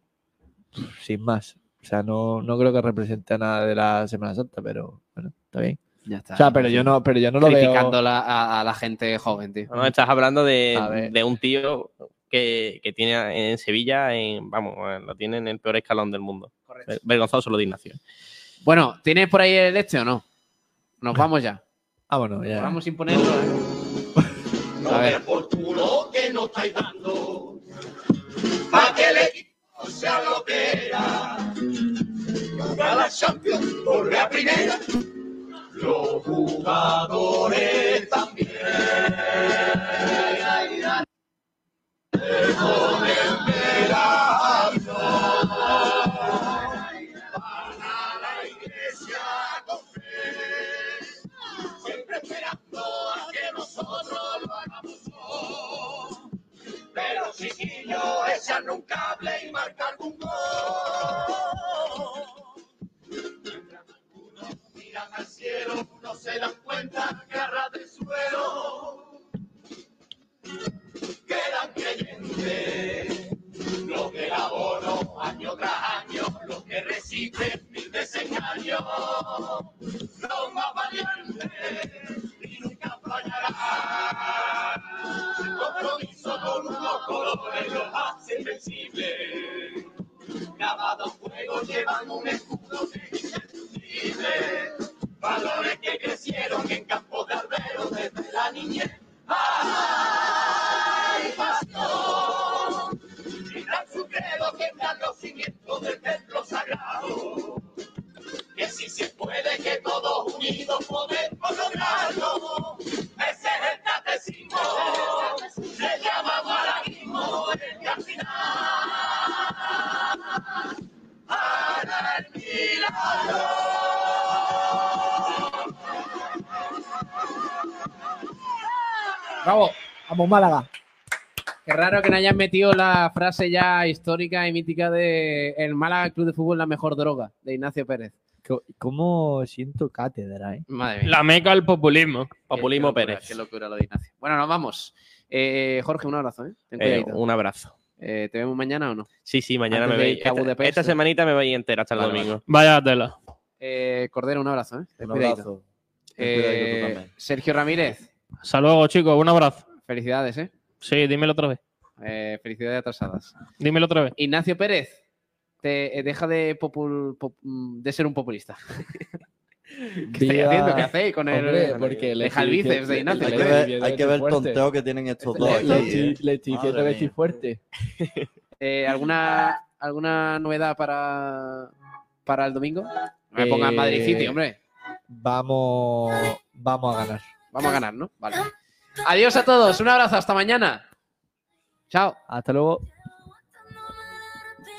Speaker 4: Sin más. O sea, no, no creo que represente nada de la Semana Santa, pero bueno, está bien.
Speaker 8: Ya está.
Speaker 4: O sea, pero yo no, pero yo no lo
Speaker 8: Criticando
Speaker 4: veo.
Speaker 8: la- a, a la gente joven, tío.
Speaker 10: No, estás hablando
Speaker 8: A
Speaker 10: de,
Speaker 8: ver.
Speaker 10: de un tío que, que tiene en Sevilla, en, vamos, lo tiene en el peor escalón del mundo. Ver- Vergonzoso lo de Ignacio.
Speaker 8: Bueno, ¿tienes por ahí el este o no? Nos vamos ya.
Speaker 4: [LAUGHS] Vámonos, ya.
Speaker 8: Vamos sin ponerlo. ¿eh? A ver.
Speaker 3: Lo que no estáis dando, pa' que el equipo sea lo que era. Para la Champions, volver a primera, los jugadores también. Con el verano, van a la iglesia con fe, siempre esperando a que nosotros lo hagamos pero chiquillo, echar un cable y marcar algún gol. Mientras algunos miran al cielo, unos se dan cuenta como un escudo libre. Valores que crecieron en campos de albero desde la niñez. ¡Ay, pasión! Gritan su credo, tiemblan los cimientos del templo sagrado. Que si se puede, que todos unidos podemos lograrlo. Ese es el catecismo. Se llama guaranismo el que al final hará el milagro.
Speaker 18: Bravo. Vamos, Málaga.
Speaker 8: Qué raro que no hayan metido la frase ya histórica y mítica de el Málaga Club de Fútbol la mejor droga, de Ignacio Pérez.
Speaker 19: Co- ¿Cómo siento cátedra, eh?
Speaker 8: Madre mía.
Speaker 9: La meca al populismo.
Speaker 8: Populismo Pérez. Qué locura lo de Ignacio. Bueno, nos vamos. Eh, Jorge, un abrazo, ¿eh? Ten
Speaker 10: Eh,
Speaker 8: cuidadito.
Speaker 10: un abrazo.
Speaker 8: Eh, ¿Te vemos mañana o no?
Speaker 10: Sí, sí, mañana
Speaker 8: Antes
Speaker 10: me
Speaker 8: de
Speaker 10: veis.
Speaker 8: irte a
Speaker 10: Esta,
Speaker 8: Budapest,
Speaker 10: esta
Speaker 8: ¿no?
Speaker 10: semanita me vais entera hasta el
Speaker 8: Vale,
Speaker 10: domingo.
Speaker 9: Vaya tela.
Speaker 8: Eh, Cordero, un abrazo, ¿eh? Ten
Speaker 10: Un
Speaker 8: cuidadito.
Speaker 10: abrazo.
Speaker 9: Ten cuidadito tú
Speaker 8: Eh,
Speaker 9: también.
Speaker 8: Sergio Ramírez,
Speaker 9: Hasta luego, chicos. Un abrazo.
Speaker 8: felicidades, ¿eh?
Speaker 9: Sí, dímelo otra vez.
Speaker 8: Eh, felicidades atrasadas.
Speaker 9: Dímelo otra vez.
Speaker 8: Ignacio Pérez, te, eh, deja de, popul- pop- mm, de ser un populista. ¿Qué estáis
Speaker 19: Viva-
Speaker 8: haciendo? ¿Qué hacéis con el,
Speaker 19: Hombre, porque le
Speaker 8: deja el
Speaker 19: estoy
Speaker 8: bíceps de
Speaker 19: diciendo-
Speaker 8: Ignacio?
Speaker 19: le
Speaker 11: Hay que
Speaker 19: estoy
Speaker 11: ver,
Speaker 19: diciendo
Speaker 11: hay
Speaker 19: que
Speaker 11: que ver el
Speaker 19: estoy fuerte.
Speaker 11: tonteo que tienen estos dos.
Speaker 19: Le
Speaker 11: aquí,
Speaker 19: estoy-
Speaker 11: eh.
Speaker 19: le estoy
Speaker 11: Madre
Speaker 19: diciendo que estoy
Speaker 11: mía.
Speaker 19: fuerte.
Speaker 8: Eh, ¿alguna, ¿Alguna novedad para, para el domingo? No me pongas
Speaker 19: Eh,
Speaker 8: Madrid City, hombre.
Speaker 19: Vamos, vamos a ganar.
Speaker 8: Vamos a ganar, ¿no? Vale. Adiós a todos. Un abrazo. Hasta mañana. Chao.
Speaker 19: Hasta luego.